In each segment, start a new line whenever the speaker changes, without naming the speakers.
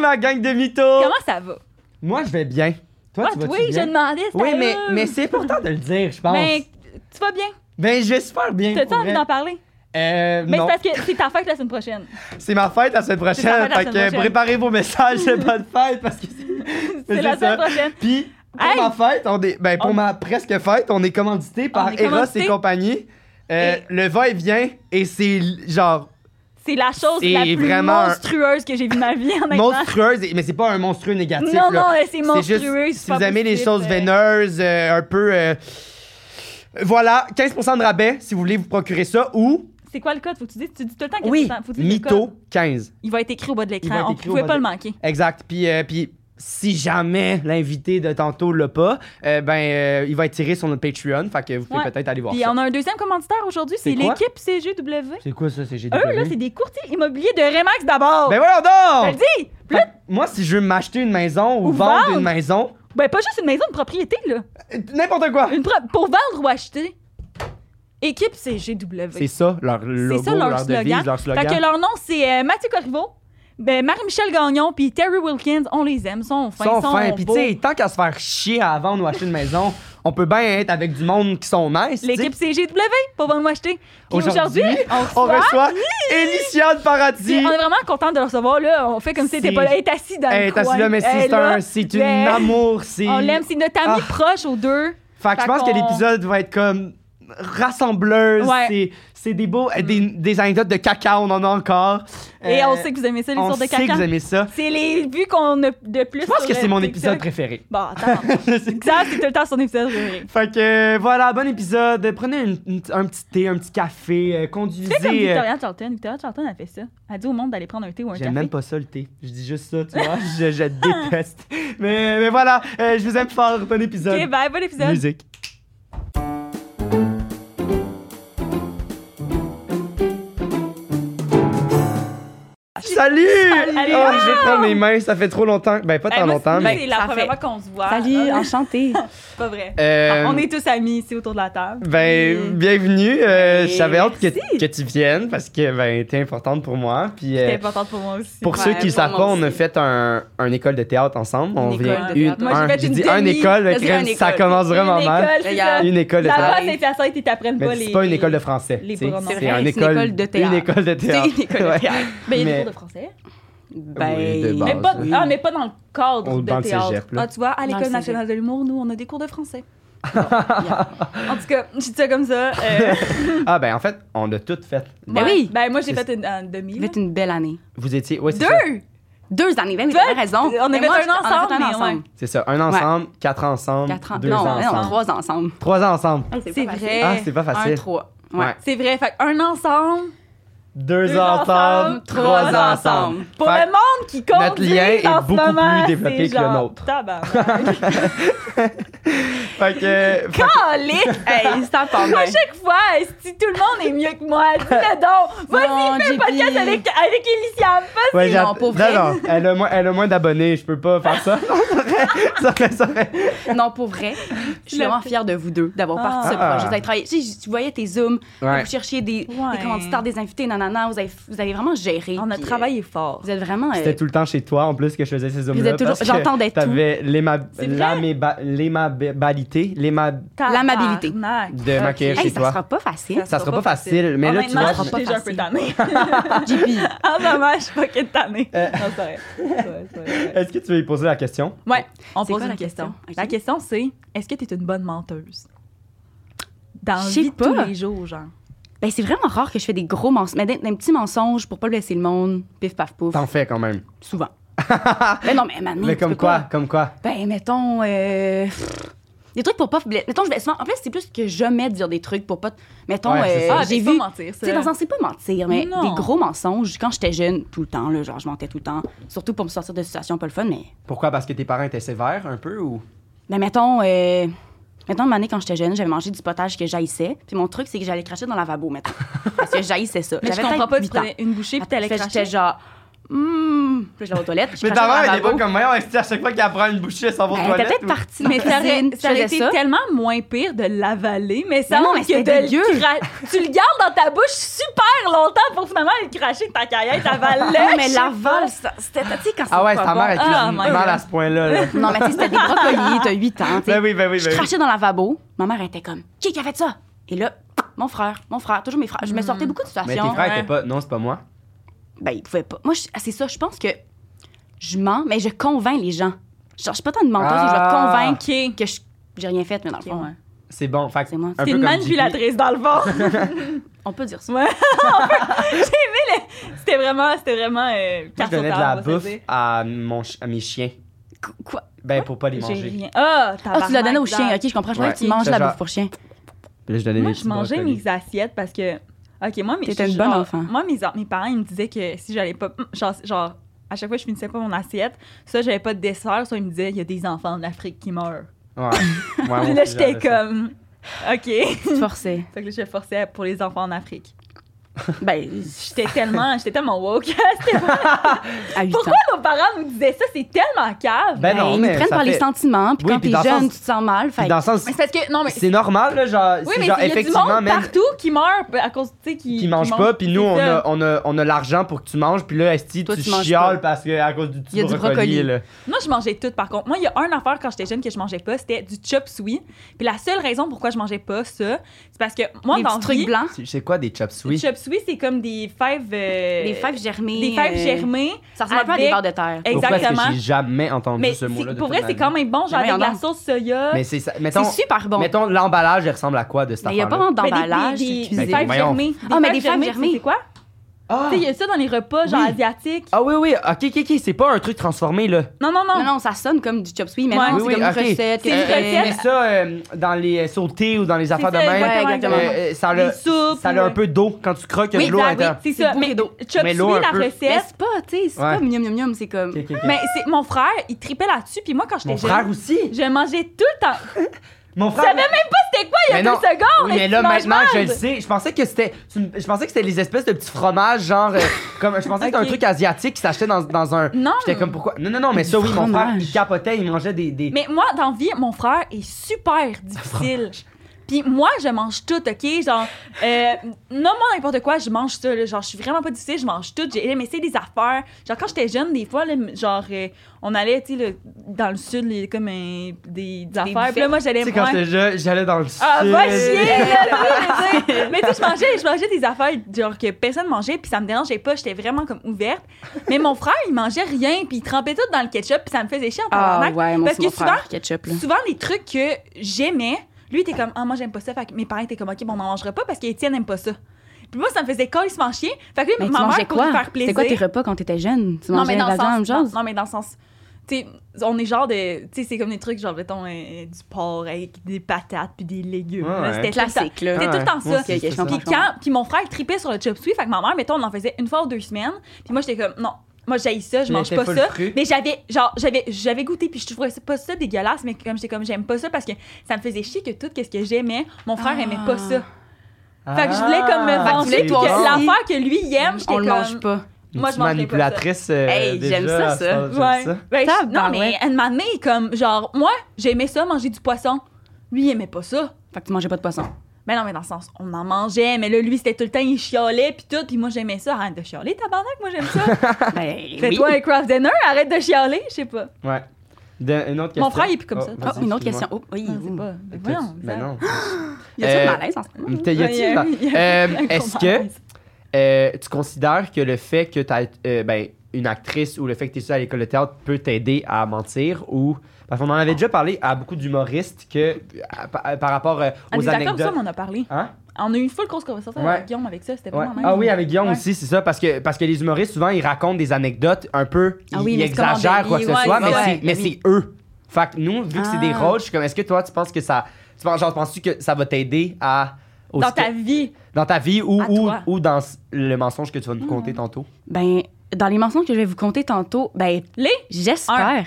la gang de mythos?
Comment ça va?
Moi, je vais bien. Toi,
Ah,
tu vas
oui, je
bien?
demandais.
Oui,
c'était
mais,
là.
mais c'est important de le dire, je pense.
Mais tu vas bien?
Ben, je vais super bien.
T'as-tu
pour
envie
vrai.
d'en parler?
Euh,
Mais
non.
c'est parce que c'est ta fête la semaine prochaine.
C'est ma fête la semaine
C'est ta
prochaine.
fête la
Fait
semaine
que
prochaine.
préparez vos messages de bonne fête parce que c'est
C'est la
ça.
semaine prochaine.
Puis, pour
Hey!
ma fête, on est. Ben, pour
On-
ma presque fête, on est commandité par
est
Eros
commandité.
et compagnie. Euh, Le va-et-vient, et c'est l- genre
C'est la chose la
C'est
plus
vraiment un-
monstrueuse que j'ai vue de ma vie, honnêtement.
monstrueuse, et- mais c'est pas un monstrueux négatif.
Non,
là.
non, c'est monstrueux.
C'est juste,
c'est
si
pas
vous aimez les
positif,
choses
euh,
veineuses, euh, un peu. euh, voilà, 15% de rabais si vous voulez vous procurer ça ou.
C'est quoi le code? Faut que tu dises, tu dis tout le temps que
Oui,
faut que tu dises le
mytho
code.
15.
Il va être écrit au bas de
Il va
l'écran.
être
On
écrit au
pouvait
bas
pas
de-
le manquer.
Exact. Puis, euh, puis si jamais l'invité de tantôt l'a pas, euh, ben euh, il va être tiré sur notre Patreon. Fait que vous pouvez
Ouais.
peut-être aller voir
Puis
ça.
on a un deuxième commanditaire aujourd'hui, c'est
C'est quoi?
l'équipe CGW.
C'est quoi ça, c'est GDW?
Eux, là, c'est des courtiers immobiliers de Remax d'abord. Je
Ben voilà
le
donc!
dis! Puis là,
Fait que Moi, si je veux m'acheter une maison ou,
Ou
vendre,
vendre.
une maison,
ben, pas juste une maison, une propriété, là.
euh, n'importe quoi!
Une pro- pour vendre ou acheter. Équipe CGW.
C'est ça, leur logo,
ça, leur
devise,
slogan.
leur slogan.
Fait que leur nom, c'est euh, Mathieu Corriveau, ben, Marie-Michel Gagnon, puis Terry Wilkins. On les aime, sont fins,
Sont fins. Puis
beaux.
tu sais, tant qu'à se faire chier à vendre ou acheter une maison, on peut bien être avec du monde qui sont nice. tu sais.
L'équipe CGW, pour vendre ou acheter. Puis
Aujourd'hui,
aujourd'hui, on
on
reçoit-
reçoit Éliciane Paradis.
Puis on est vraiment content de le recevoir, là. On fait comme si
C'est-
c'était pas là. Elle est assise dans
Elle
le
est assise
coin.
là, mais
Elle
c'est
est là.
un, c'est une
Mais-
amour, c'est.
On l'aime, c'est notre ami
Ah.
proche aux deux.
Fait que je
Fait
pense que
qu'on-
l'épisode va être comme rassembleuse.
Ouais. Mm.
C'est, c'est des beaux, des, des anecdotes de caca, on en a encore.
Et
Euh,
on sait que vous aimez ça, les
on
sortes de
sait que vous
caca.
aimez ça.
C'est les vues qu'on a de plus.
Je pense
sur,
que c'est
euh,
mon
TikTok.
épisode préféré.
Bon, attends. Xav, c'est tout le temps son épisode préféré.
Fait que euh, voilà, bon épisode. Prenez une- une- un petit thé, un petit café, euh,
Tu sais, comme
conduisez. euh,
Victoria Charlton. Victoria Charlton, a fait ça. Elle dit au monde d'aller prendre un thé ou un café.
J'aime même pas ça le thé. Je dis juste ça, tu vois. je, je déteste. Mais, mais voilà, euh, je vous aime fort. Bon épisode.
Ok, bye, bon épisode. Ah,
Musique. Salut!
Salut!
Oh, je vais prendre mes mains, ça fait trop longtemps. Ben, pas
Hey,
tant
moi,
longtemps,
c'est-
mais.
C'est la
Ça
première
fait-
fois qu'on se voit.
Salut,
Ah,
enchantée.
c'est pas vrai.
Euh,
Ah, on est tous amis ici autour de la table.
Ben, bienvenue. euh, J'avais hâte que,
Ben, Merci.
que tu viennes parce que, ben, t'es importante pour moi. Puis, euh,
C'était important pour moi aussi.
Pour
Ouais,
ceux qui ne
pour
savent
moi
pas, on a
aussi.
fait un, un école de théâtre ensemble. on
école
vient
de
une,
théâtre.
Moi, j'ai
un-
fait
j'ai
une
dit un
demi,
école,
parce qu'il y a
crème,
une
ça
école.
commence vraiment
une
mal.
école, c'est ça.
Regarde.
Une école de
La
théâtre.
base-
bonne Saint-Hyacinthe, ils t'apprennent pas
Mais
les.
c'est pas une école de français.
les
tu sais.
pronoms.
C'est vrai, c'est une école de théâtre.
Une école de théâtre.
C'est une école de
Ouais.
théâtre.
Ben, il y a des
mais-
cours de français.
Ben,
Oui, de base.
Mais pas,
oui.
ah, mais pas dans le cadre
Au-
de
dans le
théâtre.
cégep, là.
ah, tu vois, à
le
l'École
cégep.
nationale de l'humour, nous, on a des cours de français.
yeah.
En tout cas, je dis ça comme ça. euh,
Ah, ben en fait, on a tout fait.
Ben oui.
Ben, moi, j'ai
C'est-
fait une, en demi. là.
Ça va être une belle année.
Vous étiez. Ouais, c'est ça.
Deux!
Deux années, ben, mais
Deux-
t'avais raison.
on
Mais
avait
moi,
un
je- on a
ensemble,
fait un
mais
ensemble.
C'est ça. Un ensemble, quatre ensemble,
Quatre ans.
deux
non,
ensemble.
mais non, trois ensemble.
Trois ensemble.
C'est vrai.
Ah, c'est pas
Un,
facile.
trois. Ouais.
C'est vrai, fait un ensemble
Deux,
Deux
ensemble,
ensemble,
trois
trois
ensemble.
ensemble.
pour
Fait-
le monde qui compte.
notre lien est beaucoup plus développé que le nôtre.
Tabarnak.
fait que- fait-
Calique!
Hey, c'est en forme.
À chaque fois, si tout le monde est mieux que moi, dis-le donc.
Non,
Vas-y, fais un
JP.
podcast avec, avec Elysiane. Vas-y.
Ouais,
non,
j'att-
pour vrai.
non, non, elle a moins, elle a moins d'abonnés, je peux pas faire ça. ça serait, ça serait-
Non, pour vrai, je suis vraiment fière de vous deux d'avoir
Ah.
parti de ce
Ah.
projet. Vous avez travaillé. Tu sais, tu voyais tes zooms,
Ouais.
vous cherchiez des, des
Ouais.
commanditaires, des invités, nanana. Vous avez, vous avez vraiment géré.
On a
puis, euh,
travaillé fort.
Vous êtes vraiment. euh,
C'était tout le temps chez toi, en plus, que je faisais ces hommes-là.
Vous êtes toujours-
parce que
j'entendais tout.
T'avais l'aima-
C'est vrai?
l'améba- l'aimabilité, l'aima-
L'amabilité.
Tabarnak.
de m'accueillir
hey,
chez
ça
toi.
sera pas facile.
Ça sera pas facile, mais là, tu
Honnêtement,
vois,
je suis
je-
déjà un peu tannée.
JP,
Ah, maman, je suis pas qu'une tannée.
Euh.
Non, c'est vrai. C'est vrai, c'est vrai, c'est vrai.
Est-ce que tu veux lui poser la question?
Ouais, on
C'est
pose
quoi
une
la
question.
question? Ok.
La question, c'est est-ce que tu es une bonne menteuse Dans la
Je sais
vie de tous
pas.
les jours, genre.
ben, c'est vraiment rare que je fais des gros mensonges, mais des, des petits mensonges pour pas blesser le monde. Pif, paf, pouf.
T'en fais quand même.
Souvent. ben non, mais Mané,
mais
tu
comme
peux
quoi?
pas.
Comme quoi?
Ben, mettons. euh, pff, Des trucs pour pas. blesser- Mettons, je vais souvent. En fait, c'est plus que jamais dire des trucs pour pas. t- Mettons,
Ouais, c'est
euh,
ça. Ah,
j'ai
c'est pas
vu.
mentir,
Tu sais, dans le sens, c'est pas mentir, mais
Non.
des gros mensonges. Quand j'étais jeune, tout le temps, là, genre, je mentais tout le temps. Surtout pour me sortir de situations pas le fun, mais.
Pourquoi? Parce que tes parents étaient sévères un peu ou?
Ben, mettons. euh, Mettons, une année, quand j'étais jeune, j'avais mangé du potage que j'haïssais. Puis mon truc, c'est que j'allais cracher dans le lavabo, mettons. Parce que j'haïssais ça.
Mais je
J'avais
comprends
peut-être
pas, tu
huit ans.
prenais une bouchée puis
Après,
t'allais
j'étais
cracher.
genre. hmm. Puis là, je vais aux toilettes. je
Mais
crache
ta
dans le
mère, elle est pas
lavabo.
comme moi. À chaque fois qu'elle prend une bouchée, elle s'en va aux
Ben, Elle était
toilettes.
peut-être partie dans
Mais
la
ça aurait,
cuisine.
ça aurait
Je
été
faisais ça.
tellement moins pire de l'avaler, mais ça
Mais non,
montre
mais
que
c'était
de le
dégueu.
cra- tu le gardes dans ta bouche super longtemps pour finalement le cracher de ta carrière,
Non,
t'avalais.
Ah, mais
je sais
l'aval,
pas.
ça- c'était, tu sais, quand
Ah ouais,
c'est
ta
pas
mère
bon. Oh
est
Ah,
mal
my God.
à ce point-là. là.
Non, mais tu sais, c'était des brocolis, t'as 8 ans, tu sais.
Ben oui, ben oui,
Je
ben oui.
crachais dans le lavabo. Ma mère elle était comme, qui qui a fait ça? Et là, mon frère, mon frère, toujours mes frères. Je me sortais beaucoup de
Mais tes
situations.
frères
Hmm. ouais.
étaient pas. Non, c'est pas moi.
Ben, ils pouvaient pas. Moi, je- c'est ça, je pense que je mens, mais je convainc les gens. Je je suis pas tant de menteuse,
Ah.
je vais convaincre
Ok.
que je- j'ai rien fait, mais dans le
Ok,
fond,
ouais.
C'est bon. Fait que
C'est moi.
un
T'es
peu
une
comme JP.
manipulatrice dans le fond.
on peut dire ça.
Ouais. J'ai aimé le- C'était vraiment, c'était vraiment. euh,
Moi,
carte
je donnais de
au
la
tarot, on va se
bouffe
dire.
à, mon ch- à mes chiens.
Qu- Quoi?
Ben, pour pas les
J'ai
manger.
rien. Ah,
Ah, tu l'as donné
au
au chien,
chien.
ok, je comprends. Je crois
Ouais.
que tu manges
C'est
la
genre-
bouffe pour chien.
Puis là, je donnais
Moi,
mes
je
petits
mangeais
brocolis.
mes assiettes parce que. Ok, moi, mes.
T'étais une
genre-
bonne enfant.
Moi, mes, mes parents, ils me disaient que si j'allais pas. hum, Genre, genre, à chaque fois que je finissais pas mon assiette, soit j'avais pas de dessert, soit ils me disaient il y a des enfants en Afrique qui meurent.
Ouais. Ouais, Ah, moi
Puis
aussi,
là, j'étais
j'avais ça.
comme. Ok. fait
Tu te forçais.
que là, je forçais pour les enfants en Afrique.
Ben,
J'étais tellement, j'étais tellement woke. C'était vrai.
à 8 ans.
Pourquoi nos parents nous disaient ça? C'est tellement cave.
Ben non,
ils
mais.
nous prennent
ça
par les
fait-
sentiments, puis
Oui,
quand
puis
t'es
dans le
jeune,
sens-
tu te sens mal.
Puis
Fait
dans le sens.
Mais c'est parce que. Non, mais.
C'est normal, là. Genre,
Oui,
c'est
mais
genre,
il y a du
effectivement,
monde
même.
partout qui meurt à cause, tu sais, qui.
Qui mange pas, puis nous, on
c'est ça.
a, on a, on a l'argent pour que tu manges, puis là, Esti,
Toi,
tu
tu manges
chiales
pas.
parce que à cause du petit
Il y a du brocoli.
là.
Moi, je mangeais tout, par contre. Moi, il y a un affaire quand j'étais jeune que je mangeais pas, c'était du chop suey. Puis la seule raison pourquoi je mangeais pas ça, c'est parce que moi,
des
dans
petits trucs
vie,
blancs,
C'est- C'est quoi des
le
chop suey?
chop suey, c'est comme des fèves. euh,
des fèves germées.
des fèves
euh,
germées.
Ça ressemble un peu à des
avec-
vers de terre.
Pourquoi est-ce
exactement.
que j'ai jamais entendu
Mais
ce
c'est-
mot-là? de
pour
toute
vrai,
ma
c'est
vie?
quand même bon, genre
Mais
avec de la
voyons
sauce soya.
Mais c'est ça. Mettons,
C'est super bon.
mettons l'emballage, il ressemble à quoi de cette
Mais il n'y a pas
affaire-là?
vraiment
Ben, des-
d'emballage.
des-
c'est
des
cuisines.
cuisiné.
Ben,
fèves germées.
Ah, mais des fèves
tu sais,
germées.
C'est quoi?
Ah!
Tu sais, il y a ça dans les repas, genre
Oui.
asiatiques.
Ah oui, oui, ok, ok, ok, c'est pas un truc transformé, là.
Non, non, non.
Non, non, ça sonne comme du chop suey, mais
Ouais.
non,
Oui,
c'est
oui,
comme une
ok.
recette.
C'est
que
une
tu fais.
Euh, mais
recette.
ça, euh, dans les sautés ou dans les affaires de
ça,
même,
Ouais,
exactement.
exactement.
euh, euh, ça, a
Des
le-
soupes.
ça a un
ouais.
peu d'eau quand tu croques, il y a
Oui,
de l'eau
bah
à
oui,
l'intérieur.
c'est
C'est
ça.
bourré
Mais
d'eau.
chop
Mais
suey,
l'eau un
la
peu.
Mais
recette.
c'est pas, tu sais, c'est
Ouais.
pas miam miam miam, c'est comme.
Ok, ok, ok.
Mais c'est mon frère, il tripait là-dessus, puis moi quand j'étais
Mon
jeune,
frère aussi?
je mangeais tout le temps.
Mon
Je
frère.
savais même pas c'était quoi il y a
Mais
deux
non.
secondes.
Oui, mais là,
tu manges
maintenant que je
mal.
le sais, je pensais que c'était. tu me- Je pensais que c'était les espèces de petits fromages, genre. euh, comme, je pensais que c'était un
Ok.
truc asiatique qui s'achetait dans, dans un.
Non.
J'étais comme pourquoi. Non, non, non, mais ça, oui, mon frère,
fromage.
il capotait, il mangeait des. des...
Mais moi, dans vie, mon frère est super difficile. Puis moi, je mange tout, OK? Genre, euh, nomme-moi n'importe quoi, je mange ça. là. Genre, je suis vraiment pas difficile, je mange tout. J'ai aimé essayer des affaires. Genre, quand j'étais jeune, des fois, là, genre, euh, on allait, tu sais, là, dans le sud, les- comme euh, des, des affaires. Puis là, moi, j'allais
Tu sais, quand
ouais.
j'étais jeune, j'allais dans le.
Ah,
sud.
va chier, là, oui, je veux dire. Mais tu sais, je mangeais, je mangeais des affaires genre que personne mangeait, puis ça me dérangeait pas, j'étais vraiment comme ouverte. Mais mon frère, il mangeait rien, puis il trempait tout dans le ketchup, puis ça me faisait chier en
Ah
tabarnak.
ouais, mon
Parce
mon
que souvent-
frère, ketchup, là.
Souvent, les trucs que j'aimais, lui était comme, ah, moi, j'aime pas ça, fait que mes parents étaient comme, ok, bon, on n'en mangera pas parce qu'Étienne aime pas ça. Puis moi, ça me faisait calissement chier. Fait que lui,
Mais tu
ma
mangeais
mère, pour lui
quoi?
faire plaisir.
C'était quoi tes repas quand t'étais jeune? Tu
Non, mais
mangeais
dans
la
le sens.
même chose?
Non, mais dans le sens. Tu sais, on est genre de. Tu sais, c'est comme des trucs, genre, mettons, euh, du porc avec des patates puis des légumes.
Ouais,
là.
ouais.
C'était tout le temps-
Classique, là.
C'était tout le temps
moi
ça.
aussi,
Ok, ok,
c'était
je
ça.
comprends.
Puis quand, puis mon frère il tripait sur le chop suey, fait que ma mère, mettons, on en faisait une fois ou deux semaines. Puis moi, j'étais comme, non, moi, j'ai ça, je
Mais
mange
t'es
pas
full
ça.
cru.
Mais j'avais, genre, j'avais, j'avais goûté, puis je trouvais ça- pas ça dégueulasse, mais comme j'étais comme, j'aime pas ça parce que ça me faisait chier que tout ce que j'aimais, mon frère
Ah.
aimait pas ça.
Ah.
Fait que je voulais comme me
Fait que tu voulais
venger, puis
toi
que
aussi.
la-
l'affaire que lui il aime, j'étais
On
comme.
le mange pas.
Moi, je
Une petite
mangeais pas ça.
manipulatrice. euh,
Hey,
déjà,
j'aime ça,
à ce
ça.
stade, j'aime ça.
Ben, je- non,
Tabarouette.
mais elle m'a amené comme, genre, moi, j'aimais ça, manger du poisson. Lui, il aimait pas ça.
Fait que tu mangeais pas de poisson.
Mais non, mais dans le sens, on en mangeait, mais là, lui, c'était tout le temps, il chialait, puis tout, puis moi, j'aimais ça. Arrête de chialer, tabarnak, moi, j'aime ça.
Ben,
Fais-toi un craft dinner, arrête de chialer, je sais pas.
Ouais. De- une autre question.
Mon frère, il est plus comme ça.
Oh,
Ah,
vas-y,
une autre
excuse-moi.
question. Oh, oui.
Non, c'est pas.
T'as-
Ben, voyons,
ben
ça-
non.
Y a-tu
Euh,
un malaise en ce moment?
T'as- y
Ouais, il y
a-t-il-
a- il y a-
Euh,
un gros
est-ce que-
malaise.
Euh, tu considères que le fait que tu ben, une actrice ou le fait que tu es à l'école de théâtre peut t'aider à mentir ou. Parce qu'on en avait déjà parlé à beaucoup d'humoristes que à- par- par rapport euh,
Ah,
aux
des accords, ça,
anecdotes.
on en a parlé.
Hein?
On a eu une full grosse conversation
Ouais.
avec Guillaume avec ça, c'était
Ouais.
vraiment nice.
Ah oui, avec Guillaume
Ouais.
aussi, c'est ça, parce que, parce que les humoristes, souvent, ils racontent des anecdotes un peu,
Ah
ils,
oui,
ils
mais c'est comme en
exagèrent quoi que ce
délit, ouais,
soit, mais
ouais,
c'est- mais
oui.
c'est eux. Fait que nous, vu que c'est des
Ah.
rôles, je suis comme, est-ce que toi, tu penses que ça... Tu penses, genre, penses-tu que ça va t'aider à... au-
Dans ta vie.
dans ta vie ou,
À
ou,
toi. Mhm.
ou dans s- le mensonge que tu vas nous compter tantôt?
Ben, dans les mensonges que je vais vous compter tantôt, ben,
Les
j'espère.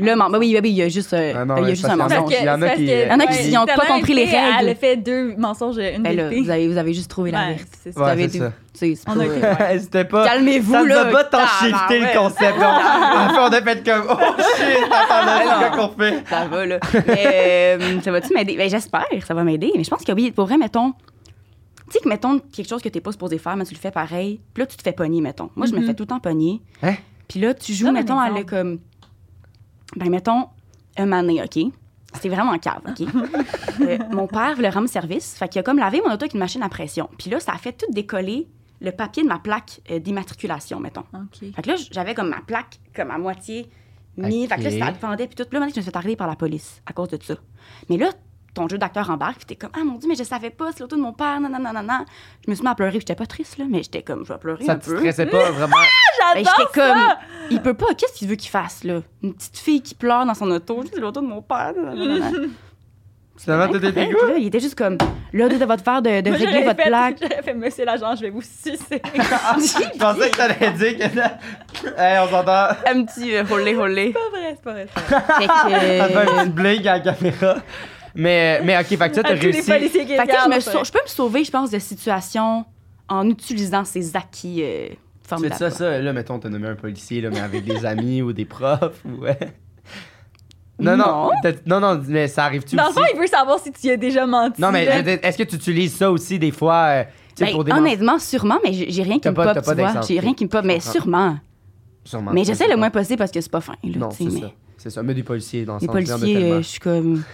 Le membre. Bah oui, bah oui, il y a juste, euh,
Ah non,
il y
mais
a juste un
parce qu'il y en a-
mensonge.
Il y en a qui- euh,
Il y en a qui ont pas compris les règles.
Elle a fait deux mensonges, une
Ben là,
vérité.
vous avez, vous avez juste trouvé la
Ouais,
vérité.
c'est ça.
Vous
Ouais,
avez
c'est
dû-
ça.
tu sais, c'est
On
pas-
a été- Ouais.
N'hésitez pas. ça
euh, Calmez-vous,
ne
là.
va pas tant shifter le
tabarouette.
concept. On, à la fin, on a fait comme Oh shit, attendez,
Ah,
c'est
non.
quoi qu'on fait?
Ça va, là. Euh, ça va-tu m'aider? Ben, j'espère, ça va m'aider. Mais je pense que oui, pour vrai, mettons. Tu sais que, mettons, quelque chose que t'es pas supposé faire, mais tu le fais pareil. Puis là, tu te fais pogner, mettons. Moi, je me
Mhm.
fais tout le temps pogner.
Hein?
Puis là, tu joues,
Donne un
mettons, à
exemple.
le comme. Ben, mettons, un mané, OK? C'était vraiment cave, OK? Euh, mon père voulait rendre service. Fait qu'il a comme lavé mon auto avec une machine à pression. Puis là, ça a fait tout décoller le papier de ma plaque euh, d'immatriculation, mettons.
OK.
Ben,
Fait que là, j'avais comme ma plaque, comme à moitié mise. Fait que
Ok.
là, ça dépendait. Puis tout, Puis là, un moment donné, je me suis fait arrêter par la police à cause de ça. Mais là, ton jeu d'acteur embarque, puis t'es comme, ah mon Dieu, mais je savais pas, c'est l'auto de mon père, non, non, non, non, non. Je me suis mis à pleurer, puis j'étais pas triste, là, mais j'étais comme, je vais pleurer
Ça
un
te
peu.
stressait pas vraiment.
Ben,
Ah, J'adore
j'étais comme,
ça!
il peut pas, qu'est-ce qu'il veut qu'il fasse, là? Une petite fille qui pleure dans son auto, c'est l'auto de mon père, non, non, non, non.
Finalement,
Ben,
t'étais
correct,
dégoût.
là, il était juste comme, là, de votre faire de, de
Moi,
régler
j'aurais
votre
fait-
plaque.
J'aurais fait, monsieur l'agent, je vais vous sucer.
Ah, Je pensais que t'allais dire que. hey, on s'entend.
Un petit euh, roulé, roulé.
pas vrai, c'est pas vrai.
Fait que,
Ça
euh,
fait un petit blink à la caméra. Mais, mais ok, fait que ça, t'as
À tous les
réussi.
policiers qui
Fait que là, je,
regardent,
me
c'est
sau- je peux me sauver, je pense, de situations en utilisant ces acquis euh,
Tu fais
formidables.
ça, ça, là, mettons, t'as nommé un policier, là, mais avec des amis ou des profs, ou ouais. Non, non,
Non.
t'as- non, non, mais ça arrive-tu
Dans le
aussi?
fond, il veut savoir si tu y as déjà menti.
Non, mais
là.
je veux dire, est-ce que tu utilises ça aussi des fois euh, tu sais,
Ben,
pour des mensonges?
honnêtement, sûrement, mais j'ai j'ai rien qui
T'as
me
pas-
pop,
t'as pas
tu vois.
d'exemple. Ah.
J'ai rien qui me pop, mais
comprends.
sûrement.
Sûrement.
Mais j'essaie le moins possible parce que c'est pas fin. Là,
Non,
tu sais,
c'est
mais
ça. C'est ça. Mais des policiers, dans le
Les
sens, il y en a
policiers, euh,
tellement.
je suis comme.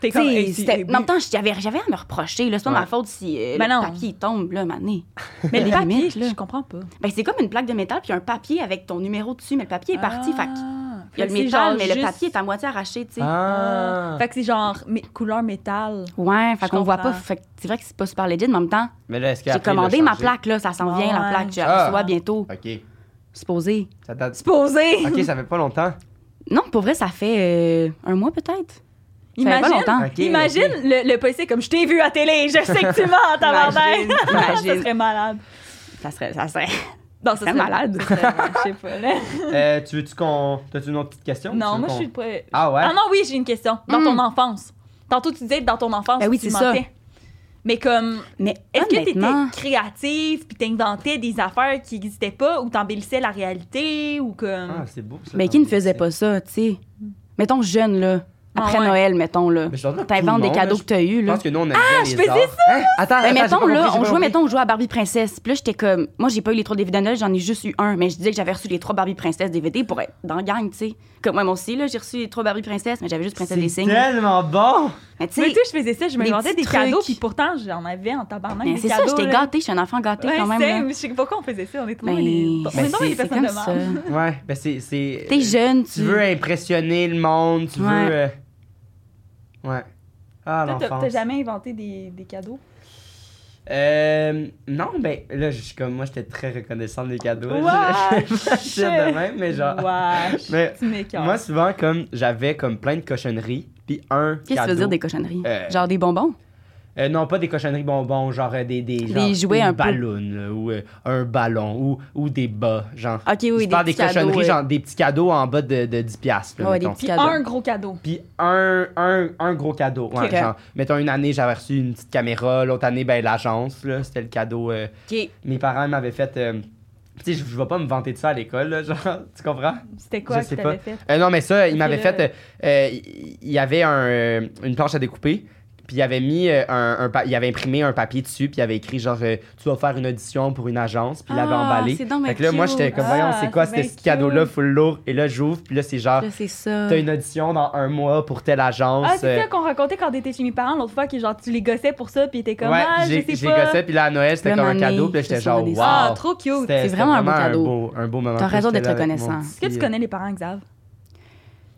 T'es
Tu
comme,
sais,
hey, si-
c'était-
hey,
en même temps, j'avais j'avais à me reprocher. là, C'est pas
Ouais.
ma faute si euh,
Ben
le
non.
papier il tombe, là, mané.
Mais les
la
papiers,
limite, là.
je comprends pas.
Ben, c'est comme une plaque de métal, puis un papier avec ton numéro dessus, mais le papier est parti.
Ah.
Fait que il y a le
Fait que c'est
métal,
genre
mais le
juste-
papier est à moitié arraché, tu sais.
Ah!
Ah. Fait que c'est genre mé- couleur métal.
Ouais,
Je
fait qu'on voit
comprends.
pas. Fait que c'est vrai que c'est pas super legit, mais en même temps,
Mais là, est-ce qu'après,
J'ai
il l'a
commandé ma
changé?
plaque, là. Ça s'en vient,
Ouais.
la plaque. Je la
Ah.
reçois bientôt.
Ok.
Supposé.
Ça date.
Supposé!
Ok, ça fait pas longtemps.
Non, pour vrai, ça fait euh, un mois peut-être. Ça fait
Imagine,
pas longtemps.
Ok,
imagine
ok.
Le, le policier comme je t'ai vu à télé, je sais que tu mens, tabarnak.
Imagine,
ça
imagine.
serait malade.
Ça serait. Ça serait.
Non, ça
serait malade.
ça serait- Je sais pas. là.
Euh, tu veux-tu qu'on. T'as-tu une autre petite question? Tu
Non,
veux
moi je
qu'on-
suis pas.
Ah ouais?
Ah non, oui, j'ai une question. Dans
Hmm.
ton enfance. Tantôt, tu disais que dans ton enfance,
Ben oui,
tu
c'est ça.
mentais. Mais comme,
Mais
est-ce que
honnêtement,
t'étais créative, puis t'inventais des affaires qui n'existaient pas, ou t'embellissais la réalité, ou
Ah,
comme...
c'est beau. ça,
mais
dans
qui ne
le-
faisait pas ça, tu sais? Mettons jeune, là. Après
Ah ouais.
Noël, mettons, là.
Mais je demande à tout le
T'inventes des
monde,
cadeaux
là,
que t'as eus,
Je
là.
pense que nous, on a Ah,
je faisais
ça! Attends,
Ben,
attends, j'ai
mettons,
pas compris,
là,
j'ai
on
pas
jouait,
compris.
mettons, on jouait à Barbie Princesse. Puis là, j'étais comme. Moi, j'ai pas eu les trois DVD de Noël, j'en ai juste eu un. Mais je disais que j'avais reçu les trois Barbie Princesse DVD pour être dans la gang, tu sais. Comme moi, moi aussi, là, j'ai reçu les trois Barbie Princesse, mais j'avais juste Princesse des
C'est
Signes.
tellement bon!
Mais tu
Mais
sais,
tu sais, je faisais ça, je me
des
vendais des
petits trucs.
cadeaux, puis pourtant, j'en avais en tabarnak
ben,
des
c'est ça,
cadeaux.
j'étais
là.
gâtée, je suis un enfant gâté
Ouais,
quand même. là.
c'est- je sais pas pourquoi on faisait ça, on est trop
Ben,
des... On
ben,
est trop des
c'est- c'est
personnes de
comme
merde.
ça.
Ouais, ben c'est. c'est-
T'es jeune, tu.
Tu veux impressionner le monde, tu
Mm. Ouais.
veux. euh, Ouais. Ah,
Toi, t'as-
l'enfance.
t'as jamais inventé des, des cadeaux?
Euh, non, ben là, je suis comme moi, j'étais très reconnaissant des cadeaux.
Wesh!
Je fais pas shit de même, mais genre.
Wesh,
Mais
tu m'écoeures.
Moi, souvent, comme j'avais comme plein de cochonneries, puis un.
Qu'est-ce que
cadeau.
tu veux dire des cochonneries?
Euh,
Genre des bonbons?
Euh, non, pas des cochonneries bonbons, genre euh, des, des, genre,
jouets
une
un peu.
balloune, là, ou euh, un ballon, ou, ou des bas, genre.
Ok, oui,
Je
des
parle
petits
des cochonneries,
cadeaux, ouais.
genre des petits cadeaux en bas de, de 10$. piastres, là,
Ouais, des
mettons.
petits
Puis
cadeaux.
un gros cadeau.
Puis un, un, un gros cadeau. Ouais,
Ok.
genre, mettons, une année, j'avais reçu une petite caméra. L'autre année, ben, l'agence, là, c'était le cadeau. euh,
Ok.
mes parents m'avaient fait. euh, tu sais, je je vais pas me vanter de ça à l'école, là, genre, tu comprends?
C'était quoi
je
que
sais
t'avais
pas.
fait?
Euh, non, mais ça, il
Ok,
m'avait
là.
fait. euh, euh, Il il y avait un, euh, une planche à découper. Puis il avait mis euh, un, un pa- il avait imprimé un papier dessus, puis il avait écrit genre euh, tu vas faire une audition pour une agence, puis il l'avait
Ah,
emballé.
c'est donc bien
Fait que là moi
cute.
j'étais comme
Ah,
voyons c'est quoi
c'est
c'était
bien
ce cadeau là
cute.
full lourd et là j'ouvre puis là c'est genre
Là, c'est ça.
t'as une audition dans un mois pour telle agence.
Ah, c'est
euh,
ça qu'on racontait quand t'étais chez mes parents l'autre fois, que genre tu les gossais pour ça, puis t'étais comme
ouais,
ah,
j'ai
je sais
j'ai
pas.
gossé, puis là à Noël c'était
Là,
comme un
mané,
cadeau, puis là
je
j'étais
te
genre
sauve des-
wow.
Ah, trop cute.
C'était-
C'est
c'était
vraiment un beau cadeau.
beau, un beau moment.
T'as raison
J'étais
d'être
là avec mon
reconnaissant.
petit,
Est-ce que tu
euh,
connais les parents Xav?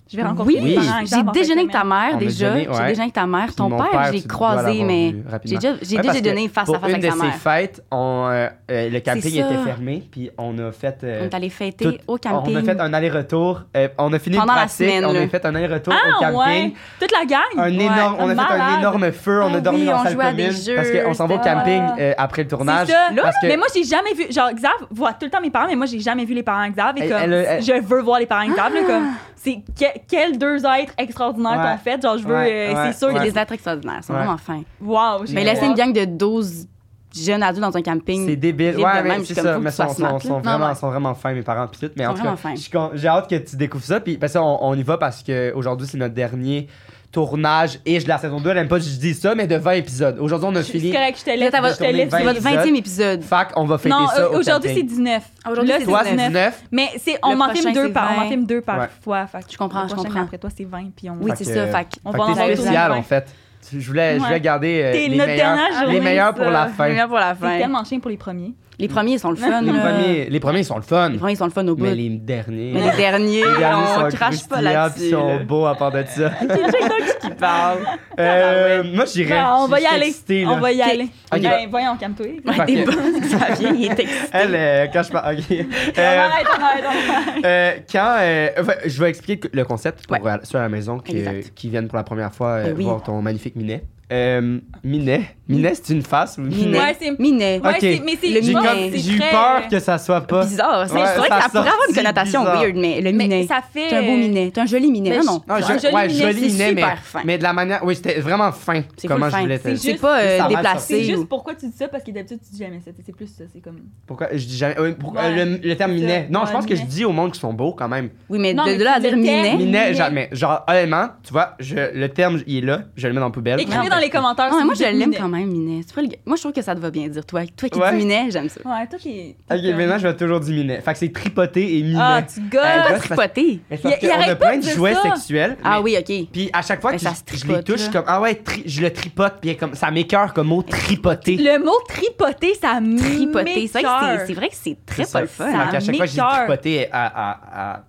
Je vais rencontrer
Oui,
les parents Xav.
j'ai
en fin de
déjeuné avec ta
semaine.
On
mère
a
déjà.
déjeuné,
J'ai
ouais.
déjeuné avec ta mère.
Puis
Ton
mon
père,
père,
j'ai
tu dois
croisé,
l'avoir
mais
vu rapidement.
j'ai déjà,
Ouais,
j'ai déjà
parce que
déjeuné face
pour
à face
une
avec
de
ta
ces
mère.
fêtes, on, euh, euh, le camping
ça.
était fermé, puis on a fait. euh,
On est allé fêter
tout-
au camping.
on a fait un aller-retour. euh, on a fini
Pendant
le
la
pratique,
semaine,
on a
là.
fait un aller-retour au
Ah,
camping.
ouais! Toute la gang!
Un
Ouais,
énorme, on a fait un
malade.
énorme feu, on
Ah
a dormi
oui,
dans
on
la salle
jouait à des
commune
jeux,
parce qu'on s'en va au
c'était-
camping euh, après le tournage.
C'est ça.
Parce que
Mais moi, j'ai jamais vu. Genre, Xav voit tout le temps mes parents, mais moi, j'ai jamais vu les parents Xav. Et
Elle-
comme,
elle a- elle-
je veux voir les parents Xav. là, comme, c'est que- que- quels deux êtres extraordinaires
Ouais.
qu'on fait. Genre, je veux.
Ouais,
euh,
ouais,
c'est sûr
Il y a
ouais.
que
des êtres extraordinaires, ils sont
Ouais.
vraiment fins.
Wow, j'ai
Mais
Ouais.
hâte.
laisser une gang de 12 jeunes adultes dans un camping.
C'est débile.
vite de
Ouais,
même,
mais
je suis
c'est
comme,
ça.
faut
Mais
que tu
sont, sont,
fasses smart, là.
sont
Non,
vraiment,
ouais.
sont vraiment fins, mes parents. Puis tout. Mais en
Sont
tout
vraiment
cas,
fins.
je suis con- j'ai hâte que tu découvres ça. Puis parce qu'on on y va parce qu'aujourd'hui, c'est notre dernier tournage et de la saison 2. Elle aime pas que je dis ça, mais de 20 épisodes. Aujourd'hui, on a
Je- C'est
fini.
correct, je te laisse.
Là, t'as
Je te
votre-
laisse.
C'est votre 20e épisode.
Fac, on va fêter
Non,
ça.
euh,
au
aujourd'hui, c'est
camping.
19.
Aujourd'hui,
Là,
c'est
Toi,
c'est
c'est 19.
Mais c'est, on
Le
m'en filme
prochain,
deux
c'est
par, on
20.
m'en filme deux par
Ouais.
fois. Fait que
Je comprends,
le
je
prochain
comprends.
Après toi, c'est 20, puis on.
Oui,
Fait
c'est
que-
ça. Fait que-
On
Fait
va
que
en
t'es
avoir deux.
spécial,
Ouais.
en fait. Je voulais, je voulais
Ouais.
garder euh,
T'es
les,
notre
meilleurs,
dernière
les
journée,
meilleurs pour
ça.
la fin.
Les euh, meilleurs pour la
C'est
fin.
tellement chien pour les premiers.
Les premiers, ils sont le fun.
Les
là.
premiers, les premiers, ils sont le fun.
Les premiers, ils sont le fun au bout.
Mais
Mais
les derniers.
les derniers,
les derniers
on
sont
crache
croustillants,
pas
puis
là-dessus.
Ils sont
là.
beaux à part de ça.
C'est juste toi qui parle.
Euh, moi, j'irais.
Bah, on
Je-
va
je
y
suis
aller.
excité, là.
on va y
Ok.
aller.
Ok. Euh,
Ben, voyons, calme-toi.
Ouais,
Parfait.
t'es bonne, Xavier, il est excité.
Elle, euh, quand je parle. ok.
On
Euh,
arrête, on arrête, on arrête.
euh, quand. euh, enfin, je vais expliquer le concept pour
Ouais.
euh, ceux à la maison qui, euh,
Exact.
qui viennent pour la première fois euh,
Eh oui.
voir ton magnifique Minet. Euh, Minet. Minet, c'est une face ou
Minet.
Ouais, c'est-
Minet.
Ouais,
Ok.
c'est- mais c'est
Le
J'ai
je pense
minet.
comme-
que c'est
j'ai eu
très- euh,
peur que ça soit pas.
Bizarre.
bah. Ouais,
c'est je trouvais
ça
que ça pourrait avoir une
sortit
connotation
bizarre.
weird, mais le
Mais
Minet.
ça fait. euh,
C'est un beau Minet. T'es un joli Minet.
mais
Non, non.
Non,
Un
je,
joli
ouais,
Minet,
joli
c'est
Minet, mais,
super fin.
mais de la manière. Oui, c'était vraiment fin.
C'est
Comment
full
je
fin.
voulais te-
C'est
C'est
juste-
pas euh,
ça va, ça
C'est
déplacé.
juste
ou-
pourquoi tu dis ça, parce que d'habitude, tu dis jamais ça. C'est plus ça, c'est comme.
Pourquoi je dis jamais. euh, pourquoi-
Ouais.
le, le terme
C'est ça.
Minet. Non, je
Ouais,
pense que je
Minet.
dis au monde qu'ils sont beaux quand même.
Oui, mais
Non,
de
mais
de là à
c'est
dire
le terme.
Minet.
Minet,
Minet.
jamais. Genre, honnêtement, tu vois, je, le terme, il est là, je le mets dans la poubelle.
Écrivez dans les commentaires.
Non, mais
si
moi,
vous
je
dites
l'aime
Minet.
quand même, Minet. C'est pas le gars- Moi, je trouve que ça te va bien dire. Toi, toi qui
Ouais.
dis Minet, j'aime ça.
Ouais, toi qui.
Ok, maintenant, je vais toujours dire Minet. Fait que c'est tripoté et Minet.
Ah, tu
Euh,
gosses.
parce-
Tripoté.
Mais sauf
il- il
qu'on a
arrête pas
plein
de
de
dire
jouets
ça.
sexuels.
Ah
mais-
oui, OK.
Puis à chaque fois
Mais
que
ça
je-
se
je, les
tripote,
touche, je suis
là.
comme ah ouais, tri- je le tripote, puis comme ça m'écoeure comme mot tripoté.
Le mot tripoter, ça
Tripoté. C'est vrai que c'est-
m'écoeure.
c'est vrai que c'est
C'est
très
ça.
pas le fun.
Fait
Ça
qu'à chaque fois que j'ai
m'écoeure.
tripoté à. à, à...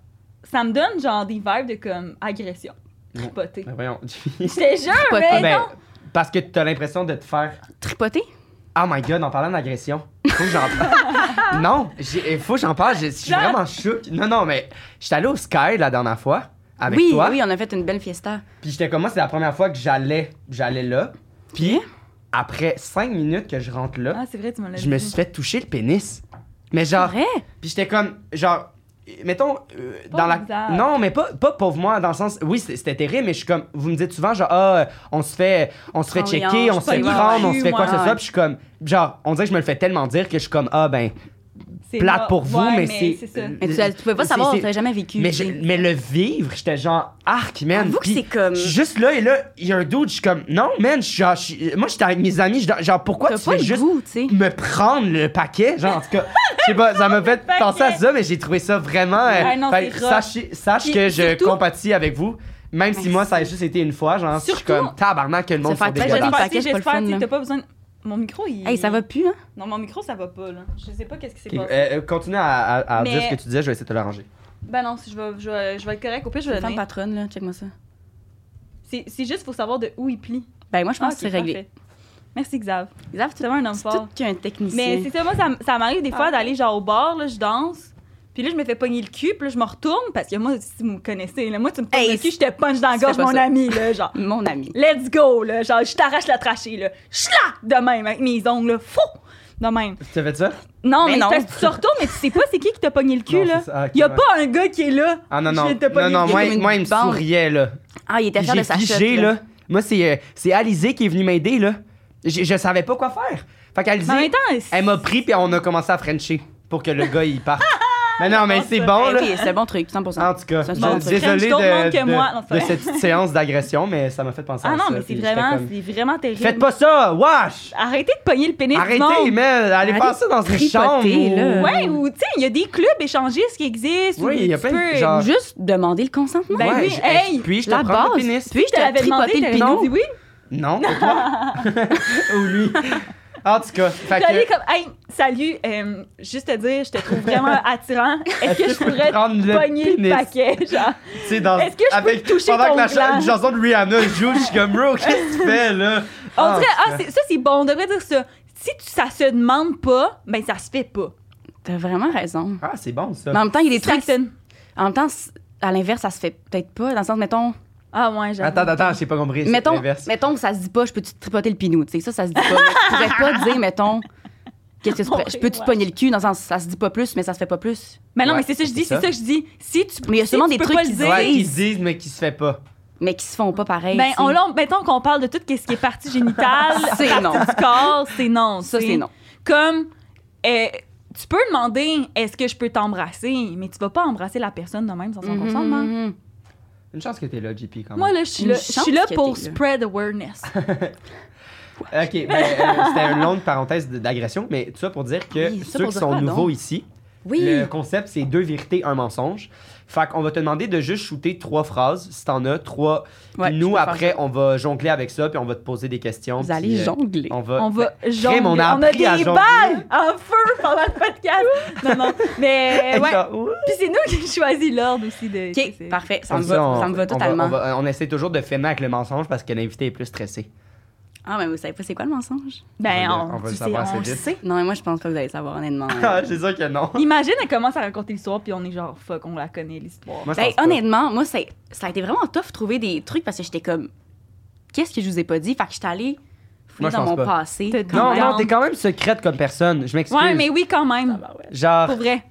Ça me donne genre des vibes de comme agression. Tripoter.
Ben voyons.
Je te jure,
Tripoter.
mais
Ben,
non.
parce que t'as l'impression de te faire.
Tripoté?
Oh my god, en parlant d'agression, faut que j'en parle. non, j'ai- il faut que j'en parle, j'ai- je suis
Genre-
vraiment choqué. Non, non, mais j'étais allé au Sky la dernière fois avec
Oui,
toi.
oui, on a fait une belle fiesta.
Puis j'étais comme moi, c'est la première fois que j'allais, j'allais là. Puis après cinq minutes que je rentre là,
Ah, c'est vrai, tu me l'as
euh, je me
dit.
suis fait toucher le pénis. Mais genre,
Vrai?
puis j'étais comme genre euh, mettons euh,
Pas
dans la
bizarre.
non mais pas pas pauvre moi dans le sens oui c'est- c'était terrible mais je suis comme vous me dites souvent genre ah euh, on se fait on se fait
Prends les
checker on
hanches,
se fait
pas les
prendre on se
hanches,
fait quoi que ce
ouais.
soit puis je suis comme genre on dirait que je me le fais tellement dire que je suis comme ah ben
C'est
plate
là.
pour vous
Ouais,
mais,
ça.
c'est
Mais tu, tu pouvais pas
c'est-
savoir,
c'est-
tu l'as jamais vécu.
mais,
tu sais.
je- mais le vivre, j'étais genre arc, man.
Avoue que
Puis
c'est comme-
je suis Juste là, et là, il y a un doute, je suis comme, non, man, je suis genre, je suis- moi, j'étais avec mes amis, je suis genre, pourquoi
T'as
tu
pas
fais
le
juste Mm.
goût, tu sais.
me prendre le paquet? Genre, en tout cas, je sais pas, ça m'a fait
paquet.
penser à ça, mais j'ai trouvé ça vraiment. euh,
Ouais, non,
fait
c'est
que
rough.
sachez- sache
Puis
que je
surtout-
compatis avec vous, même si
Merci.
moi, ça a juste été une fois, genre, je suis
Surtout-
comme, tabarnak, que le monde sont
Ça fait très
J'espère,
dégueulasses.
joli. paquet,
tu sais,
c'est pas le
j'espère,
fun,
tu sais,
là.
t'as pas besoin. de- Mon micro, il.
Hey, ça va plus, hein?
Non, mon micro, ça va pas, là. Je sais pas qu'est-ce qui s'est
Ok,
passé.
euh, euh, continue à, à- à
Mais-
dire ce que tu disais, je vais essayer de te l'arranger.
Ben non, si je vais, je, vais, je vais être correct. Au pire, je vais le
Femme
donner.
patronne, là, check-moi ça.
C'est c'est juste, faut savoir de où il plie.
Ben, moi, je pense
Ah,
que c'est
ok,
réglé.
parfait. Merci, Xav.
Xav,
C'est vraiment un homme
C'est
fort.
tout qu'un technicien.
Mais c'est ça, moi, ça, m- ça m'arrive des fois d'aller genre au bar, là, je danse. Puis là, je me fais pogner le cul, puis là, je me retourne, parce que moi, si vous me connaissez, là, moi, tu me pognes
Hey,
le cul, je te punch dans la
tu fais
gorge,
pas
mon
ça.
ami, là, genre.
Mon ami.
Let's go, là. Genre, je t'arrache la trachée, là. Chla! De même, avec mes ongles, là. Fou! De même.
Tu as fait ça?
Non,
Mais
mais,
non.
c'est parce que tu te retournes, mais tu sais pas c'est qui qui t'a pogné le cul,
Non,
là.
c'est ça, ok,
y a
ouais.
pas un gars qui est là.
Ah non, non,
Je t'ai
non,
pogné
non,
le-
moi,
comme une
moi, il me
bande.
souriait, là.
Ah, il était fier de sa
J'ai
chute.
figé, là. Moi, c'est, euh, c'est Alizé qui est venue m'aider, là. Je, je savais pas quoi faire. Fait
Mais en même
qu'Alizé,
temps, c'est-
elle m'a pris, puis on a commencé à frencher pour que le gars, il parte. mais non, mais
pense
c'est
ça.
bon,
Eh
là.
oui, c'est un bon truc, 100%.
En tout cas,
Ça,
je
c'est
suis
bon, ça.
désolé
French tout le
de,
monde que
de-
moi. Non, c'est
de
vrai.
cette petite séance d'agression, mais ça m'a fait penser
Ah
à ça.
non, mais c'est
puis j'étais
vraiment,
comme,
c'est vraiment terrible.
Faites pas ça! Wesh!
Arrêtez de pogner le pénis du
Arrêtez,
monde.
man! Allez
Arrêtez
faire ça dans
de
une
tripoter,
chambre!
là.
ou-
Ouais, ou tu sais, il y a des clubs échangistes qui existent.
Oui,
où
il y a
tu
plein de-
peux-
genre-
Ou Juste demander le consentement.
Ben
Ouais,
oui,
je-
hey,
Puis je te
la
prends
base.
le pénis.
Puis
Je te l'avais demandé,
tripoté le
t'avais dit
pinou.
oui.
Non, c'est toi. Ou lui. En tout cas, fait
T'allais
que...
comme, hey, salut, euh, juste te dire, je te trouve vraiment attirant. Est-ce que je pourrais
prendre
te
le
pogner le
pénis?
paquet, genre?
Tu sais, dans.
Est-ce que je peux
avec,
toucher
pendant
ton
que la cha-
gland?
une chanson de Rihanna joue, je suis comme, bro, qu'est-ce que tu fais, là?
On
Ah,
dirait, ah, c'est- ça c'est bon, on devrait dire ça. Si tu- ça se demande pas, ben ça se fait pas.
T'as vraiment raison.
Ah, c'est bon, ça.
Mais en même temps, il y a des
Ça
trucs.
se-
En même temps, c- à l'inverse, ça se fait peut-être pas. Dans le sens, mettons,
Ah ouais, j'avoue.
attends, attends, j'ai pas compris. c'est
mettons,
l'inverse.
mettons que ça se dit pas, je peux-tu te tripoter le pinou, tu sais, ça, ça se dit pas. Mais tu pourrais pas dire, mettons, Qu'est-ce que tu pourrais- Je peux-tu te pogner le cul dans le sens, ça se dit pas plus, mais ça se fait pas plus.
Mais non,
Ouais,
mais c'est ça que je dis,
c'est
c'est
ça.
ça que je dis. Si tu
Mais il y a
si
sûrement
tu
des
peux
trucs
pas le
qui se
dire,
Ouais, qui se disent, mais qui se fait pas.
Mais qui se font pas pareil.
Ben,
tu sais.
on l'a, mettons qu'on parle de tout ce qui est partie génitale,
C'est
partie
non.
du corps, c'est non.
Ça,
tu sais.
c'est non.
Comme, euh, tu peux demander est-ce que je peux t'embrasser, mais tu vas pas embrasser la personne de même sans son
Mhm,
consentement.
mhm.
Une chance que t'es là, JP, quand même.
Moi, là, je suis
Une
là, je
chance
suis là
que
pour
t'es là.
spread awareness.
Ok, ben, euh, c'était une longue parenthèse de- d'agression, mais tout ça pour dire que
Oui, ça
ceux
pour
qui
dire
sont
quoi,
nouveaux
donc?
ici,
Oui.
le concept c'est deux vérités, un mensonge. Fait qu'on va te demander de juste shooter trois phrases, si t'en as trois. Puis
Ouais, je
nous,
peux faire
après,
ça.
on va jongler avec ça, puis on va te poser des questions.
Vous
puis,
allez
euh,
jongler.
On va.
On va jongler.
Crème, on a
a
Ben, appris
des
à jongler.
balles en feu pendant le podcast. non, non. Mais
Eh,
Hey,
ouais.
genre, ouh.
Puis c'est nous qui choisit l'ordre aussi de.
OK,
c'est-
parfait. Ça
Comme
me va,
on-
ça me va
on
totalement.
On, va- on essaie toujours de finir avec le mensonge parce que l'invité est plus stressé.
Ah, mais vous savez pas c'est quoi le mensonge?
Ben,
On va le-
on,
on va
tu
le
sais,
savoir assez
on
vite.
sait.
Non, mais moi, je pense pas que vous allez savoir, honnêtement.
Ah, c'est sûr que non.
Imagine, elle commence à raconter l'histoire, puis on est genre, fuck, on la connaît, l'histoire.
Moi, je
Ben,
pense pas.
honnêtement, moi, c'est- ça a été vraiment tough de trouver des trucs parce que j'étais comme, qu'est-ce que je vous ai pas dit? Fait que j'étais allée
Moi,
fouiller
je
dans
pense
mon
pas.
passé.
T'as-
quand
Non,
même.
non, t'es quand même secrète comme personne. Je m'excuse.
Ouais, mais oui, quand même.
Genre.
Ah.
Pour vrai.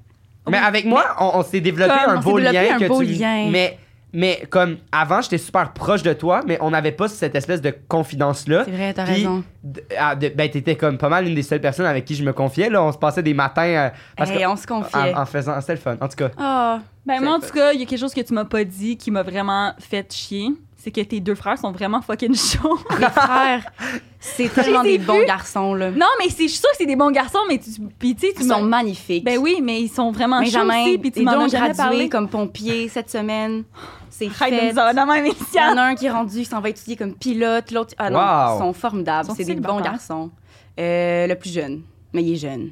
Mais avec moi, on, on s'est développé
Comme,
un
on
beau
s'est développé
lien
un
que
beau
tu.
lien.
Mais mais comme avant, j'étais super proche de toi, mais on n'avait pas cette espèce de confidence là.
C'est vrai, t'as
Puis,
raison.
d- ah, de- ben t'étais comme pas mal une des seules personnes avec qui je me confiais là. On se passait des matins euh, parce
Hey,
que
on se confiait.
en, en faisant c'était le fun. En tout cas,
Ah,
Ben, moi, en
C'est
tout cas, il y a quelque chose que tu m'as pas dit qui m'a vraiment fait chier. C'est que tes deux frères sont vraiment fucking chauds.
mes frères, c'est tellement
les ai
des bons
vus.
garçons, là.
non, mais c'est- je suis sûre que c'est des bons garçons, mais tu. Puis, tu sais, tu
Ils sont
m'as-
magnifiques.
Ben oui, mais ils sont vraiment chauds aussi,
Benjamin,
puis tu
les deux
m'en as
ont
jamais
gradué
parlé.
comme pompier cette semaine. C'est
Arrête de
fait.
nous avoir dans la même
Il y en
émission.
a un qui est rendu, il s'en va étudier comme pilote. L'autre, ah non,
Wow.
ils sont formidables.
Sont
C'est des bons
célibataires?
garçons. Euh, le plus jeune, mais il est jeune.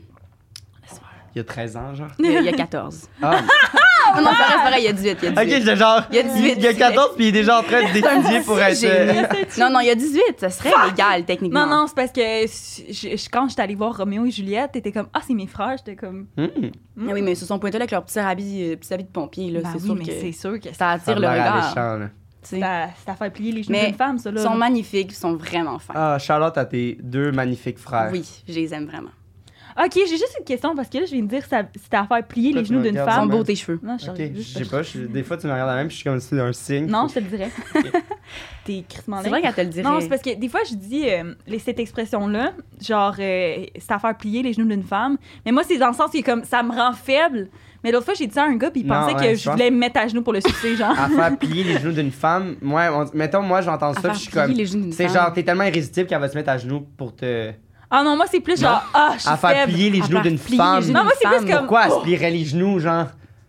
il y a 13 ans genre.
Il, il a 14.
Ah.
Oh,
non, non, ça reste pareil, il a 18. Il a
ok,
18.
j'étais genre.
Il y a 18,
il y a 14 puis il est déjà en train de d'étudier pour être. euh,
Non, non, il y a 18. Ça serait légal, techniquement.
Non, non, c'est parce que je- je- quand j'étais allée voir Roméo et Juliette, t'étais comme Ah, c'est mes frères. J'étais comme.
hmm.
Hmm.
Ah oui, mais ils se sont pointés là avec leurs petits habits, euh, petits habits de pompier. là.
Ben
c'est
oui,
sûr
mais c'est
que
sûr que ça.
ça
Ça a
attire le
l'air
regard.
alléchant, là.
tu sais.
Ça, ça fait plier les genoux
Mais
d'une femme, ça, là.
Ils sont magnifiques, ils sont vraiment fins.
Ah, Charlotte à tes deux magnifiques frères.
Oui, je les aime vraiment.
Ok, j'ai juste une question parce que là, je viens de dire que ça, c'était à faire plier
Pourquoi
les
tu
genoux
me
d'une
regardes Ah,
Ils sont
femme.
ben-
beaux, tes cheveux.
Non, je
Ok,
savais
je
juste-
sais pas, je- des fois tu me regardes la même, je suis comme c'est un signe.
Non, je te le dirais. T'es crissement
C'est
laid.
vrai qu'elle te le dirait.
Non, c'est parce que des fois, je dis euh, les- cette expression-là, genre, euh, c'est à faire plier les genoux d'une femme. Mais moi, c'est dans le sens qui est comme, ça me rend faible. Mais l'autre fois, j'ai dit ça à un gars, puis il
Non,
pensait
ouais,
que
je
je
pense-
voulais me mettre à genoux pour le sucer, genre.
à faire plier les genoux d'une femme. Moi, on- mettons, moi, j'entends
À
ça,
faire
puis je suis
plier
comme.
les genoux d'une
C'est
femme.
genre, t'es tellement irrésistible qu'elle va se mettre à genoux pour te.
Ah non, moi, c'est plus genre, ah, je suis
À faire
faible.
plier les
À
genoux
faire
d'une
plier
femme.
les genoux
Non, moi, c'est
Femme,
plus comme.
Pourquoi elle se plierait les genoux, genre?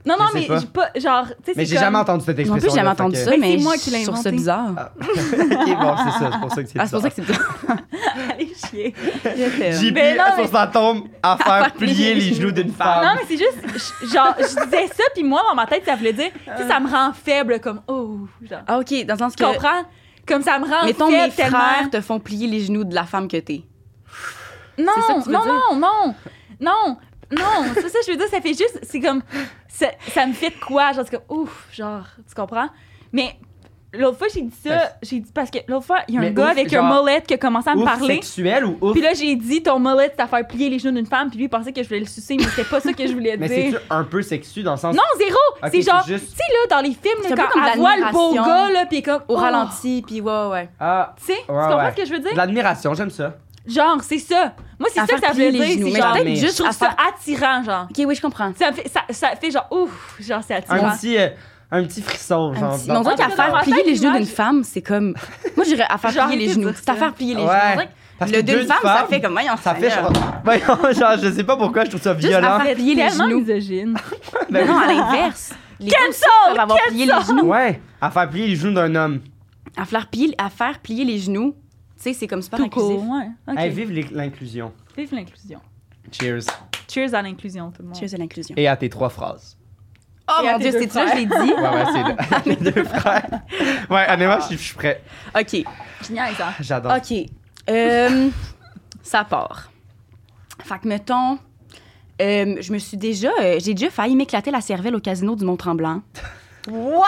Non, non,
Je sais
mais
pas.
j'ai pas, genre, tu sais,
Mais
c'est
j'ai
comme-
jamais entendu cette
Non
expression.
plus, j'ai jamais entendu ça,
Mais c'est
mais
moi
moi
qui l'ai
je trouve ça
inventé.
bizarre.
ok, bon, c'est ça, c'est pour ça que Ah, c'est
Ah, c'est pour
bizarre.
ça que c'est bizarre.
Allez chier.
JP,
Ben non, mais-
sur sa tombe, à faire plier les genoux d'une
Non,
femme.
mais c'est juste, je- genre, je disais ça, puis moi, dans ma tête, ça voulait dire, tu sais, ça me rend faible, comme, oh, genre.
Ah, OK, dans le sens
Tu
que.
comprends? Comme ça me rend
Mettons,
faible
mes
tellement.
frères te font plier les genoux de la femme que t'es.
Non,
C'est ça que tu veux
non,
dire?
non, non, non, non, c'est ça, que je veux dire, ça fait juste, c'est comme, ça, ça me fait de quoi, genre, c'est comme, ouf, genre, tu comprends? Mais l'autre fois, j'ai dit
Ben,
ça, j'ai dit, parce que l'autre fois, il y a un
Mais
gars
ouf,
avec un
genre,
mullet qui a commencé à me
Ouf
parler,
sexuel ou ouf?
puis là, j'ai dit, ton mullet, c'est à faire plier les genoux d'une femme, puis lui, il pensait que je voulais le sucer, mais c'était pas ça que je voulais
Mais
dire.
c'est-tu un peu sexu dans le sens.
Non, zéro!
Ok,
c'est genre,
juste-
tu sais, là, dans les films,
C'est un peu
quand
comme de
elle voit le beau
l'admiration
gars, là, puis elle est comme,
Au
oh.
ralenti, puis ouais, ouais.
Ah,
Tu sais, tu
Ouais,
comprends
ouais.
ce que je veux dire?
de l'admiration, j'aime ça.
Genre, c'est ça. Moi, c'est
À
ça que
faire
ça voulait
plier les
dire.
genoux.
C'est
Mais
genre,
peut-être Mais-
je
juste
trouve
à
ça
faire-
attirant, genre.
OK, oui, je comprends.
Ça fait, ça, ça fait genre, ouf, genre, c'est attirant.
Un petit, euh, un petit frisson, genre.
Un petit-
dans-
Mais on dirait
dans-
qu'à
dans-
faire
dans-
plier les genoux
l'image-
d'une femme, c'est comme. Moi, je dirais à faire
J'ai
plier
arrêté
les
de
genoux.
dire
C'est à
ça.
faire plier les genoux.
Ouais.
On dirait que
Parce que
Le d'une
d'une
femme, ça
femme,
fait comme. Voyons,
Ça fait
Seigneur.
genre. Voyons, genre, je sais pas pourquoi je trouve ça
à
violent.
faire plier les
Tellement
genoux.
misogyne.
Mais
Ben
non, à l'inverse. Les
Quel
femmes aussi
sort,
peuvent avoir
quel
plié les genoux.
Ouais, à faire plier les genoux d'un homme.
À faire plier, à faire plier les genoux, tu sais, c'est comme super
Tout
inclusif.
court, ouais. Ok.
Hey, vive les- l'inclusion.
Vive l'inclusion.
Cheers.
Cheers à l'inclusion, tout le monde.
Cheers à l'inclusion.
Et à tes trois phrases.
Oh
Et à
mon
tes
Dieu,
deux
c'est ça,
frères.
je l'ai dit.
Ouais, ouais, c'est là. les deux frères. Ouais, honnêtement, je suis- je suis prêt.
OK.
Génial,
hein.
ça.
J'adore.
OK. Euh, ça part. Fait que, mettons, euh, je me suis déjà. euh, J'ai déjà failli m'éclater la cervelle au casino du Mont-Tremblant.
What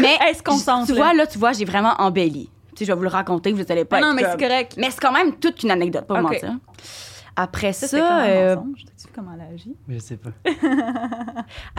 Mais
Est-ce qu'on sent
Tu vois, là, tu vois, j'ai vraiment embelli. Tu sais, je vais vous le raconter, vous allez pas
Non,
être
mais c'est
comme-
correct.
Mais c'est quand même toute une anecdote, pas vous
Ok.
mentir. Après ça,
Ça, c'est comme un
euh,
mensonge. T'as-tu vu comment elle agit?
Je sais pas.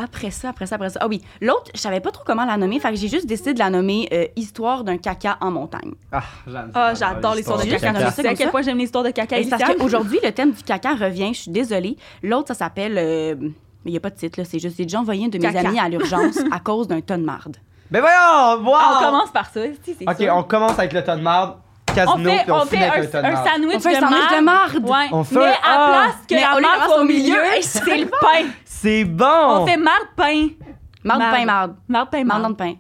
après ça, après ça, après ça. Ah oui, l'autre, je savais pas trop comment la nommer, fait que j'ai juste décidé de la nommer euh, Histoire d'un caca en montagne.
Ah, j'aime ça.
Ah, j'adore les histoires de
Juste
caca.
qu'on a
Je
fait
sais à
comme
quel
ça.
point j'aime les histoires de caca.
Et c'est parce
Lucien.
qu'aujourd'hui, le thème du caca revient, je suis désolée. L'autre, ça s'appelle. euh, mais il n'y a pas de titre, là. C'est juste, j'ai déjà envoyé une de mes
Caca.
amies à l'urgence à cause d'un ton de marde.
Mais voyons, wow!
Ah, on commence par ça. si, c'est
Ok,
sûr.
on commence avec le ton de marde,
On
casino,
fait,
puis on,
on
finit
fait
avec le ton
un,
de
un
marde.
sandwich
On fait
de
un sandwich de marde!
Ouais.
On fait
mais
un-
à
ah!
place que
Mais au
la
lieu de
marde
faire
soit
ça
au
au
milieu,
milieu,
c'est le pain.
C'est bon!
On fait marde pain.
Marde,
Marde.
pain, marde.
Marde pain
Marde,
marde.
de pain.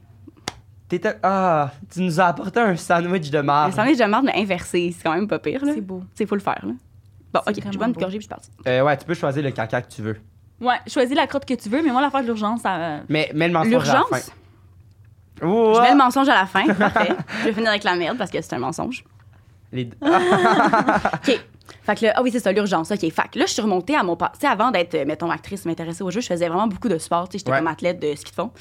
T'étais- Ah, tu nous as apporté un sandwich de
Un
marde.
sandwich de marde, mais inversé. C'est quand même pas pire, là.
Ah. C'est beau.
C'est faut le faire, là. Bon,
C'est
ok, je
vraiment
bois une
beau.
gorgée, puis je suis partie.
Euh, ouais, tu peux choisir le caca que tu veux.
Ouais, choisis la crotte que tu veux, mais moi, l'affaire de l'urgence, ça. euh,
Mais mets le mensonge à la fin.
L'urgence? Je mets le mensonge à la fin. Parfait. je vais finir avec la merde parce que c'est un mensonge.
Les-
Ah, OK. Fait que là, ah oui, c'est ça, l'urgence. OK. Fait que là, je suis remontée à mon passé. Tu sais, avant d'être, euh, mettons, actrice, m'intéresser au jeu, je faisais vraiment beaucoup de sport. Tu sais, j'étais
Ouais.
comme athlète de ski de fond.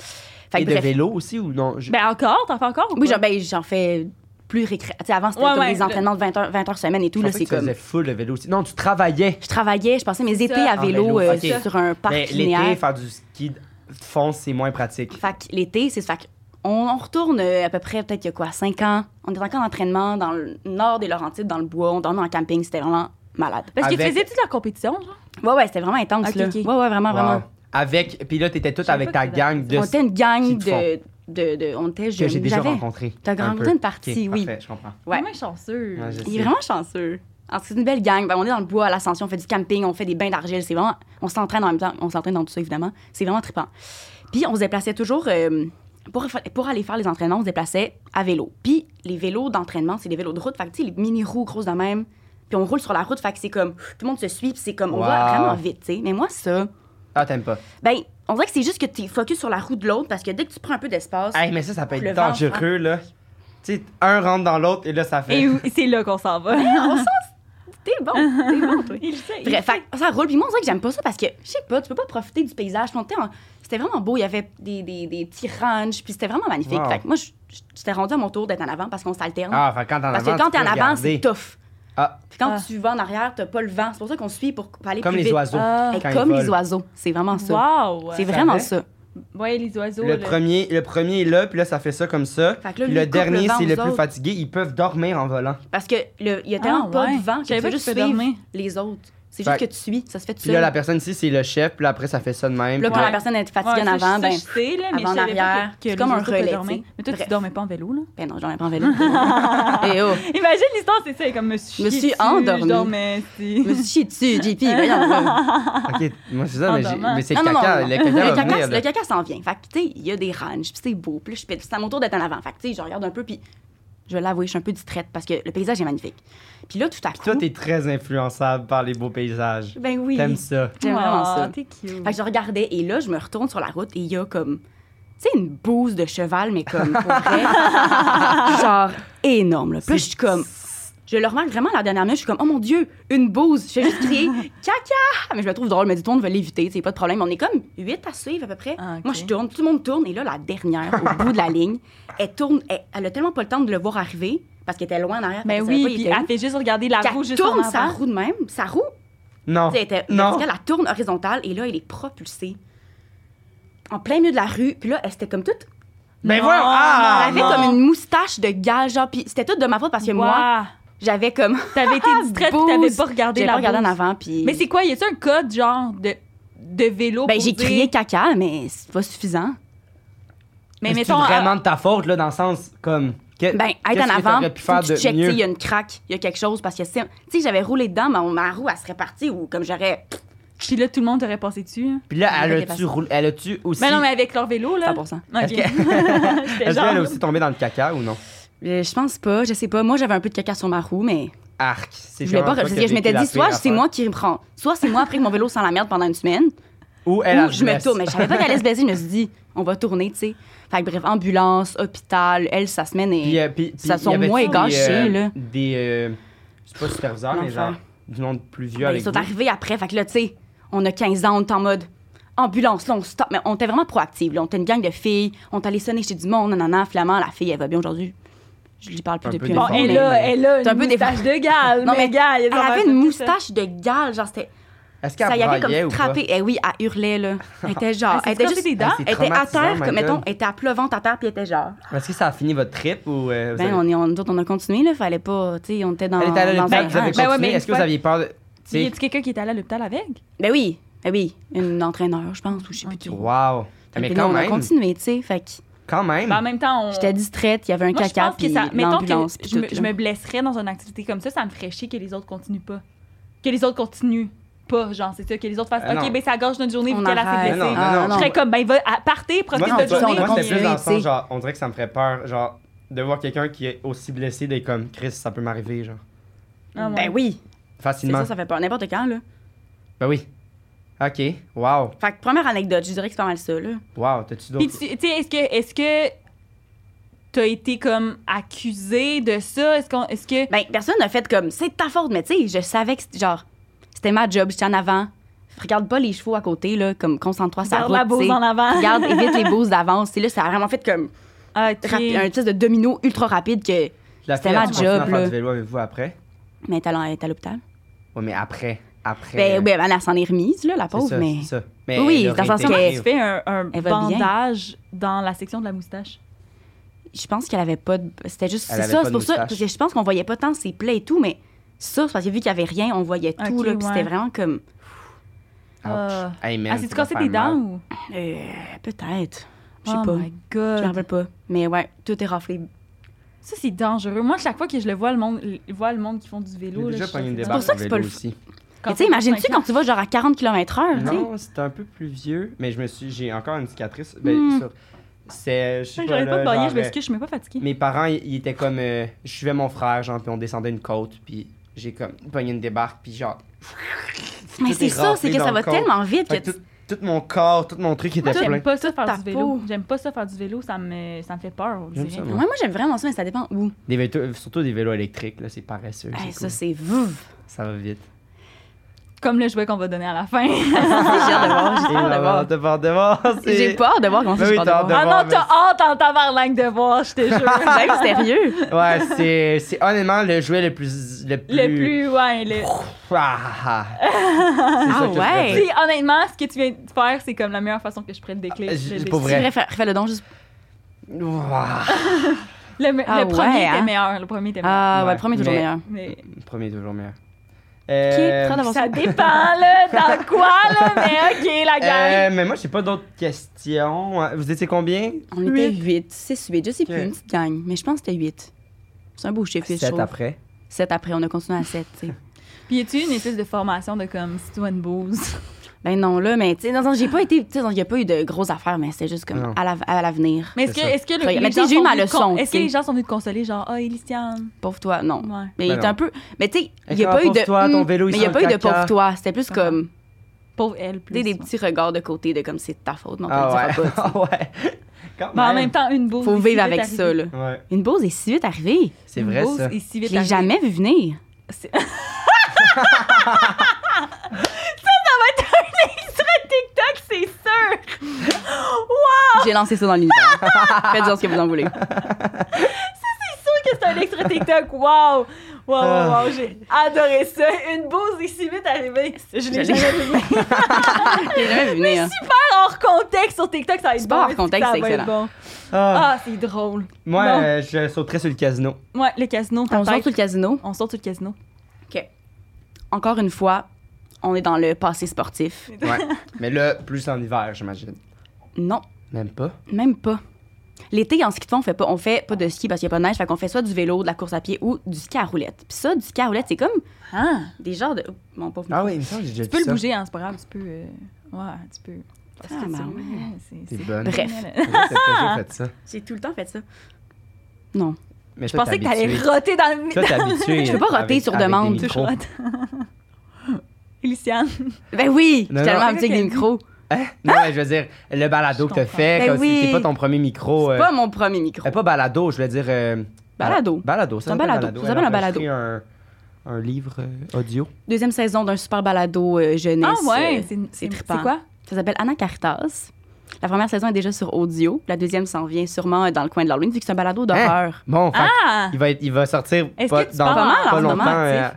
Fait
Et
que
de
bref.
vélo aussi ou non? Je-
Ben encore, t'en fais encore ou
Oui,
pas?
genre, ben, j'en fais plus récré... Tu sais, avant, c'était
Ouais,
comme
ouais,
des
le-
entraînements de 20 heures, 20 heures semaine et tout.
je
Là,
pensais
c'est
que tu
comme.
faisais full le vélo aussi. Non, tu travaillais.
Je travaillais, je passais mes
C'est
étés
ça.
à
En
vélo,
vélo,
euh,
ok.
sur un parc
Mais Ben, l'été,
linéaire.
faire du ski de fond, c'est moins pratique.
Fait que l'été, c'est ça. Fait que on, on retourne euh, à peu près, peut-être il y a quoi, 5 ans. On est encore en entraînement dans le nord des Laurentides, dans le bois. On dormait en camping. C'était vraiment malade.
Parce que tu
Avec-
faisais toute la compétition, genre.
Ouais, ouais, c'était vraiment intense,
Ok,
là.
ok.
Ouais, ouais, vraiment, Ah, vraiment.
Wow. Avec, puis là, t'étais toute
savais
avec
pas
ta
que
gang de
on était une gang
qui te
de, de, de- On était
que j'ai
jeunes.
déjà
J'avais.
rencontré.
T'as
un
rencontré
peu.
une partie,
Ok,
oui.
Parfait, je comprends.
Ouais.
Vraiment chanceux.
Ouais, je
Il
sais.
est vraiment chanceux. Alors, c'est une belle gang. Ben, on est dans le bois, à l'ascension, on fait du camping, on fait des bains d'argile. C'est vraiment. On s'entraîne en même temps. On s'entraîne dans tout ça, évidemment. C'est vraiment trippant. Puis, on se déplaçait toujours. euh, pour, fa- pour aller faire les entraînements, on se déplaçait à vélo. Puis, les vélos d'entraînement, c'est des vélos de route. Fait que, tu sais, les mini-roues grosses de même. Puis, on roule sur la route. Fait que c'est comme. Tout le monde se suit. Puis, c'est comme. On va
Wow.
vraiment vite, tu sais. Mais moi, ça.
Ah, t'aimes pas.
Ben, on dirait que c'est juste que tu es focus sur la roue de l'autre parce que dès que tu prends un peu d'espace.
Hey, mais ça, ça peut être
Le ventre, hein.
dangereux, là. Tu sais, un rentre dans l'autre et là, ça fait.
Et où- c'est là qu'on s'en va.
T'es bon, t'es bon, toi.
Il le sait. il
Bref, fait que ça roule. Puis moi, on dirait que j'aime pas ça parce que, je sais pas, tu peux pas profiter du paysage. Puis on était en- C'était vraiment beau. Il y avait des, des, des petits ranchs, puis c'était vraiment magnifique.
Wow.
Fait que moi, je- je- j'étais rendue à mon tour d'être en avant parce qu'on s'alterne.
Ah, enfin, quand t'es en
parce
avant,
que quand
tu
t'es en
peux
avant, c'est
regarder.
tough.
Ah.
Puis quand
Ah.
tu vas en arrière, t'as pas le vent. C'est pour ça qu'on suit pour, pour aller
Comme
plus
les
vite.
oiseaux.
Ah.
Hey,
quand ils
comme les
volent.
oiseaux. C'est vraiment ça.
Wow!
C'est
Ça
vraiment
fait?
ça.
Ouais, les oiseaux. là.
Le premier, le premier est là, puis là, ça fait ça comme ça.
Fait que
Puis
là, lui,
le
il coupe le
dernier,
vent
c'est
aux
le plus
autres.
fatigué. Ils peuvent dormir en volant.
Parce que le- il y a tellement
Ah,
pas
ouais.
de vent que
J'avais pas
tu peux
que
juste
tu peux
suivre
dormir.
les autres. C'est
Fait
juste
que-
que tu suis, ça se fait tout
Puis là,
seul.
la personne ici, c'est le chef, puis là, après, ça fait ça de même.
Puis là,
puis
quand
là-
la personne est fatiguée
Ouais,
en
ça,
avant,
ça,
ben,
je sais, là, mais
avant,
je savais pas
arrière,
que- que
c'est comme
les
un
oiseaux peuvent
relais,
dormir.
tu sais.
Mais toi, tu
Bref.
dormais pas en vélo, là.
ben non, j'en ai pas en vélo. Eh oh,
Imagine l'histoire, c'est ça, comme monsieur.
Je me suis endormie.
Je dormais, si.
je me suis chié dessus, JP. voyons.
Ok, moi, c'est ça,
En
mais, j'ai-
dormant.
mais c'est
Oh, Non, non, non,
caca.
non,
Le
non.
caca
Le
va
caca,
venir,
le
là.
caca s'en vient. Fait que, tu sais, il y a des ranges, puis c'est beau. Puis là, je fais- c'est à mon tour d'être en avant. Fait que, tu sais, je regarde un peu, puis je vais l'avouer, je suis un peu distraite parce que le paysage est magnifique. Puis là, tout à coup.
Toi, t'es très influençable par les beaux paysages.
ben oui.
T'aimes ça.
J'aime vraiment
Ah,
ça.
T'es cute.
Fait que je regardais, et là, je me retourne sur la route, et il y a comme. Tu sais, une bouse de cheval, mais comme, pour vrai. genre, énorme, là. Puis là, je suis comme. Je le remarque vraiment à la dernière minute, je suis comme, oh mon Dieu, une bouse. Je fais juste crier, caca! Mais je me trouve drôle, mais du tout, on veut l'éviter, c'est pas de problème. On est comme huit à suivre à peu près.
Ah, ok.
Moi, je tourne, tout le monde tourne, et là, la dernière, au bout de la ligne, elle tourne, elle, elle a tellement pas le temps de le voir arriver, parce qu'elle était loin en arrière.
Mais
fait qu'elle
Ben
savait
oui,
pas, il
puis
était
elle
où.
fait juste regarder la roue
Qu'elle
juste en
tourne sa
avant. Oh,
roue de même, sa roue,
Non.
tu sais, elle était
Non.
verticale, elle tourne horizontale, et là, elle est propulsée en plein milieu de la rue, puis là, elle était comme toute.
Mais
Non,
voyons. Ah!
elle avait
non.
comme une moustache de gage, genre, puis c'était tout de ma faute parce que moi,
Wow.
j'avais comme.
T'avais été distraite, puis t'avais
Bouse.
pas regardé
J'ai
la
Ah, pas regardé en
bouse.
avant, puis.
Mais c'est quoi? Y a-tu un code, genre, de, de vélo?
Ben,
pour
j'ai
dire-
crié caca, mais c'est pas suffisant.
Euh,
Mais
c'est
mettons. ah, à-
vraiment de ta faute, là, dans le sens comme. que-
euh, Ben, être
qu'est-ce
en
que
avant,
t'aurais pu
faut
faire
que tu
de
checkes, tu
mieux?
sais, il y a une craque, il y a quelque chose, parce que, c'est- tu sais, j'avais roulé dedans, ma, ma roue, elle serait partie, ou comme j'aurais...
Puis là, tout le monde t'aurait passé dessus. hein.
Puis là,
Elle
elle
était
a-tu
passée.
roulé- elle a-tu aussi.
Mais non, mais avec leur vélo, là.
100%.
Ok.
Est-ce que-
J'étais
Est-ce
genre-
qu'elle a aussi tombé dans le caca ou non?
Euh, Je pense pas, je sais pas. Moi, j'avais un peu de caca sur ma roue, mais
Arc. C'est
je voulais
vraiment
pas...
toi
Parce
qui as
que je m'étais
vécu la
dit, soit
pire
c'est
affaire.
moi qui me prends, soit c'est moi après que mon vélo sans la merde pendant une semaine,
Ou elle,
ou
elle
je me
blesse.
tourne. Mais je savais pas qu'elle allait se blesser, je me suis dit, on va tourner, tu sais. Fait que bref, ambulance, hôpital, elle, sa semaine est...
Puis, euh, puis,
Ça
puis,
sont
y avait-tu
moins
des,
gâchés, là.
Des. euh, c'est pas superviseur, mais
L'enfer.
genre. Du monde plus vieux
Ben,
avec
ils sont
vous.
arrivés après. Fait que là, tu sais, on a 15 ans, on est en mode ambulance, là, on stop. Mais on était vraiment proactive. On était une gang de filles. On est allé sonner chez du monde, nanana, flamand. La fille, elle va bien aujourd'hui. Je lui parle plus
Un peu
depuis
des
un
Bon,
formes.
moment.
elle
mais-
a, elle a
C'est un
une
peu des-
moustache de gale.
Non,
mais,
mais
gale, il y a
Elle
des affaires
avait
comme
une
ça.
moustache de gale, genre c'était
Est-ce qu'elle
ça y avait
braillait
comme
ou pas?
frappé. Eh oui, elle hurlait là. Elle était genre,
Ah,
elle
c'est
était
comme
juste
des dents.
Ah, c'est
elle était à
traumatisant,
terre,
my
comme, mettons,
God.
elle était à plat ventre à terre puis elle était genre.
Est-ce que ça a fini votre trip ou. euh, vous
Ben
avez-
on, est- on- nous autres, on a continué là, fallait pas, tu sais, on était dans
Elle était à
dans
l'hôpital,
un
vous avez
rang.
Ben ouais, mais
continué.
une
Est-ce que vous
fois-
aviez peur de.
Y
Tu
a-tu quelqu'un qui est allé à l'hôpital avec?
Ben oui, ben oui, une entraîneur, je pense, ou je sais plus
Ok.
qui.
sais. Waouh! Ah, Mais
Puis là,
quand
on a
même.
continué, tu sais, fait que
Quand même.
Ben, en même temps, on.
j'étais distraite, il y avait un
Moi, je
caca
pense que
puis
ça. Mettons
l'ambulance
que
puis
je me,
tout,
je
là.
me blesserais dans une activité comme ça, ça me ferait chier que les autres continuent pas. Que les autres continuent pas, genre, c'est ça, que les autres fassent.
Ah, non.
ok, ben, ça gorge notre journée, vu
On
qu'elle a
arrête.
fait blessée.
Non, non, non.
Je serais comme, ben, va, à- partez,
Moi,
profitez
Non,
de
c'était
votre
ça,
plus-
journée.
on a
moi, c'était plus
continué,
dans le sens,
tu sais.
genre, on dirait que ça me ferait peur, genre, de voir quelqu'un qui est aussi blessé d'être comme Chris, ça peut m'arriver, genre.
Ah, ouais.
Ben oui, c'est
Facilement.
ça, ça fait peur n'importe quand là.
Ben oui. Ok. Wow.
Fait que première anecdote, je dirais que c'est pas mal ça là.
Wow. T'as-tu
Puis,
d'autres.
tu tu sais, est-ce que. Est-ce que t'as été comme accusé de ça? Est-ce qu'on. Est-ce que.
Ben, personne n'a fait comme c'est de ta faute, mais tu sais, je savais que c'était- genre c'était ma job, j'étais en avant. Regarde pas les chevaux à côté là, comme concentre-toi sur la
Garde la
route, tu
bouse
sais.
en avant. Ah,
Regarde, évite les bouses d'avance. C'est là, ça a vraiment fait comme
Ok.
rapi- un espèce de domino ultra rapide que
La
c'était
fille,
ma
elle continue
job,
à faire
là.
du vélo avec vous après.
mais t'es allé- t'es à l'hôpital.
Ouais, mais après. Après.
Ben, ben, elle s'en est remise là, la
C'est
pauvre,
ça,
mais
c'est ça. Mais
Oui,
elle aurait
dans le sens
été
que-
prise.
Tu fais un, un
Elle va bien.
bandage dans la section de la moustache.
je pense qu'elle avait pas de... c'était juste
Elle
c'est
avait
ça,
pas
c'est
de
pour ça
moustache.
parce que je pense qu'on voyait pas tant ses plaies et tout, mais ça c'est parce que vu qu'il y avait rien, on voyait tout
Ok,
là, puis
ouais.
c'était vraiment comme
Ouch.
Ah.
Hey, man,
Ah, c'est-tu
ça doit
cassé
faire
des
mal.
dents ou?
euh, peut-être. Je sais
oh
pas.
my
Je
god.
me rappelle pas. Mais ouais, tout est raflé.
Ça, c'est dangereux. Moi, chaque fois que je le vois, le monde, le- vois le monde qui font du vélo.
J'ai
là,
déjà
je
pogné
suis
une
assez
débarque
pour ça
en
que c'est
vélo
pas le-
aussi.
contente.
Mais tu sais, imagines-tu quand tu vas genre à 40 km/h, tu sais?
Non, c'est un peu plus vieux, mais je me suis, j'ai encore une cicatrice. Ben,
Hmm.
sur- c'est, je sais pas,
J'arrête pas
là,
de bailler,
genre,
je
euh,
m'excuse, je suis même pas fatiguée.
Mes parents, ils ils étaient comme, euh, je suivais mon frère, genre, puis on descendait une côte, puis j'ai comme pogné une débarque, puis genre.
Mais
tout est
c'est ça,
rentré
c'est que
dans
ça
le
va
corps.
tellement vite que
Fait que tout, tout mon corps, tout mon truc
Moi,
était plein.
j'aime pas ça
ta
faire du vélo.
peau.
J'aime pas ça faire du vélo, ça me, ça me fait peur, on
J'aime
dirait.
ça,
Ouais,
moi.
moi j'aime vraiment ça, mais ça dépend où.
Des vélos- euh, surtout des vélos électriques, là, c'est paresseux.
Hey,
c'est
Ben, ça,
cool.
c'est vous.
Ça va vite.
Comme le jouet qu'on va donner à la fin.
J'ai hâte de voir, j'ai peur de voir.
de voir, de voir. c'est-
J'ai peur de voir comment ça,
Ben
j'ai
oui,
peur de
t'as
voir.
ah
voir,
non,
mais-
t'as hâte en tabarnak de voir, je te jure.
Même sérieux.
Ouais, c'est, c'est honnêtement le jouet le plus. Le plus.
le plus, ouais. Le...
Ah, ah. C'est ça
Ah
que je
ouais.
préfère.
Puis, honnêtement, ce que tu viens de faire, c'est comme la meilleure façon que je pourrais te déclarer.
Ah,
le
j'ai-
décliner.
pour vrai.
Tu devrais faire, faire le don juste.
Ouah.
Le, me-
Ah
le premier
ouais,
était
hein?
meilleur. Le premier était meilleur.
Ah ouais,
Ouais,
le premier est toujours
mais-
meilleur.
Mais-
Premier toujours meilleur.
Qui
Euh,
est prêt d'avoir ça?
Ça dépend, là, dans quoi, là, mais OK, la gang.
euh, mais moi, j'ai pas d'autres questions. Vous étiez combien?
On était
Huit.
8, 6, 8. Je sais plus,
Ok.
une petite gang, mais je pense que c'était 8. C'est un beau chiffre, je
Sept
trouve.
après.
7 après, on a continué à 7, tu sais.
Puis, y tu une espèce de formation de comme, si tu as une bouse?
Ben non, là, mais tu sais, non, non, j'ai pas été, tu sais, il n'y a pas eu de grosses affaires, mais c'était juste
Non.
comme à la- à l'avenir.
Mais est-ce que,
C'est ça.
est-ce que le,
Mais
les
tu sais,
gens
j'ai eu
sont
ma
venus te
leçon,
con- Est-ce que
tu sais.
les gens sont venus te consoler, genre, ah, Elysiane?
Pauvre toi, non.
Ouais.
Mais il
Ben
était un
non.
peu. Mais tu sais, il n'y
Hey,
a pas eu
pauvre
de. hmm,
toi, ton vélo, il
mais il n'y a
sent
pas
le
eu de
caca.
pauvre toi. C'était plus
Comprends.
comme.
Pauvre elle, plus.
Tu sais, des
ouais.
petits regards de côté, de comme c'est de ta faute, mon père,
Ah
tu feras
ouais.
pas.
Ah ouais. Quand
Ben, en même
même.
temps, une bouse.
Faut
est si
vivre
vite
avec
arrivée.
ça, là.
Ouais.
Une bouse est si vite arrivée.
C'est
Une
vrai,
bouse
ça.
est si
Je
vite
l'ai
arrivée.
jamais vu venir.
C'est- ça, ça va être un extrait TikTok, c'est sûr! Wow!
J'ai lancé ça dans l'univers. Faites en ce que vous en voulez.
sûr que c'est un extra TikTok. Wow! Wow, wow,
Ah.
wow, j'ai adoré ça. Une bouse est si vite arrivée. Je l'ai
Je l'ai-
jamais vu venir.
J'ai jamais vu venir.
Super hors contexte sur TikTok, ça va être
euh, C'est
bon.
pas hors
est-ce que
contexte,
ça
c'est
va être
excellent.
bon?
Ah.
Ah, c'est drôle.
Moi,
non.
euh, je sauterais sur le casino.
Ouais, le casino,
On sort
peut-être.
tout le casino.
On sort sur le casino.
Encore une fois, on est dans le passé sportif.
Ouais. mais là, plus en hiver, j'imagine.
Non,
Même pas.
même pas. L'été, en ski de fond, on fait pas, on fait pas de ski parce qu'il n'y a pas de neige. Fait qu'on fait soit du vélo, de la course à pied ou du ski à roulette. Puis ça, du ski à roulette, c'est comme
Ah!
des genres de. Oh, mon pauvre.
Ah oui, il me semble que j'ai déjà
Tu peux
vu
le
ça.
bouger, hein, c'est pas grave. Tu peux. euh, Ouais, tu peux. Parce que
Ah,
tu-
bah ouais.
ben ouais, c'est-
T'es
c'est-
bonne.
Bref.
J'ai toujours fait ça.
J'ai tout le temps fait ça.
Mais
Je pensais que t'allais roter dans le.
Toi, t'es habitué.
Je peux pas roter
avec-
sur
avec des
demande.
Tu
micros.
rotes. Elysiane.
Ben oui,
Non,
j'étais tellement
non.
habituée avec des micros.
Hein? Non, mais je veux dire, le balado que t'as
comprends.
fait,
Ben
comme si
oui.
c'était pas ton premier micro.
C'est
euh,
pas mon premier micro.
euh, pas balado, je veux dire. euh,
Balado.
Balado, ça
C'est un
s'appelle
balado. Ça s'appelle
Elle
un
a
balado.
enregistré Un, un livre euh, audio.
Deuxième saison d'un super balado euh, jeunesse.
Ah ouais,
euh,
c'est
c'est
c'est
trippant.
C'est quoi?
ça s'appelle Anna Caritas. La première saison est déjà sur audio. La deuxième s'en vient sûrement dans le coin de l'Halloween, vu que c'est un
Hein?
balado d'horreur.
Bon, fait que
Ah!
il, va être- il va sortir
Est-ce
pas,
que tu
dans
parles
pas
en ce moment,
longtemps. euh,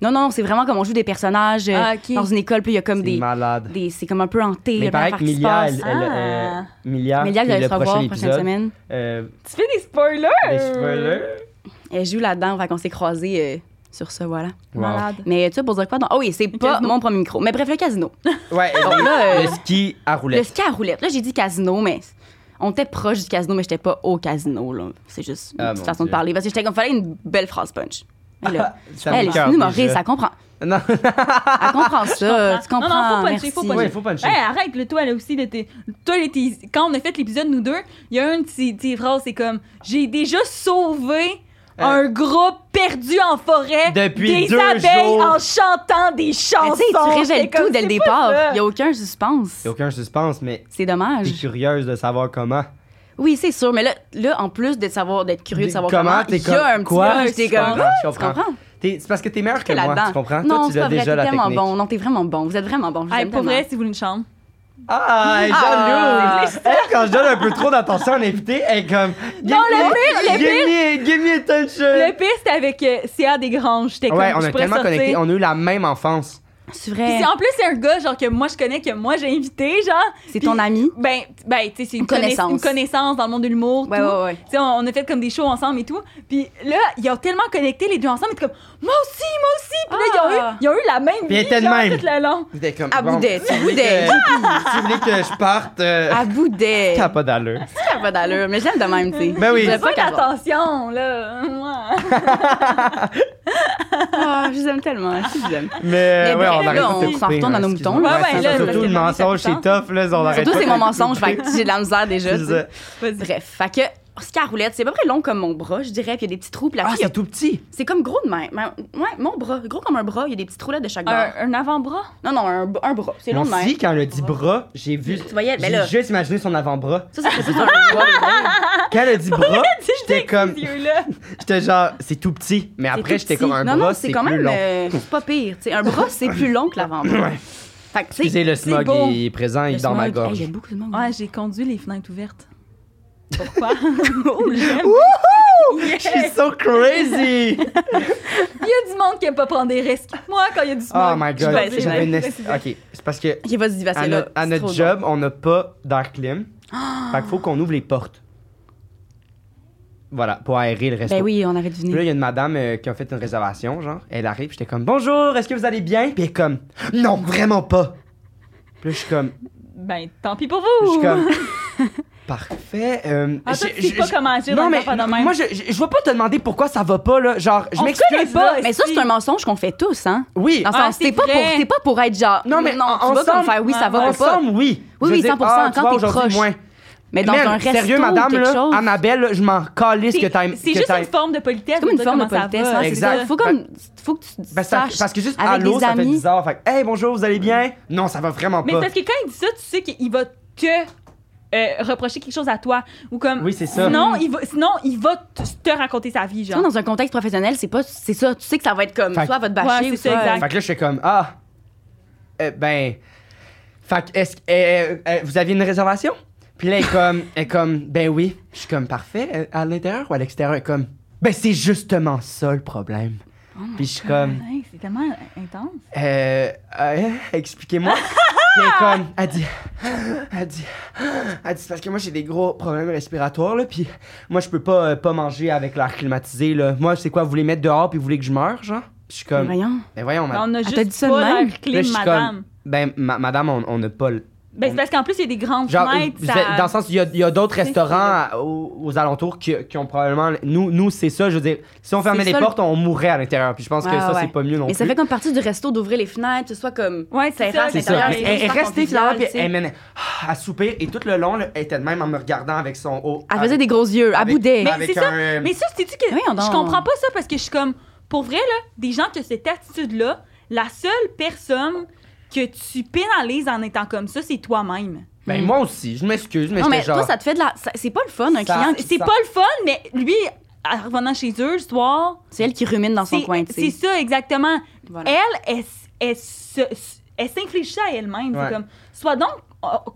Non, non, c'est vraiment comme on joue des personnages euh,
Ah, ok.
dans une école, puis il y a comme
c'est
des.
malade.
des- c'est comme un peu
Mais il
hanté. il y a
paraît
plein
que
d'affaires qui se
Milia, elle,
passent.
elle,
Ah.
euh, Milia,
Milia,
qui
vous
est
allez
le
se revoir
prochain
la prochaine
épisode.
semaine.
euh,
Tu fais des spoilers!
les cheveux là.
Elle joue là-dedans, fait qu'on s'est croisés euh, sur ce, voilà.
Wow.
Malade.
Mais tu sais, pour dire quoi? donc- Ah oui, c'est pas
casino.
mon premier micro. Mais bref, le casino.
Ouais,
Donc
le-
là, euh,
Ah le ski à
le
roulette.
ski à roulette. Là, j'ai dit casino, mais on était proche du casino, mais j'étais pas au casino. là. C'est juste une
Ah,
petite
mon
façon
Dieu.
de parler. Parce que j'étais comme, fallait une belle phrase punch. Elle, a-
Ça
elle,
me
est
cœur,
une humoriste,
déjà.
elle comprend.
Non,
Elle comprend ça, tu
Non,
comprends.
non, faut puncher,
merci.
faut puncher.
ouais, il faut puncher.
Hey, arrête, le toi, elle a aussi, là, t'es- toi, là, t'es- quand on a fait l'épisode, nous deux, il y a une petite petite phrase, c'est comme J'ai déjà sauvé un groupe perdu en forêt
Euh. Depuis
des
deux
abeilles
jours.
en chantant des
Mais
chansons.
Eh, tu sais, tu
J'étais
régèles
comme,
tout dès le
C'est pas ça.
départ. Il n'y a aucun suspense.
Y a aucun suspense, mais
C'est
t'es
dommage.
curieuse de savoir comment.
Oui, c'est sûr, mais là, là en plus de savoir, d'être curieux de savoir
Comment,
comment,
t'es
il y a
comme,
un petit
quoi?
rush, t'es
Je
comme, ah,
comprends, je
tu
comprends.
comprends?
T'es- C'est parce que t'es meilleur que
T'es
moi,
là-dedans.
tu comprends?
Non,
Toi, tu
c'est
as
pas vrai,
déjà
t'es
la
tellement
technique.
bon. Non, t'es vraiment bon. Vous êtes vraiment bon. Je vous
Hey,
aime
pour
tellement.
vrai, si vous voulez une chambre.
Ah, hey,
Ah.
jalouse! Hey, quand je donne un peu trop d'attention à l'invité, elle est comme.
Non, le pire, le
give me, give me attention!
Le pire, c'était avec euh, C.A. Desgranges. J'étais
ouais,
comme,
on
je
est
pourrais
tellement
sortir.
connectés, on a eu la même enfance.
C'est
Puis
vrai.
c'est- en plus, c'est un gars genre que moi je connais, que moi j'ai invité, genre.
C'est ton ami.
Ben, ben tu sais, c'est une,
Une
connaiss-
connaissance.
une connaissance dans le monde de l'humour.
Ouais,
tout.
ouais, ouais.
Tu sais, on, on a fait comme des shows ensemble et tout. Puis là, ils ont tellement connecté les deux ensemble. Ils étaient comme, moi aussi, moi aussi. Puis là, ils ont eu,
Ah.
ils ont eu la même
Puis ils
vie
étaient de
genre,
même.
tout le long.
C'était comme.
À bout d'être,
si vous voulez
à bout d'être.
que- si vous voulez que je parte, euh,
À bout des.
t'as pas d'allure.
Ça a pas d'allure, mais j'aime de même, tu sais.
Ben oui.
Je
C'est pas
voulais pas
une
qu'elle sorte.
attention, là. Ouais.
Ah, je vous aime tellement. Je vous aime.
Mais, euh,
Mais
ouais,
ben,
on
là,
arrête pas
on
de te
s'en
couper,
retourne
hein,
à nos
excuse-moi.
moutons,
là. Ouais,
c'est
ouais,
ça,
là, parce
Surtout
que
le
là,
mensonge,
ça fait
c'est tough, là, on arrête
Surtout,
pas
c'est
de
mon
te
mensonge.
couper.
Fait que j'ai de la misère déjà. tu
C'est ça.
sais. Bref, fait que. Ski à roulette, c'est pas très long comme mon bras, je dirais, puis il y a des petits trous, puis la
Ah,
fille, il y
c'est
a-
tout petit!
c'est comme gros de même. Mais- Ouais, mon bras, gros comme un bras, il y a des petits trous là de chaque bord.
Un, un avant-bras.
Non, non, un, un bras, c'est long
Mon
de même.
si, quand elle a dit bras, j'ai vu.
Tu voyais, mais
j'ai
là-
juste imaginé son avant-bras.
Ça, c'est plus un bras.
Quand elle a dit bras, j'étais
J'étais
comme.
comme. là.
J'étais genre, c'est tout petit. Mais
C'est
après,
tout
j'étais
petit.
comme un
non,
bras,
non,
c'est
c'est quand
plus
même
long.
euh, c'est pas pire. tu sais. un bras, c'est plus long que l'avant-bras. Fait que, tu sais,
Excusez, le
c'est
smog
beau.
il est présent, il est
le
dans ma
smog, hey,
gorge.
Il y a beaucoup de monde.
Ouais, j'ai conduit les fenêtres ouvertes. Pourquoi?
Oh,
J'aime.
Je suis so crazy!
Il y a du monde qui aime pas prendre des risques. Moi, quand il y a du smog.
Oh my
je
god,
vais dire,
j'avais une.
ouais, c'est ça.
Ok, c'est parce que
Ok, vas-y, vas-y,
à,
là,
notre- à
c'est
notre
trop
job, on n'a pas d'air clim. Fait qu'il faut qu'on ouvre les portes. Voilà, pour aérer le
bon.
resto.
Ben oui, on avait
Puis là,
deviné.
il y a une madame euh, qui a fait une réservation, genre. Elle arrive, j'étais comme Bonjour, est-ce que vous allez bien? Puis elle est comme Non, vraiment pas. Puis là, je suis comme.
Ben, tant pis pour
Je
vous.
suis comme. Parfait. euh,
Ah, toi,
je-
tu sais
je-
pas
je-
comment agir
Non,
dans
mais.
les affaires de même.
Moi, je, je, je vais pas te demander pourquoi ça va pas, là. Genre, je
On
m'excuse.
connaît pas,
là.
Mais ça, c'est un mensonge qu'on fait tous, hein?
Oui.
Dans le
Ah,
sens,
c'est
c'est pas, pour-
vrai.
c'est pas pour être genre.
Non, mais
non,
en-
tu vas
ensemble,
comme faire oui, ça va
ouais,
ou pas.
Ensemble, oui.
Oui,
Je
oui,
veux dire,
100%,
ah, tu
quand
vois,
t'es
aujourd'hui,
proche.
moins.
Mais dans
Man,
un resto,
sérieux, madame,
quelque
là,
chose.
Annabelle, là, je m'en calisse que t'aimes.
C'est
que
juste
t'aimes.
une forme de politesse.
C'est comme
de
une
dire
forme de
comment ça
politesse.
va.
hein, c'est
Exact. Ben,
ça. Faut comme. Faut que tu tu
Parce, que-
saches.
parce que juste
avec
allô,
des
ça fait
amis.
bizarre. Fait que, hey, bonjour, vous allez bien? Non, ça va vraiment
Mais
pas.
parce que quand il dit ça, tu sais qu'il va te euh, reprocher quelque chose à toi. Ou comme.
Oui, c'est ça.
Sinon, il va, sinon, il va te, te raconter sa vie,
Tu
genre.
vois, dans un contexte professionnel, c'est pas. C'est ça. Tu sais que ça va être comme.
Fait-
Soit elle va te bâcher
Ouais,
ou
c'est ça,
soit-
exact.
Fait que là, je suis comme, ah, euh, ben, fait que, est-ce que, euh, euh, vous aviez une réservation? Puis là, elle est comme, elle est comme, ben oui. Je suis comme, parfait, Euh, à l'intérieur ou à l'extérieur? Elle est comme, ben c'est justement ça le problème.
Oh
Puis je suis comme,
Ouais, c'est tellement intense.
euh, euh, expliquez-moi. Puis elle est comme, elle dit, elle dit, elle dit, c'est parce que moi j'ai des gros problèmes respiratoires, là, puis moi je peux pas, euh, pas manger avec l'air climatisé, là. Moi, c'est quoi, vous voulez mettre dehors puis vous voulez que je meure, genre? Puis je suis
Mais
comme,
euh, Voyons.
ben voyons, madame.
on a
t'a
juste
dit ça de
pas
même?
l'air
Là,
clean,
je suis
madame.
comme, ben, ma- madame, on on n'a pas le.
Ben, c'est parce qu'en plus, il y a des grandes
Genre, euh,
fenêtres.
vous
ça-
êtes- dans le sens, il y a, il y a d'autres
C'est
restaurants à- aux, aux alentours qui, qui ont probablement. Nous, nous c'est ça, je veux dire. Si on fermait
C'est
les
ça, le-
portes, on mourrait à l'intérieur. Puis je pense que
Ouais,
ça,
ouais.
c'est pas mieux non
Mais
plus.
ça fait comme partie du resto d'ouvrir les fenêtres, que ce soit comme.
Ouais, c'est ça.
Terrasse,
C'est
à
ça.
l'intérieur,
Puis
c'est
Elle est
super
restée finalement, puis
convivial, tu sais.
elle mène à soupir. Et tout le long, là, elle était de même en me regardant avec son haut.
Elle faisait des gros yeux, à bout des.
Mais
avec
c'est ça.
un-
Mais ça, c'est-tu que.
Voyons donc.
Je comprends pas ça parce que je suis comme. Pour vrai, là, des gens qui ont cette attitude-là, la seule personne que tu pénalises en étant comme ça, c'est toi-même.
Ben, moi aussi, je m'excuse, mais
Non, mais
j'étais genre.
toi, ça te fait de la. ça- C'est pas le fun, un
Ça-
client.
Je
qui-
Ah, C'est
sens-
pas le fun, mais lui, en revenant chez eux le soir.
C'est elle qui rumine dans son
c'est-
coin, tu
C'est
sais.
ça, exactement.
Voilà.
Elle, elle, s- elle, se- elle s'inflige ça à elle-même.
Ouais.
C'est comme. Soit donc,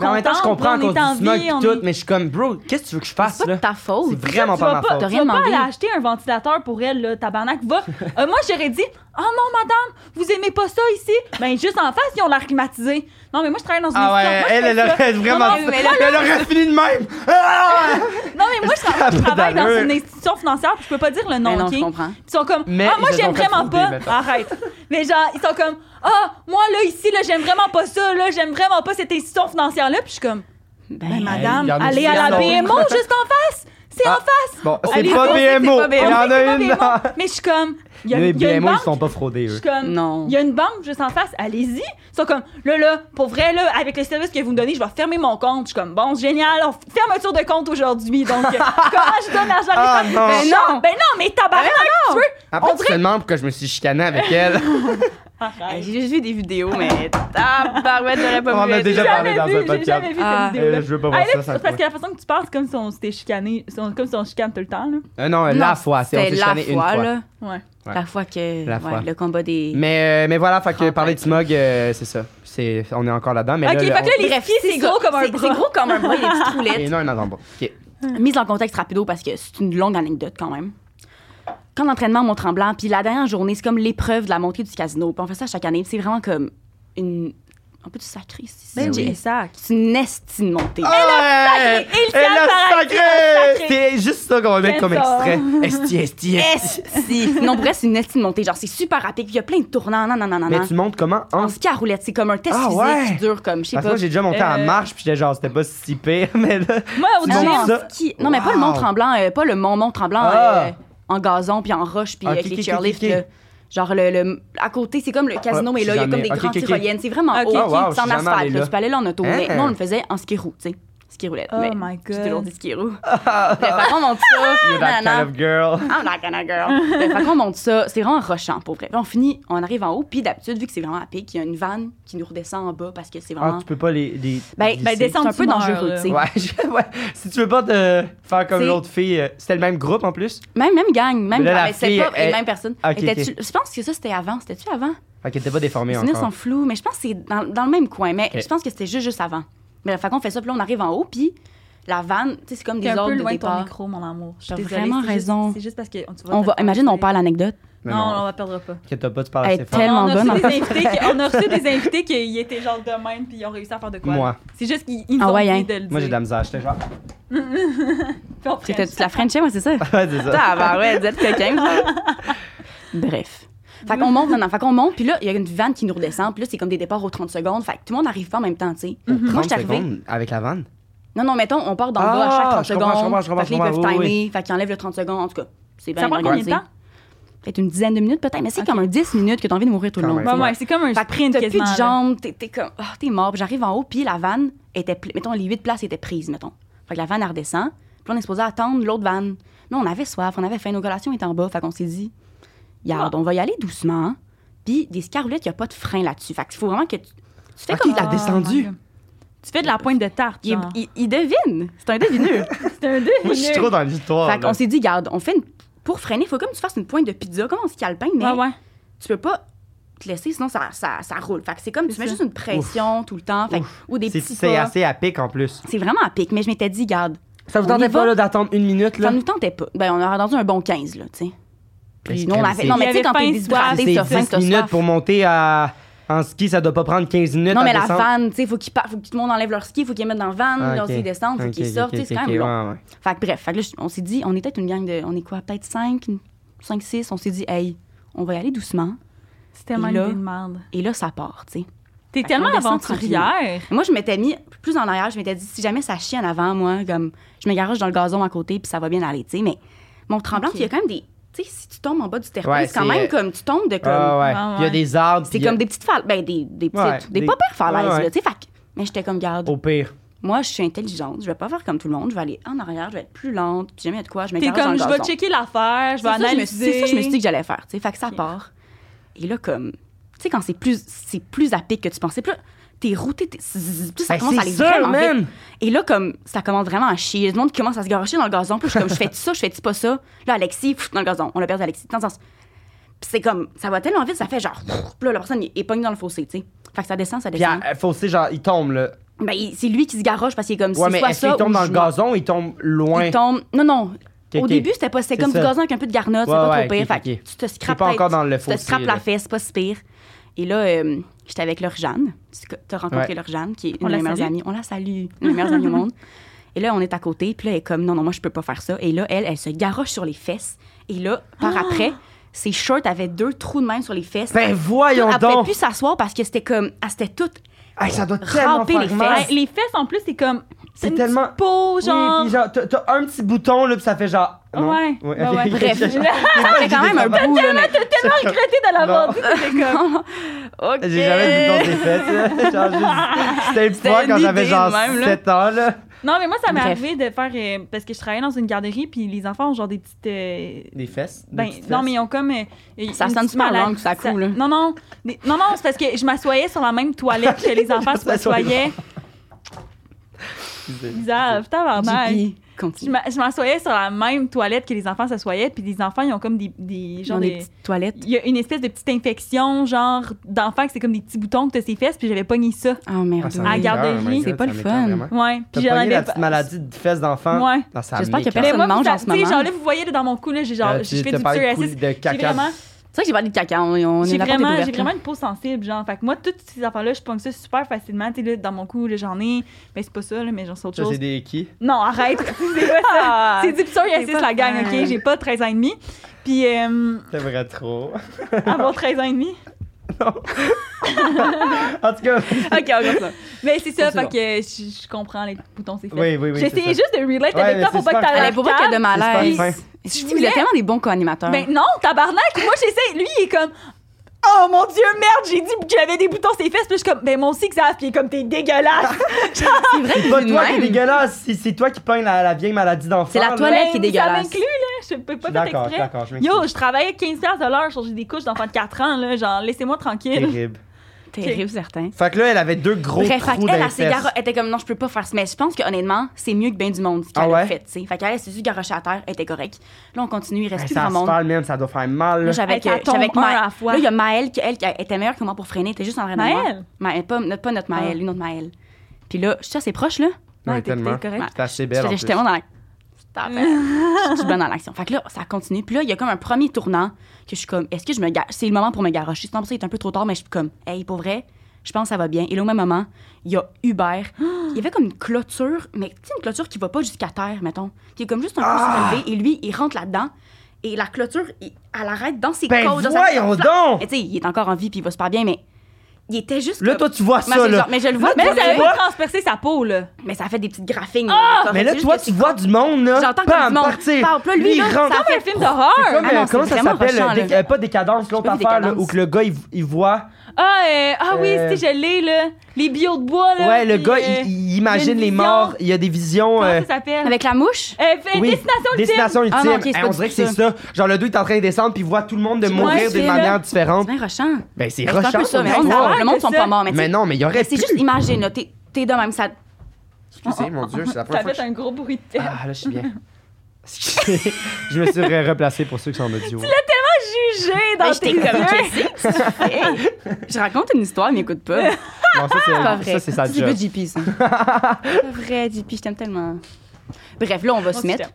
Mais en même temps, je comprends à
qu'on
cause
est en
du smog
vie,
pis
on
tout,
est-
mais je suis comme, bro, qu'est-ce que tu veux que je fasse,
C'est pas
là?
de ta faute.
C'est vraiment
Tu vas
pas ma
pas-
faute.
T'as
Tu
rien
vas pas
demandé.
aller acheter un ventilateur pour elle, là, tabarnak. Va. Euh, moi, j'aurais dit, ah non, madame, vous aimez pas ça ici? Ben, juste en face, ils ont l'air climatisé. Non, mais moi, je travaille dans une
Ah
émission.
ouais,
Moi, je
elle,
fais
elle
ça.
aurait vraiment.
non, mais là-
Elle aurait fini de même! Ah!
Non, mais moi, je travaille, je
Ça a pas
travaille dans
d'allure.
une institution financière, puis je peux pas dire le nom,
Mais non,
OK?
je comprends.
Ils sont comme,
Mais
ah, moi,
ils se
j'aime
sont fait
vraiment
frauder,
pas.
mettons.
Arrête. Mais genre, ils sont comme, ah, moi, là, ici, là, j'aime vraiment pas ça, là, j'aime vraiment pas cette institution financière-là, puis je suis comme, ben, madame,
il y en a
allez
aussi,
à la
il y en a.
BMO juste en face! C'est
Ah.
en face!
Bon, c'est
Allez,
pas
on sait que
BMO!
c'est pas
Il y
BMO.
en a
C'est
une!
pas
là.
Mais je suis comme, il y a,
Les
il y a une
BMO, ils
banque
sont pas fraudés,
je
eux.
suis comme,
Non.
il y a une banque juste en face, allez-y. Ils sont comme, là, là, pour vrai, là, avec le service que vous me donnez, je vais fermer mon compte. Je suis comme, bon, génial, on f- fermeture de compte aujourd'hui. Donc, euh, comment je donne l'argent à
Ah,
mes
non.
parents?
Ben non.
Ben non, mais tabarnak, tu veux?
Après,
On
tu te demandes pourquoi je me suis chicané avec elle.
Hey,
Arrête.
ben, J'ai juste vu des vidéos, mais tabarouette, j'aurais pas
On
pu
en a
être-
déjà
J'ai
parlé dans
jamais
un
vu- J'ai
podcast. Eh,
jamais vu
Ah.
cette vidéo-là.
veux pas
Ah, là, c'est parce que la façon que tu parles, c'est comme si on s'était chicané, si on- comme si on se chicane tout le temps. Là.
Euh, non, euh,
Non,
la fois, c'est on
c'était
s'est chicané
la
une
fois,
fois.
là.
Ouais.
Ouais.
La fois que
La
ouais,
fois.
le combat des.
Mais, euh, mais voilà, fait que
Trente
parler de
ans.
smog, euh, c'est ça. C'est, on est encore là-dedans. Mais
ok,
là,
fait
là,
que là,
on-
les skis, c'est gros comme un
c'est- C'est
bras.
gros comme un bras, il y a des petites roulettes.
Et non, il en entend pas. Ok.
Mise en contexte rapido parce que c'est une longue anecdote quand même. Quand l'entraînement monte en blanc, puis la dernière journée, c'est comme l'épreuve de la montée du casino. Puis on fait ça chaque année. puis C'est vraiment comme une. Un peu du sacré, si
Ben
si-
oui.
sac.
C'est une estie de montée.
Ouais!
sacré, il
Elle
s'est
a
appareillé, elle a sacré.
C'est juste ça qu'on va mettre
C'est
comme
ça.
extrait. Esti, esti,
Eh,
esti.
Estie. non, pour vrai, c'est une estie de montée. Genre, c'est super rapide. puis il y a plein de tournants. Non, non, non, non.
Mais
non.
tu montes comment en
En ski à roulette, c'est comme un test
Ah
physique
ouais.
qui dure comme, je sais
Parce que moi,
pas.
j'ai déjà monté en
Euh.
marche, puis j'étais genre, c'était pas si pire, mais là.
Moi, au
Tu
Ah
montes
gym,
non,
ça?
en ski. Non, mais pas le
Wow.
Mont Tremblant, euh, pas le Mont Mont Tremblant
Ah.
euh, en gazon puis en roche puis euh,
Ok,
avec
ok,
les
ok,
chairlifts.
ok.
là. Genre le, le- à côté, c'est comme le casino,
Ouais,
mais là, il y a
jamais.
comme des
Ok, ok,
grandes
ok.
tyroliennes. C'est vraiment
Ok,
haut.
ok.
Ah, wow,
c'est en
je suis jamais allé
asphalte. là.
là.
Tu peux aller là en auto.
Hein?
Mais nous, on le faisait en ski roue, tu sais. Ski roulette.
Oh
mais
my
J'ai
God.
toujours dit ski roue. Mais fait qu'on monte ça.
You're that
nanana.
kind of girl.
I'm not gonna girl. Ben, fait qu'on monte ça, c'est vraiment rochant pour vrai. Puis On finit, on arrive en haut, puis d'habitude, vu que c'est vraiment à pic, il y a une vanne qui nous redescend en bas parce que c'est
Ah,
vraiment.
tu peux pas les. les
Ben,
glisser.
ben,
descends,
c'est un
tu
peu
meurs,
dangereux,
là.
tu sais.
Ouais, je- ouais. Si tu veux pas te faire comme
C'est-
l'autre fille, euh, c'était le même groupe en plus.
Même, même gang, même
Mais là, la
mais c'était
fille,
pas les
elle-
mêmes personnes.
Ok, ok.
Était-tu- Je pense que ça, c'était avant. C'était-tu avant?
Fait qu'elle était pas déformée
Les souvenirs
encore.
sont flous, mais je pense que c'est dans, dans le même coin. Mais
Ok.
je pense que c'était juste, juste avant. Mais fait qu'on fait ça, puis là, on arrive en haut, puis la vanne, tu sais, c'est comme
t'es un
des ordres
peu
de
loin de ton
départ.
micro, mon amour. Je suis
T'as
désolée,
vraiment
c'est juste-
raison.
C'est juste parce que tu vas
On
te
va,
faire
imagine, on
passer.
perd l'anecdote.
Mais
Non, on
non,
la perdra pas.
inquiète-toi pas, tu parles
Elle
assez
est
fort.
tellement-
on, a reçu
bonne,
des
en
invités qui- on a reçu des invités qui étaient genre de même puis ils ont réussi à faire de quoi.
Moi.
C'est juste qu'ils ils nous
Ah
ont
ouais,
dit
hein.
de le dire.
Moi, j'ai de la misère. J'étais genre.
Puis on prend-
C'était la Frenchie, moi, c'est ça?
Ouais, c'est ça.
Ah, bah ouais, vous êtes coquin, vous. Bref. Fait qu'on monte, non, non, fait qu'on monte, puis là, il y a une vanne qui nous redescend, puis là, c'est comme des départs aux 30 secondes, fait que tout le monde arrive pas en même temps, tu sais. Moi,
30
je suis arrivée.
secondes avec la vanne.
Non, non, mettons, on part dans le bas à
Ah,
chaque 30
je comprends, je
secondes.
comprends, je comprends,
fait que là, ils
je
peuvent
comprends,
timer,
oui,
fait qu'ils enlèvent le 30 secondes. En tout cas, c'est bien
Ça prend combien de
organisé.
temps?
Peut-être une dizaine de minutes, peut-être, mais c'est comme un 10 minutes que t'as envie de mourir tout le
Quand
long.
même.
Ouais,
Ouais.
ouais, c'est comme un
Fait que
sprint
t'as plus
quasiment.
de
là.
jambes, t'es t'es comme, ah, t'es mort. Puis j'arrive en haut, puis la vanne était, pl- mettons, les huit places étaient prises, mettons. Fait que la vanne, elle redescend. Puis on est supposé attendre l'autre vanne. Mais on avait soif, on avait faim, nos collations étaient en bas. Fait qu'on s'est dit,
Ah.
regarde, on va y aller doucement. Puis des scaroulettes, il n'y a pas de frein là-dessus. Fait qu'il faut vraiment que tu, tu fais
Ok,
comme de
t'as
la.
Ah,
descendu.
my God. Tu fais de la pointe de tarte.
Il,
genre.
il- il devine. C'est un devineux.
C'est un deux
Moi, je suis
minutes.
trop dans l'histoire.
fait
là.
qu'on s'est dit, garde, on fait une. Pour freiner, faut comme tu fasses une pointe de pizza, comme en ski alpin, mais
Ouais, ouais.
tu peux pas te laisser, sinon ça, ça, ça roule. Fait que c'est comme, tu
C'est
mets
ça.
juste une pression tout le temps, fait, que- ou des
C'est-
petits
C'est
pas.
assez à pic en plus.
C'est vraiment à pic, mais je m'étais dit, garde,
Ça vous
On y
tentait
va.
pas là, d'attendre une minute là? Ben,
ça nous tentait pas. Ben, on aurait rendu un bon 15, là, tu sais. Puis
C'est
nous, on
crème,
avait.
c'est-
Non, mais tu sais,
Il y
quand
avait
t'es
faim, soif.
C'est
déshydraté, t'as faim,
10
t'as
minutes
soif.
pour monter à... en ski, ça doit pas prendre 15 minutes.
Non,
à
mais la
descendre.
vanne, tu sais, faut qu'il pa- faut que tout le monde enlève leur ski, faut qu'ils les mettent dans la vanne,
Ah,
là,
ok.
ils descendent, faut
Ok,
qu'ils
ok,
sortent, tu sais, c'est
ok,
quand
ok,
même long.
ouais, ouais.
Fait que bref, fait que là, on s'est dit, on était une gang de. On est quoi, peut-être 5, 5, 6, on s'est dit, hey, on va y aller doucement.
C'est tellement
Et
une
là-
idée de merde.
Et là, ça part, tu sais.
T'es
qu'on
tellement
descend
aventurière.
Moi, je m'étais mis plus en arrière. Je m'étais dit, si jamais ça chie en avant, moi, comme, je me garage dans le gazon à côté, puis ça va bien aller, tu sais. Mais mon tremblant,
Ok.
il y a quand même des. Tu sais, si tu tombes en bas du terre
Ouais,
c'est quand
c'est-
même comme tu tombes de comme.
Ah, ouais.
Ah,
Il y a
ouais.
des arbres.
C'est
puis il y a-
comme des petites falaises. Ben, des, des petites.
Ouais,
des,
des-
pas pires falaises,
Ouais, Oh. ouais.
là, tu sais. Fait que- Mais j'étais comme, garde,
Au pire.
moi, je suis intelligente. Je vais pas faire comme tout le monde. Je vais aller en arrière, je vais être plus lente. Puis jamais de quoi, je me
T'es
garage dans
comme,
le
je vais
gazon.
checker l'affaire, je
C'est
vais
ça, je me suis-
analyser.
C'est ça, je me suis dit que j'allais faire, tu sais. Fait que ça part. Et là, comme, tu sais, quand c'est plus, c'est plus à pic que tu pensais, plus t'es routé, t'es- zzzz, puis ça
Ben,
commence à
c'est
aller
ça,
vraiment
man!
vite. Et là, comme, ça commence vraiment à chier. Le monde commence à se garocher dans le gazon. Puis là, je suis comme, je fais ça, je fais pas ça. Là, Alexis, pff, dans le gazon. On l'a perdu, Alexis. Dans le sens. Puis c'est comme, ça va tellement vite, ça fait genre, pff, puis là, la personne est est pognée dans le fossé, tu sais. Fait que ça descend, ça
Puis
descend.
à- faut aussi, genre, il tombe là.
Ben, il- c'est lui qui se garoche parce qu'il est comme
Ouais,
c'est
mais
soit
est-ce qu'il
ça
tombe
ou
dans
je
le
m'en-
gazon il tombe loin?
Il tombe. Non, non.
Ok,
Au
ok.
début, c'était pas c'était
C'est
comme
ça.
du gazon avec un peu de garnotte,
Ouais,
c'est pas
ouais,
trop pire.
ok,
fait
ok,
que
ok.
tu te
T'es
scrapes
pas encore dans le
tu te
fossé.
scrapes
là.
la fesse, pas si pire. Et là, euh, j'étais avec leur Jeanne. Tu as rencontré
Ouais.
leur Jeanne, qui est
On
une de
la
mes meilleures
salue.
amies. On la salue, une de mes meilleures amies au monde. Et là, on est à côté, puis là, elle est comme, non, non, moi, je peux pas faire ça. Et là, elle, elle se garoche sur les fesses. Et là, par
Ah!
après, ses shorts avaient deux trous de même sur les fesses.
Ben voyons
elle pouvait
donc!
plus s'asseoir parce que c'était comme, elle s'était toute.
Hey, ça doit tellement
Ramper les
faire mal.
Ouais, les fesses, en plus, c'est comme.
C'est
une
tellement-
petite peau, genre.
Oui, puis genre, t'as- t'as un petit bouton, là, puis ça fait genre. Non.
Ouais. Ben
ok.
ouais.
Bref.
J'ai- j'ai-
Ça fait quand même un bout, là, mais-
tellement regretté de l'avoir dit. C'était comme.
Ok.
J'ai jamais vu dans des fêtes. là. Genre, juste- C'était une
C'était
fois
une
quand j'avais
idée
genre
de même, là.
7 ans, là.
Non, mais moi, ça m'est
Bref.
arrivé de faire. euh, parce que je travaillais dans une garderie, puis les enfants ont genre des petites. euh,
Des fesses? des
ben,
petites
non,
fesses.
mais ils ont comme. euh, une
Ça sonne
petite
super
maladie.
langue, ça coule, là.
Non, non. Des- Non, non, c'est parce que je m'assoyais sur la même toilette que les enfants se
Ça sonne
m'assoyaient.
Excusez.
Bizarre, tabarnak.
JP,
Je
continue.
m'a- je m'assoyais sur la même toilette que les enfants s'assoyaient, puis les enfants, ils ont comme des. des
Dans
genre
des
des-
petites toilettes.
Il y a une espèce de petite infection, genre, d'enfant, que c'est comme des petits boutons que t'as ses fesses, puis j'avais pogné ça.
Ah, merde.
Ah, ça
À
m'écoeure,
garderie.
my God,
C'est pas
ça
le
m'écoeure
fun.
vraiment.
Ouais.
T'as
Puis j'en
pogné
avais
la
pas-
petite maladie de fesses d'enfant.
Ouais.
Non, ça
J'espère qu'il y a
Mais moi,
m'écoeure.
vous,
Personne mange en ce
tu sais,
moment.
genre là, vous voyez là, dans mon cou, là, j'ai genre,
Euh,
je
tu-
fais
t'as
du
parlé de
psoriasis.
coulis- de
J'ai
caca.
vraiment,
C'est vrai que j'ai parlé de caca. On, on
j'ai
la porte est
vraiment,
ouverte,
j'ai
là.
vraiment une peau sensible, genre. Fait que moi, toutes ces affaires-là, je pogne ça super facilement. Tu sais, là, dans mon cou, là, j'en ai. Ben, c'est pas ça, là, mais j'en sais autre
Ça,
chose.
c'est des qui?
Non, arrête. c'est pas ça.
Ah!
C'est du psoriasis,
C'est pas
la gang,
vrai.
OK? J'ai pas 13 ans et demi. Puis, euh,
T'aimerais trop.
avoir 13 ans et demi.
En tout cas,
Ok, on regarde ça.
Mais c'est ça,
Bon, c'est
fait que je, je comprends les boutons, c'est fait.
oui, oui, oui.
J'essayais
c'est ça.
juste de relate
Ouais, mais
avec toi pour
c'est
pas que
super
t'ailles
fin.
à
Elle pas qu'il y a de
C'est super
malaise.
fin.
Je vous êtes tellement des bons co-animateurs.
Ben non, tabarnak! Moi, j'essaie. Lui, il est comme. Oh mon dieu, merde, j'ai dit que j'avais des boutons sur les fesses. Puis je suis comme, ben moi aussi, Xav. Puis il est comme, t'es dégueulasse.
c'est vrai,
C'est pas
c'est
toi
même.
qui est dégueulasse, c'est- c'est toi qui peins la, la vieille maladie d'enfant.
C'est la
là.
toilette. Toilette
Ben,
qui est dégueulasse.
Ça m'inclut, là. Je peux
Je suis
pas faire
D'accord,
exprès.
d'accord, je m'excuse.
Yo, je travaillais 15 piastres de l'heure, je changeais des couches d'enfants de 4 ans, là. Genre, laissez-moi tranquille.
Terrible.
Terrible, certain.
Fait que là, elle avait deux gros
Bref, fait
trous
qu'elle,
dans
elle
les
s'est
fesses.
garo- elle était comme non, je peux pas faire ça. Mais je pense que honnêtement, c'est mieux que bien du monde ce qu'elle
Ah
a
ouais?
fait, tu sais. Fait qu'elle elle s'est juste garochée à terre, elle était correcte. Là, on continue, il reste
Hey,
plus
Ben, Ça
grand
se
monde.
parle même, ça doit faire mal.
Là,
là.
j'avais
Hey,
que-
qu'elle tombe
j'avais que
un
Ma-
à la fois.
Là, il y a Maëlle qui, elle, qui était meilleure que moi pour freiner, elle était juste en train de moi.
Maëlle? Ah.
Maëlle, pas, notre- pas notre Maëlle, une autre Maëlle. Puis là, je suis assez proche, là.
Ouais,
Ouais, t'es-
tellement.
t'es correct.
C'est assez
Je
belle. en
faisais-
plus.
J'étais tellement dans la. Stop, hein. Je suis bonne dans l'action. Fait que là, ça continue. Puis là, il y a comme un premier tournant que je suis comme, est-ce que je me ga- C'est le moment pour me garocher. Sinon, pour ça, il est un peu trop tard, mais je suis comme, hey, pour vrai, je pense que ça va bien. Et là, au même moment, il y a Uber. Il y avait comme une clôture, mais tu sais, une clôture qui va pas jusqu'à terre, mettons, qui est comme juste un
Ah!
peu surélevée. Et lui, il rentre là-dedans. Et la clôture, il- elle arrête dans ses
Ben
côtes. dans sa-
voyons donc!
Mais tu sais, il est encore en vie, puis il va super bien, mais il était juste.
Là,
comme-
toi, tu vois
Mais
ça,
c'est
là.
genre- mais je le vois,
Mais
mais,
ça avait
vois?
pas transpercé sa peau, là.
mais ça fait des petites graphines.
Ah! Mais là,
Juste
toi,
que
tu vois du monde, là.
J'entends comme
bam,
du monde
partir.
parle. Puis là, lui,
il
là,
rentre.
ça
Comme un film d'horreur!
Comme,
Ah non,
euh,
c'est
comment ça
vraiment
s'appelle?
rushant,
Dé-
là.
euh, pas décadence, l'autre
pas des
affaire, là,
cadences.
où que le gars, il, il voit.
Ah, euh, ah oui,
Euh,
c'était gelé, là. Les bio de bois, là.
ouais, le
puis,
gars,
euh,
il, il
il y a
imagine
une
les
vision.
morts. Il y a des visions.
Comment
euh,
ça s'appelle?
Avec la mouche?
Euh, fait-
oui.
Destination ultime.
Destination ultime.
Ah non, ok, c'est
Hey,
pas
on
du
dirait que
tout
c'est ça. Genre, le dude est en train de descendre, puis il voit tout le monde de mourir
c'est
d'une
là.
manière
C'est
différente.
bien rochant.
Ben, c'est
Ben, C'est un
rushant.
peu ça, mais
on
on
le
ça
voit.
va.
le monde sont
ça.
pas morts, mais,
Mais
tu
non, mais il y
sais,
aurait
c'est
pu.
juste, imagine, là, t'es t'es de même, ça...
Excusez, mon Dieu, c'est la
Ça
première fois
fait
que je...
un gros bruit de tête.
Ah, là, je suis bien. Excusez. je me suis re- replacé pour ceux qui sont en audio.
Jugé dans
Ben, j'étais
tes
comme,
yeux.
qu'est-ce que tu fais? Je raconte une histoire, mais écoute pas. C'est
Non, ça, c'est-
pas vrai.
Ah, ça, c'est sa
C'est
job.
pas JP, ça. C'est pas vrai, JP, je t'aime tellement. Bref, là, on va
On
se
se
mettre...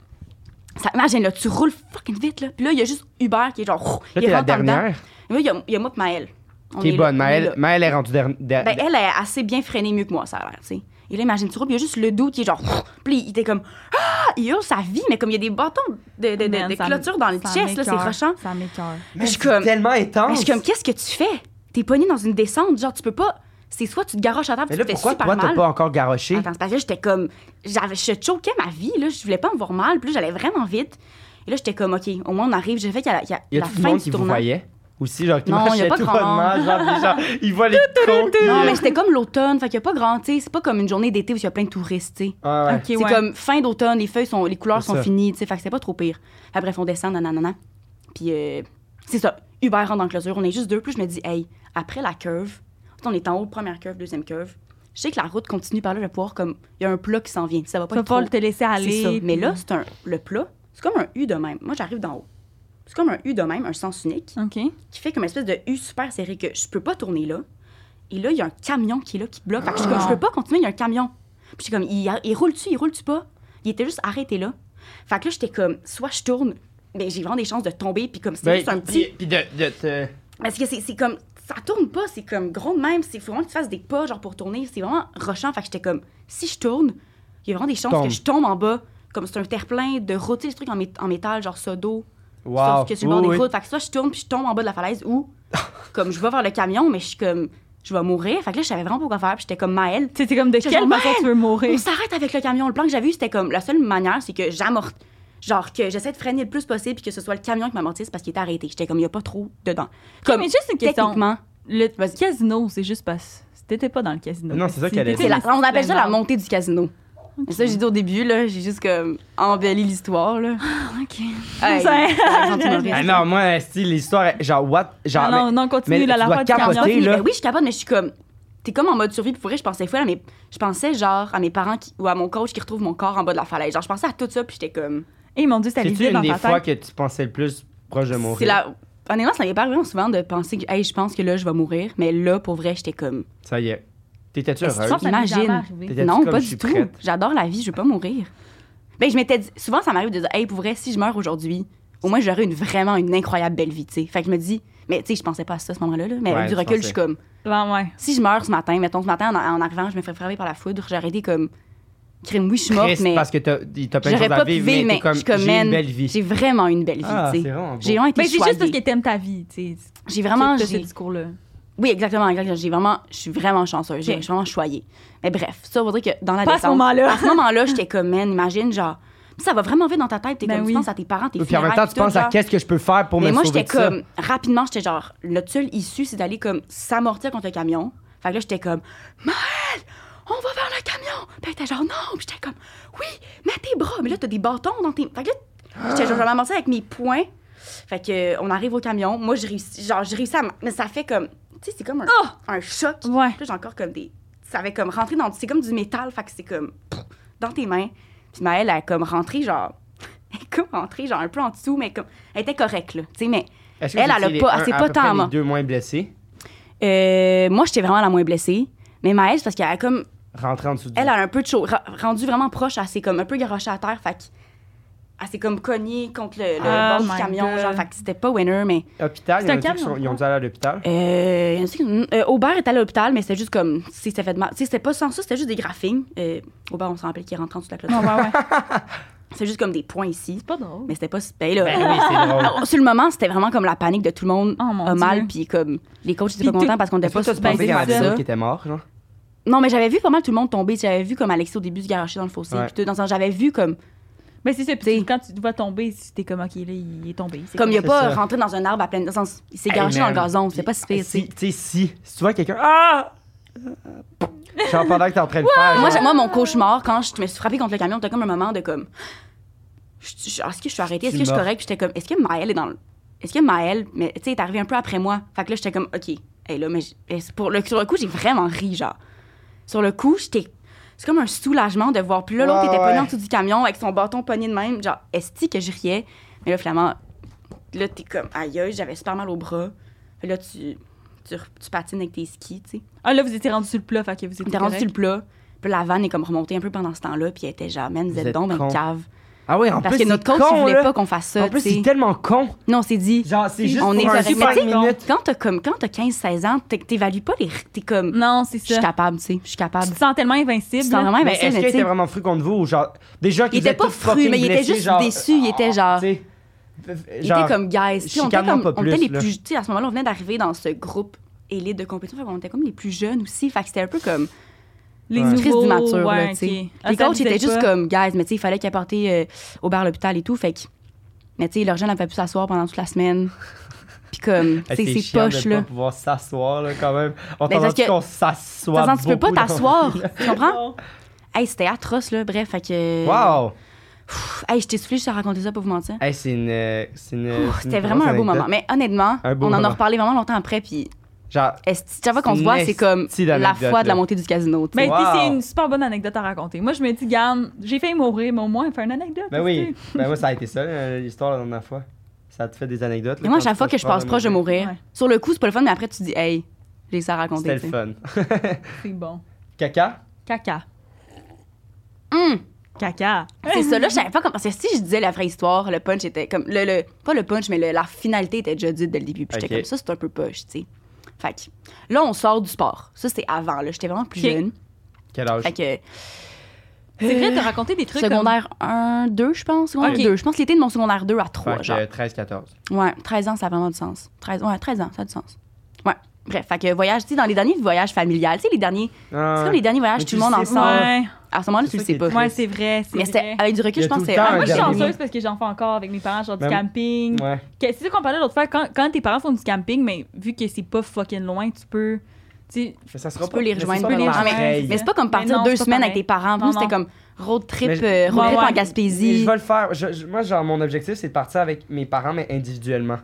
Ça, imagine, là, tu roules fucking vite, là. Puis là, il y a juste Uber qui est genre...
Là,
il
t'es la
rentre en dedans.
dernière
Là, il y a- il y a moi et Maëlle. On
qui est
là,
bonne.
on
Maëlle,
là.
Maëlle est rendue dernière.
Ben, elle est assez bien freinée mieux que moi, ça a l'air, tu sais. Et là, imagine, tu roules, puis il y a juste le dos qui est genre. Puis il était comme. Ah! Il hurle sa vie, mais comme il y a des bâtons de, de, de,
Man,
de
ça
clôture dans le
ça
chest, là, c'est
m'écoeure.
rochant.
Ça m'écoeure.
Mais
je suis
c'est
comme-
tellement intense.
Mais je suis comme, qu'est-ce que tu fais? T'es pogné dans une descente, genre, tu peux pas. C'est soit tu te garoches à table,
Mais
tu
là,
te fais
pourquoi
super
toi, t'as
mal.
pas encore garoché?
Attends, c'est parce que là, j'étais comme. J'avais, je choquais ma vie, là. Je voulais pas me voir mal, puis là, j'allais vraiment vite. Et là, j'étais comme, OK, au moins, on arrive. J'ai fait qu'il y a, la- il y a
Y a
la
tout le
fin
monde
du
qui vous
tournant.
voyait? Aussi, genre, qui
Non, y a
marchait
pas
tout
grand
bonnement, genre, les gens, ils voient les troncs.
Non,
puis,
mais
euh,
c'était comme l'automne, fait qu'il y a pas grand, tu sais. C'est pas comme une journée d'été où il y a plein de touristes, tu sais.
Ah ouais.
Ok,
C'est
ouais.
comme fin d'automne, les feuilles sont, les couleurs
C'est
sont
ça.
finies, tu sais, fait que c'est pas trop pire. Après, bref, on descend, nanana. Puis euh, c'est ça, Uber rentre en clôture, on est juste deux, plus je me dis, hey, après la curve, on est en haut, première curve, deuxième curve, je sais que la route continue par là, je vais pouvoir comme, il y a un plat qui s'en vient, ça va
Tu
pas
vas
être trop.
pas te laisser aller.
C'est ça. Mais là, c'est un, le plat, c'est comme un U de même. Moi, j'arrive d'en haut. C'est comme un U de même, un sens unique,
OK.
qui fait comme une espèce de U super serré que je peux pas tourner là. Et là, il y a un camion qui est là, qui bloque. Fait que je suis
Ah.
comme, je peux pas continuer, il y a un camion. Puis j'étais comme, il, il roule-tu, il roule-tu pas? Il était juste arrêté là. Fait que là, j'étais comme, soit je tourne, mais j'ai vraiment des chances de tomber, puis comme c'était
Ben,
juste un
puis-
petit.
Puis de, de te-
Parce que c'est c'est comme, ça tourne pas, c'est comme gros de même, c'est faut vraiment que tu fasses des pas, genre pour tourner, c'est vraiment rochant. Fait que j'étais comme, si je tourne, il y a vraiment des chances
Tombe.
que je tombe en bas. Comme c'est un terre-plein de route, tu sais, le truc en, mét- en métal, genre sodo.
Wow.
Sauf que sur le
Oui,
bord
oui.
des routes. Fait que soit je tourne puis je tombe en bas de la falaise ou comme je vais vers le camion, mais je suis comme je vais mourir. Fait que là, je savais vraiment pas quoi faire. Puis j'étais comme Maëlle.
Tu sais, c'est comme de
Je
quelle façon
suis mal.
tu veux
On
mourir?
s'arrête avec le camion. Le plan que j'avais eu, c'était comme la seule manière, c'est que j'amorte. Genre que j'essaie de freiner le plus possible puis que ce soit le camion qui m'amortisse parce qu'il était arrêté. J'étais comme il y a pas trop dedans. Comme
mais juste une question.
techniquement,
Le
Vas-y.
casino, c'est juste parce que t'étais pas dans le casino.
Non, c'est ça qu'elle a
T'étais
dit.
c'est la-
dans-
on appelle ça la
dans-
montée du casino. Ça, j'ai dit au début, là, j'ai juste comme embelli l'histoire, là.
Ok. Ça-
Hey, c'est un grand humoriste.
Ah non, moi, si l'histoire, est- genre, what? Genre,
non, non, continue
mais
la,
tu
la
dois
fois du
capoter,
camion.
là.
Ben oui, je capable, mais je suis comme. T'es comme en mode survie, puis pour vrai, je pensais fou, là, mais je pensais genre à mes parents qui- ou à mon coach qui retrouve mon corps en bas de la falaise. Genre, je pensais à tout ça, puis j'étais comme.
Et Eh, mon dieu, ça
c'est-tu
lisait
une
dans
des
ta
fois
tête.
que tu pensais le plus proche de mourir?
C'est la. Honnêtement, ça m'est pas vraiment souvent de penser que, hey, je pense que là, je vais mourir, mais là, pour vrai, j'étais comme.
Ça y est. T'étais-tu
Est-ce que
heureuse?
Ça, ça m'est jamais
Imagine.
arrivé.
T'étais- T'as-tu
Non,
comme,
pas
je suis
du tout.
prête?
J'adore la vie, je veux pas mourir. Ben, je m'étais dit. Souvent, ça m'arrive de dire, hey, pour vrai, si je meurs aujourd'hui, au moins, j'aurais une, vraiment une incroyable belle vie, tu sais. Fait que je me dis, mais tu sais, je pensais pas à ça à ce moment-là, là, mais
Ouais,
avec du
tu
recul, je
pensais.
suis comme.
Ouais, ouais.
si je meurs ce matin, mettons ce matin en, en arrivant, je me ferais frapper par la foudre, j'aurais été comme crime, oui, je suis morte,
Triste,
mais
parce que t'as t'as plein de
j'aurais
choses à
pas pu
vivre,
vivre,
mais
mais
t'es comme,
je suis comme,
j'ai
man,
une belle vie.
j'ai vraiment une belle vie,
Ah,
tu
c'est
sais.
vraiment beau.
J'ai vraiment été
Mais c'est juste parce
choyée.
que t'aimes ta vie, tu sais.
J'ai vraiment
T'as ce
j'ai-
discours-là.
oui, exactement, exactement, j'ai vraiment je suis vraiment chanceuse, j'ai-
Ok.
je suis vraiment choyée. Mais bref, ça voudrait que dans la
Pas à ce
descente,
moment-là.
à ce moment-là, j'étais comme man, imagine genre ça va vraiment vite dans ta tête, t'es
Ben
comme
oui.
tu penses à tes parents, tes
Puis en même
funérailles,
temps, tu
puis tout,
penses à
genre.
qu'est-ce que je peux faire pour
Mais
me
moi,
sauver
j'étais
de ça?
comme, rapidement, j'étais genre, notre seule issue, c'est d'aller comme s'amortir contre le camion. Fait que là, j'étais comme, Maël, on va vers le camion. Puis elle était genre, non. Puis j'étais comme, oui, mets tes bras. Mais là, t'as des bâtons dans tes. Fait que là, j'étais genre, je vais m'amortir avec mes poings. Fait que, euh, on arrive au camion. Moi, je réussis, genre, je réussis à. m- Mais ça fait comme, tu sais, c'est comme un,
Oh!
un choc. Puis
Ouais.
là, j'ai encore comme des. Ça avait comme rentré dans. C'est comme du métal. Fait que c'est comme, pff, dans tes mains. Puis Maëlle, elle a comme rentré, genre. Elle est comme rentrée, genre, un peu en dessous, mais comme. Elle était correcte, là. Tu sais, mais.
Est-ce
elle,
vous
elle a
étiez
pas-
les
elle s'est
un- à
pas hein.
peu près
tant
les
mort.
deux moins blessés,
Euh, moi, j'étais vraiment la moins blessée. Mais Maëlle, c'est parce qu'elle a comme.
rentrés en dessous du...
Elle a un peu de chaud. ra- rendu vraiment proche, elle s'est comme un peu garochée à terre. Fait que- elle s'est comme cognée contre le, le
Ah,
bord
my
du camion.
God.
Genre, fait que c'était pas winner, mais.
Hôpital,
C'est
il y en
un
a qui
camion,
sont- ils
quoi.
ont dû aller à l'hôpital.
Euh, il y en a qui- euh, Aubert est allé à l'hôpital, mais c'était juste comme. Tu sais, c'était fait de mal. Tu sais, c'était pas sans ça, c'était juste des graphings. Euh, Aubert, on s'en rappelle qu'il rentre en dessous de la
Ouais, ouais,
clôture.
ouais.
C'est juste comme des points ici.
C'est pas drôle.
Mais c'était pas. Ben là.
Ben oui, c'est drôle.
Sur le moment, c'était vraiment comme la panique de tout le monde
Oh, mon
a mal,
Dieu.
puis comme les coachs étaient
Puis
pas
tout-
contents parce qu'on n'était
Est-ce
pas
que toi, tu pensais
supposé
qu'il y en
faire
avait
ça.
d'autres qui étaient morts, genre?
Non, mais j'avais vu pas mal tout le monde tomber. Tu sais, J'avais vu comme Alexis au début se garocher dans le fossé.
Ouais.
puis tout. Dans le sens, j'avais vu comme.
Mais c'est ça,
T'sais.
puis tu- quand tu te vois tomber, si t'es comme, OK, là, il est tombé. c'est
Comme il a
C'est
pas
ça.
rentré dans un arbre à pleine. Dans le sens, il s'est
Hey,
garoché dans le
man.
gazon. C'est pas si pire, tu sais.
Si, tu sais, si, si tu vois quelqu'un, ah! Genre pendant que t'es en train de le faire.
Moi, j'ai-
genre,
moi, mon cauchemar, quand je me suis frappée contre le camion, t'as comme un moment de comme. je- je- Est-ce que je suis arrêtée? Est-ce que je suis
Mort.
correcte? Puis j'étais comme, est-ce que Maëlle est dans le. Est-ce que Maëlle. Mais tu sais, est arrivée un peu après moi. Fait que là, j'étais comme, OK. Et là, mais j- mais c'est pour le, sur le coup, j'ai vraiment ri, genre. Sur le coup, j'étais. C'est comme un soulagement de voir. Puis là, l'autre
Ouais,
était
ouais.
pogné en dessous du camion avec son bâton pogné de même. Genre, esti que je riais. Mais là, finalement, là, t'es comme, aïe, aïe, j'avais super mal au bras. Là, tu, tu, re- tu patines avec tes skis, tu sais.
Ah, là, vous étiez rendu sur le plat, fait que vous
On
étiez
était rendu sur
correct.
le plat. Puis la vanne est comme remontée un peu pendant ce temps-là. Puis elle était genre, man, vous
Vous
êtes
êtes
donc ben
cons.
cave.
Ah oui, en
Parce
plus,
que notre
c'est
coach,
con,
il voulait
là.
pas qu'on fasse ça.
En plus,
tu sais.
c'est tellement con.
Non, on s'est dit.
Genre, c'est juste
on est
pour un
correct.
super
Mais tu sais,
minute.
Quand t'as comme, quand t'as 15, 16 ans, t'é- t'évalues pas les. T'es comme,
Non, Mm, c'est
je suis
ça.
capable, tu sais, je suis
Tu
capable.
te sens tellement
Tu
invincible.
te
là.
sens vraiment
Mais
imbécile,
est-ce qu'il
mais tu
était
sais.
vraiment fru contre vous ou genre déjà qu'il
Il était pas fru, mais il était juste déçu.
ah,
Il était genre.
Il
Il était comme guys. tu sais, On était,
chicane-moi
comme,
pas
on était
plus,
les
là.
plus. tu sais, à ce moment-là, on venait d'arriver dans ce groupe élite de compétition. Fait qu'on était comme les plus jeunes aussi. Fait que c'était un peu comme.
Les
Ouais.
crise
nouveaux.
d'immature, là,
ouais,
tu sais.
ok. Ah,
Les
ça
coachs
disait
étaient juste
pas.
comme, guys, mais tu sais, il fallait qu'ils apportent euh, au bar à l'hôpital et tout. Fait que, mais tu sais, leurs jeunes n'avaient pas pu s'asseoir pendant toute la semaine. Puis comme, tu sais, c'est poche,
de pas
là.
pouvoir s'asseoir là quand même. On
Ben,
t'entend
parce que-
qu'on
Dans
s'assoit
le sens, tu peux pas
beaucoup dans-
t'asseoir. tu comprends?
Non.
Hey, c'était atroce, là. Bref, fait que.
Wow!
Pff, Hey, je t'ai soufflé, je t'ai raconté ça pour vous mentir.
Hey, c'est une euh, c'est une
Ouh,
c'est une
Oh, C'était vraiment un
grosse
beau moment.
anecdote.
Mais honnêtement,
Un beau
on en a
moment.
reparlé vraiment longtemps après. Puis,
Genre
est-ce- chaque fois qu'on
C'est
se voit,
une
c'est comme
esti
la
d'anecdote,
foi de
là.
la montée du casino. tu sais.
Mais
Wow.
tu sais, c'est une super bonne anecdote à raconter. Moi, je me dis, garde, j'ai failli mourir, mais au moins, faire une anecdote.
ben
tu
oui,
sais.
ben moi ça a été ça là, l'histoire la dernière fois. Ça te fait des anecdotes là,
Mais moi,
quand
chaque
tu
fois
passes
que je passe proche de mourir,
Ouais.
sur le coup, c'est pas le fun, mais après, tu dis, hey, Je les ai racontés.
C'était le
tu sais.
fun.
C'est bon.
Caca?
Caca.
Hum!
Caca.
C'est ça, là, je savais pas comment. c'est- Si je disais la vraie histoire, le punch était comme. Le, le- pas le punch, mais le- la finalité était déjà dite dès le début. Puis j'étais
Ok.
comme ça, c'est un peu poche, tu sais. Fait que là, on sort du sport. Ça, c'était avant, là. J'étais vraiment plus
Ok.
jeune.
Quel âge?
Fait que.
C'est vrai de
Euh,
raconter des trucs
secondaire 1, 2, je pense. Secondaire
Ok.
2. Je pense l'été de mon secondaire 2 à 3,
Fait que,
genre.
euh, 13-14.
Ouais, 13 ans, ça a vraiment du sens. 13, ouais, 13 ans, ça a du sens. Ouais. Bref, fait que voyage, tu sais, dans les derniers voyages familiales, tu sais, les derniers.
Ah,
C'est comme les derniers voyages,
Mais
tout
tu
le monde
le sais
comme...
pas.
ensemble.
Ouais.
À ce moment-là,
C'est
tu le
ça qui
sais
est
pas.
triste.
Ouais, c'est vrai, c'est
Mais
vrai.
c'était avec du
Il
recul,
y a
je pense
tout
que
le
c'est.
temps
Ah, moi, je suis
Dernier.
chanceuse parce que j'en fais encore avec mes parents, genre du
Ben,
camping.
Ouais.
Que- C'est ça qu'on parlait l'autre fois, quand, quand tes parents font du camping, mais vu que c'est pas fucking loin, tu peux. Tu sais,
Mais ça sera
Tu
pas-
peux
mais
les
c'est
rejoindre
pas
par
pareil.
là.
Mais-
Mais c'est pas comme partir
non,
deux
c'est pas
semaines avec
pareil.
tes parents.
Non,
Nous, c'était
non.
comme road trip,
Mais je-
euh, road
Ouais,
trip
ouais.
en Gaspésie.
Je vais le faire. Je- je- moi, genre, mon objectif, c'est de partir avec mes parents, mais individuellement.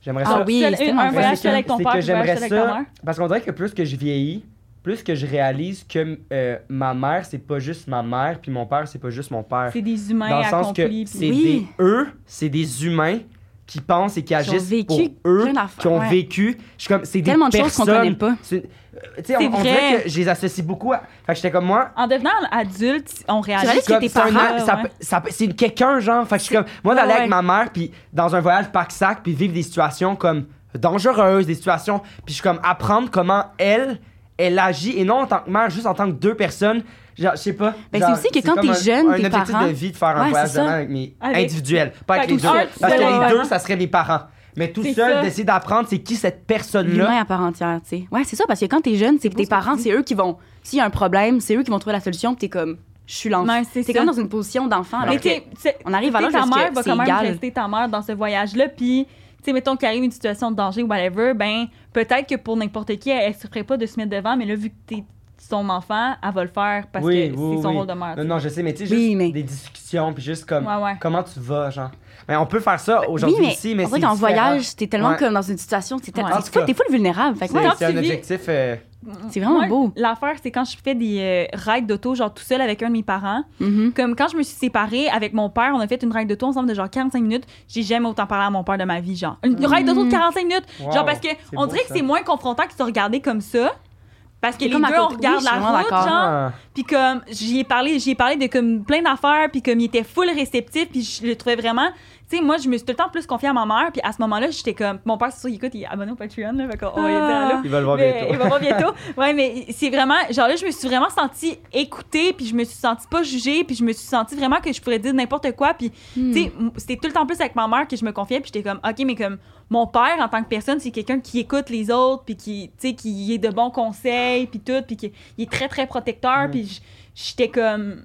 J'aimerais
Ah
ça.
oui,
seul-
c'est
un,
tellement
un voyage
C'est
seul
que-
avec ton
c'est
père,
que
un voyage
j'aimerais
seul avec ta
ça.
mère.
Parce qu'on dirait que plus que je vieillis, plus que je réalise que euh, ma mère, c'est pas juste ma mère, puis mon père, c'est pas juste mon père.
C'est des humains
Dans le sens que
accomplis.
c'est
puis-
Oui.
des eux, c'est des humains qui pensent et qui
ont
agissent
vécu
pour eux,
plein d'affaires,
qui ont
ouais.
vécu. Je suis comme, c'est des
Tellement de choses qu'on
personnes.
connaît pas.
C'est- euh, tu sais, on,
C'est
on dirait
vrai.
que je les associe beaucoup. À... Fait que j'étais comme moi,
En devenant adulte, on
Tu
réalise.
réalises que
comme
tes
c'est un
parents,
an- ça
ouais.
peut- ça peut- c'est une quelqu'un genre fait que je suis comme moi d'aller
Ouais, ouais.
avec ma mère puis dans un voyage pack sac puis vivre des situations comme dangereuses des situations puis je suis comme apprendre comment elle elle agit et non en tant que mère juste en tant que deux personnes genre je sais pas
Ben,
genre,
c'est aussi que quand
comme
t'es
un-
jeune,
un
tes
objectif
parents-
de vie de faire un
Ouais,
voyage de
c'est ça.
même avec mes
Avec-
individuels pas avec
Fait
les
que
deux
tout
seul,
parce que
ouais, ouais.
les deux ça serait mes parents mais tout
C'est
seul
ça.
d'essayer d'apprendre c'est qui cette personne là
L'humain à part entière, tu sais. Ouais, c'est ça, parce que quand t'es jeune, c'est que
beau
tes
ce que tu
parents,
dis.
c'est eux qui vont. S'il y a un problème, c'est eux qui vont trouver la solution, puis t'es comme, je suis l'enfant.
Ouais, c'est
T'es
ça.
comme dans une position d'enfant. alors
Ah, Mais
que
tu sais, tu sais,
on arrive à
tu
l'âge
sais,
où
ta
est-ce que
mère va
c'est
quand même
égal.
rester ta mère dans ce voyage-là, puis tu sais, mettons qu'il arrive une situation de danger ou whatever, ben peut-être que pour n'importe qui, elle, ne se ferait pas de se mettre devant, mais là, vu que t'es son enfant, elle va le faire parce
Oui,
que
oui,
c'est son
oui.
rôle de mère.
non, non je sais mais tu sais
Oui,
juste
mais-
des discussions puis juste comme
Ouais, ouais.
Comment tu vas, genre? Mais on peut faire ça aujourd'hui
Ben, oui, mais
aussi, mais
en
c'est
fait,
différent.
en voyage, t'es tellement
Ouais.
comme dans une situation, t'es
Ouais.
tellement.
En
t'es
tout cas,
full- T'es full vulnérable. Fait que
C'est
ouais,
quand
c'est un
tu vis-
objectif... euh,
c'est vraiment
Moi,
beau.
L'affaire, c'est quand je fais des euh, rides d'auto, genre tout seul avec un de mes parents.
Mhm.
Comme quand je me suis séparée avec mon père, on a fait une ride d'auto ensemble de genre 45 minutes. J'ai jamais autant parlé à mon père de ma vie, genre.
Mm.
Une ride d'auto de 45 minutes.
Wow,
genre parce que
c'est
on
beau,
dirait que
ça.
c'est moins confrontant que de se regarder comme ça. Parce que
C'est
les deux,
comme à
on
côté. Oui,
regarde
je suis
la
vraiment
route,
d'accord.
genre.
ah,
Puis comme, j'y ai parlé, j'y ai parlé de comme plein d'affaires, puis comme il était full réceptif, puis je le trouvais vraiment... Tu sais, moi, je me suis tout le temps plus confiée à ma mère, puis à ce moment-là, j'étais comme... Mon père, c'est sûr, il écoute, il est abonné au Patreon, là, fait qu'on on va lui dire,
Ah.
allô.
Ils veulent voir
Mais-
bientôt.
Il va voir bientôt. Ouais, mais c'est vraiment. Genre là, je me suis vraiment sentie écoutée, puis je me suis sentie pas jugée, puis je me suis sentie vraiment que je pourrais dire n'importe quoi. Puis,
Mm-hmm.
Mm.
tu sais, m- c'était tout le temps plus avec ma mère que je me confiais, puis j'étais comme, OK, mais comme mon père, en tant que personne, c'est quelqu'un qui écoute les autres, puis qui, tu sais, qui est de bons conseils, puis tout, puis qui il est très, très protecteur,
Mm.
puis j- j'étais comme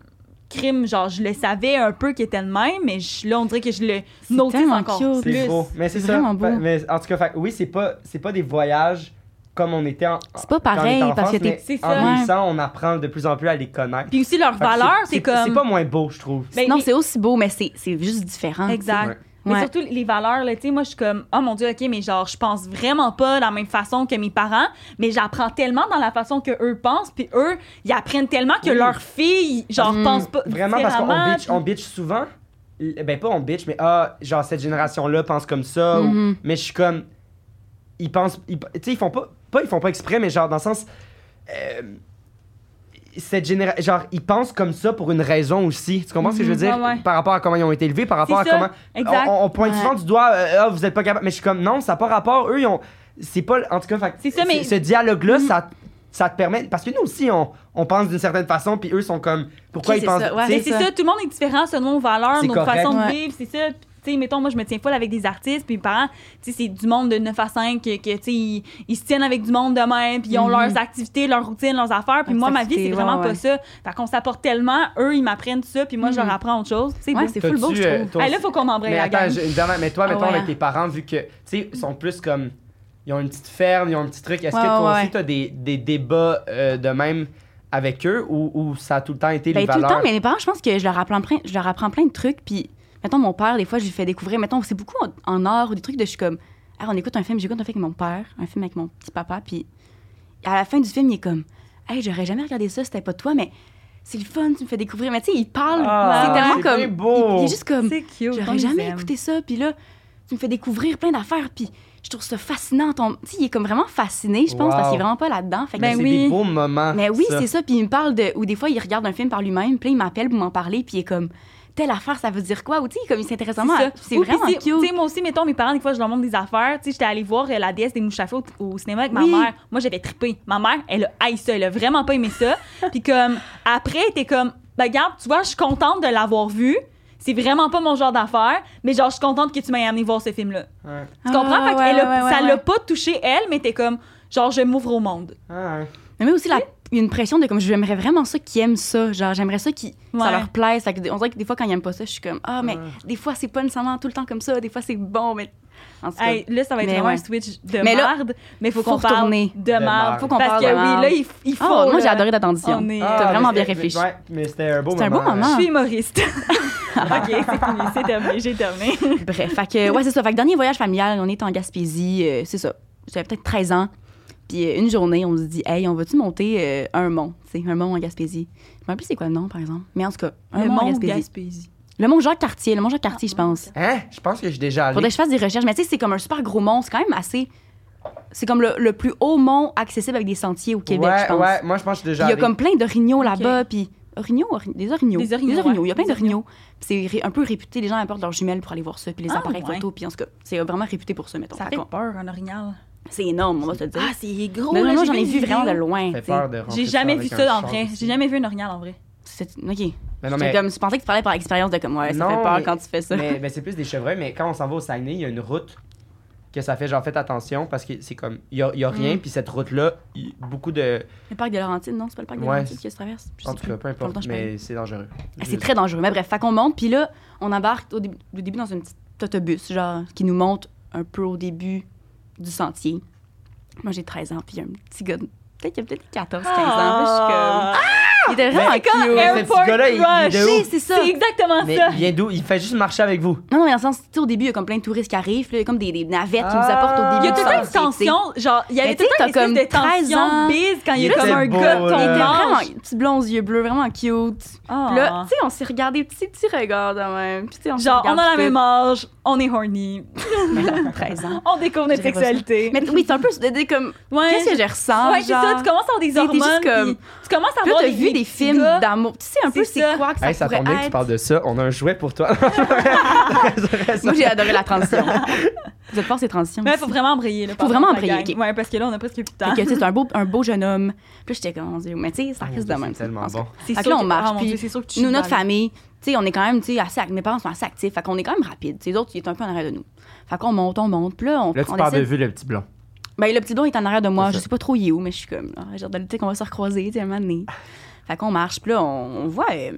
crime, genre je le savais un peu qu'il était le même, mais je- là on dirait que je le
C'est
notice
tellement
encore
cute.
C'est
plus.
beau. Mais c'est
C'est
ça.
vraiment beau.
Fait- Mais en tout cas, fait- oui, c'est pas, c'est pas des voyages comme on était en.
C'est pas
quand on était
pareil,
en
parce que
France,
t'es.
C'est
mais En
ça.
vieillissant, on apprend de plus en plus à les connaître.
Puis aussi leurs
Fait que
valeurs, c'est comme
C'est pas moins beau, je trouve.
Ben,
Non,
mais-
c'est aussi beau, mais c'est c'est juste différent.
Exact.
Ouais.
Mais
Ouais.
surtout les valeurs, là, tu sais, moi, je suis comme, oh mon Dieu, OK, mais genre, je pense vraiment pas de la même façon que mes parents, mais j'apprends tellement dans la façon que eux pensent, puis eux, ils apprennent tellement que
Oui.
leurs filles, genre,
Mm.
pensent pas.
Vraiment, parce qu'on
différemment,
bitch, on bitch souvent. L- Ben, pas on bitch, mais ah, genre, cette génération-là pense comme ça. ou-
Mm-hmm.
Mhm.
mais je suis comme. Ils pensent. ils- tu sais, ils font pas. Pas ils font pas exprès, mais genre, dans le sens. euh, cette génération. Genre, ils pensent comme ça pour une raison aussi. Tu comprends ce que je veux
Mhm,
dire?
ouais, ouais.
Par rapport à comment ils ont été élevés, par rapport à
C'est ça,
comment.
puis- Exact.
On, on pointe
Ouais.
souvent du doigt, euh, ah, vous êtes pas capable. Mais je suis comme, non, ça n'a pas rapport. Eux, ils ont. C'est pas. En tout cas, fait que
C'est ça,
ce-
mais- Mm-hmm.
ce dialogue-là, ça, ça te permet. Parce que nous aussi, on, on pense d'une certaine façon, puis eux sont comme. Pourquoi
Ok,
ils
c'est
pensent.
ça, ouais.
tu sais,
Mais c'est ça. tout le monde est différent selon nos valeurs,
C'est
nos
correct.
façons de
Ouais.
vivre, c'est ça. Puis, Tu sais, mettons, moi, je me tiens full avec des artistes, puis mes parents, tu sais, c'est du monde de 9 à 5, que, que, tu sais, ils, ils se tiennent avec du monde de même, puis ils ont
Mhm.
leurs activités, leurs routines, leurs affaires, puis moi, ma vie, c'est
Activités,
vraiment
ouais,
pas ça. Fait qu'on s'apporte tellement, eux, ils m'apprennent ça, puis moi, je leur
Mhm.
apprends autre chose. C'est
Ouais,
beau.
c'est full beau,
T'as-tu,
je
euh,
trouve.
toi
Ah,
aussi-
là, faut qu'on embraye
Mais
la
attends,
gang.
j'ai une dernière. Mais toi,
Ah
mettons,
ouais.
avec tes parents, vu que, tu sais, ils sont plus comme. Ils ont une petite ferme, ils ont un petit truc. Est-ce
Ouais,
que toi
ouais,
aussi,
ouais.
t'as des, des débats euh, de même avec eux ou, ou ça a tout le temps été les
Ben, tout le
valeurs?
temps, mais mes parents, je pense que je leur apprends plein, je leur apprends plein de trucs. Puis, mettons, mon père, des fois, je lui fais découvrir. Mettons, c'est beaucoup en, en art ou des trucs de je suis comme, ah, on écoute un film, j'écoute un film avec mon père, un film avec mon petit papa. Puis, à la fin du film, il est comme, hey, j'aurais jamais regardé ça, c'était pas toi, mais c'est le fun, tu me fais découvrir. Mais tu sais, il parle,
Ah,
c'est
ouais.
tellement
C'est
comme.
bien beau.
Il, il est juste comme,
C'est cute. on
j'aurais
les
jamais
aime.
écouté ça. Puis là, tu me fais découvrir plein d'affaires, puis je trouve ça fascinant. Ton... Tu sais, il est comme vraiment fasciné, je
Wow.
pense, parce qu'il est vraiment pas là-dedans. Fait que-
Ben
c'est
oui.
des beaux moments.
mais oui,
Ah, ça.
c'est ça. Puis il me parle de. Ou des fois, il regarde un film par lui-même, puis là, il m'appelle pour m'en parler, puis il est comme telle affaire, ça veut dire quoi? Ou tu sais, comme il s'intéresse vraiment à-
ça.
C'est
Ou puis
vraiment
si- tu
cute.
sais, moi aussi, mettons, mes parents, des fois, je leur montre des affaires. Tu sais, j'étais allée voir euh, La déesse des mouches à feu au, au cinéma avec
Oui.
ma mère. Moi, j'avais trippé. Ma mère, elle a haï ça. Elle a vraiment pas aimé ça. Puis comme, après, elle était comme, ben, regarde, tu vois, je suis contente de l'avoir vu. C'est vraiment pas mon genre d'affaire, mais genre, je suis contente que tu m'aies amené voir ce film-là.
Ouais.
Tu comprends?
Ah,
fait
ouais,
qu'elle a-
ouais, ouais,
ça
ouais.
l'a pas touché, elle, mais t'es comme, genre, je m'ouvre au monde.
Ah, ouais.
Mais même aussi, la- une pression de comme j'aimerais vraiment ça qu'ils aiment ça. Genre, j'aimerais ça qu'ils
Ouais.
ça leur plaise. Fait que, on dirait que des fois, quand ils aiment pas ça, je suis comme Ah, mais
Ouais.
des fois, c'est pas nécessairement tout le temps comme ça. Des fois, c'est bon, mais. En tout cas,
Hey, là, ça va être
Mais
vraiment
ouais.
un switch de
Mais là,
merde, mais faut
faut
qu'on parle
retourner.
de merde.
merde. Faut
qu'on
Parce
parle
que
de
oui,
merde.
là, il, f- il faut.
Ah, moi, j'ai
là.
adoré ta tension.
On est-
Ah,
T'as
mais
vraiment bien
c'était-
réfléchi.
Ouais, mais c'était un beau moment.
C'était un beau moment.
Je suis humoriste. ok, c'est fini, c'est terminé, j'ai terminé.
Bref, fait que, ouais, c'est ça. Fait que dernier voyage familial, on est en Gaspésie, euh, c'est ça. J'avais peut-être 13 ans. Puis euh, une journée, on se dit, hey, on va-tu monter euh, un mont, tu sais, un mont en Gaspésie. Je me rappelle plus c'est quoi le nom, par exemple. Mais en tout cas, un mont en Gaspésie. Le mont Jacques Cartier, le mont Jacques Cartier, je pense.
Hein? Je pense que je suis déjà allé.
Faudrait que je fasse des recherches, mais tu sais, c'est comme un super gros mont, c'est quand même assez. C'est comme le, le plus haut mont accessible avec des sentiers au Québec,
ouais,
je pense.
ouais, moi je pense que je suis déjà
Puis Il y a
allé.
comme plein d'orignaux là-bas, puis orignaux, ori- des orignaux.
Des orignaux, ouais.
Il y a plein
Des
d'orignaux. Puis c'est ré- un peu réputé, les gens apportent leurs jumelles pour aller voir ça, puis les
Ah,
appareils
ouais.
photo, puis en tout cas, c'est vraiment réputé pour ça, mettons.
Ça
Fait
fait
qu'on-
peur, un orignal.
C'est énorme, on va te le dire.
c'est gros.
Mais
là,
moi, j'en ai
une
vu vraiment de
vidéo.
loin.
Ça fait
tu sais.
peur de rentrer
J'ai jamais
avec
vu
un
ça en
char
vrai.
ici.
J'ai jamais vu un orignal en vrai.
C'est- OK.
Mais non,
J'étais
mais,
comme, je pensais que tu parlais par expérience de comme, ouais, ça
Non,
fait peur
mais-
quand tu fais ça.
mais, mais c'est plus des chevreuils. Mais quand on s'en va au Saguenay, il y a une route que ça fait genre faites attention parce que c'est comme il y a, il y a
Mm.
rien, puis cette route-là, il- beaucoup de.
Le parc de Laurentine, non? C'est pas le parc de
Ouais.
Laurentine que tu traverses? Je
En
sais
tout
plus.
cas, peu
Dans le temps,
importe,
je parlais.
mais c'est dangereux.
Ah, C'est
Juste.
très dangereux. Mais bref, fait qu'on monte, puis là, on embarque au début, au début dans un petit autobus, genre, qui nous monte un peu au début du sentier. Moi, j'ai 13 ans, puis il y a un petit gars, de- peut-être qu'il a peut-être 14, 15 ans.
Ah!
là, je suis comme. Il était vraiment
Mais-
cute.
Mais ce
Airport
gars-là, il- il est de
Caché,
où?
c'est ça.
C'est exactement
Mais
ça.
il vient d'où? Il fait juste marcher avec vous.
Non, non, mais dans le sens, tu sais, au début, il y a comme plein de touristes qui arrivent, puis là, il y a comme des, des navettes qui nous apportent au
Ah.
début.
Il y a tout
du
le temps une
sentier, tu sais.
tension, genre, il y avait
Mais
tout le temps une
t'sais,
espèce
t'as
de
comme 13
tension
ans.
bise quand il y a
Il
comme
était
un
beau,
gars
euh,
Il était
Ah.
vraiment
de
petit blond aux yeux bleus, vraiment cute. Puis là, tu sais, on s'est regardé petit, petit regard de même. Puis tu sais, on s'est
Ah. Genre, on
regardé
a la
tout.
même âge, on est horny,
13 ans.
on découvre notre
J'irais pas
sexualité.
Mais oui, c'est un peu de- de- comme
Ouais.
qu'est-ce que je ressens
Ouais, c'est
genre.
ça, tu commences à avoir des
T'es- t'es juste
hormones.
comme-
puis Tu commences à
Puis là,
avoir
t'as vu des
petits
films
gars.
d'amour. Tu sais un peu
C'est
c'est
ça.
quoi que ça
Hey, ça
pourrait
tombe bien que tu
être.
parles de ça. On a un jouet pour toi.
Moi, j'ai adoré la transition. Vous êtes fort ces transitions.
Mais faut vraiment embrayer. Là,
Faut vraiment
par contre, la
embrayer,
gang.
ok.
Ouais, parce que là, on a presque plus de temps.
Fait que, tu sais, c'est un beau, un beau jeune homme. Puis là, j'étais comme, mon Dieu, mais tu sais, ça reste de même.
Ah, C'est tellement
En tout cas,
bon.
C'est
Fait que
sûr
là, on
que-
marche,
ah, mon
puis
Dieu, c'est sûr que tu
Nous, notre
vas
famille, tu sais, on est quand même, tu sais, assez, act- mes parents sont assez actifs. Fait qu'on est quand même rapide. Tu sais, Les autres, ils étaient un peu en arrière de nous. Fait qu'on monte, on monte. Puis là, on,
Là, tu
on
pars de
essaie-
vue le petit blond.
Ben, le petit blond est en arrière de moi.
C'est
Je
ça.
sais pas trop il est où, mais je suis comme, ah, j'ai hâte de- tu sais, qu'on va se recroiser, tu sais, un moment donné. Fait qu'on marche, puis là, on, on voit euh,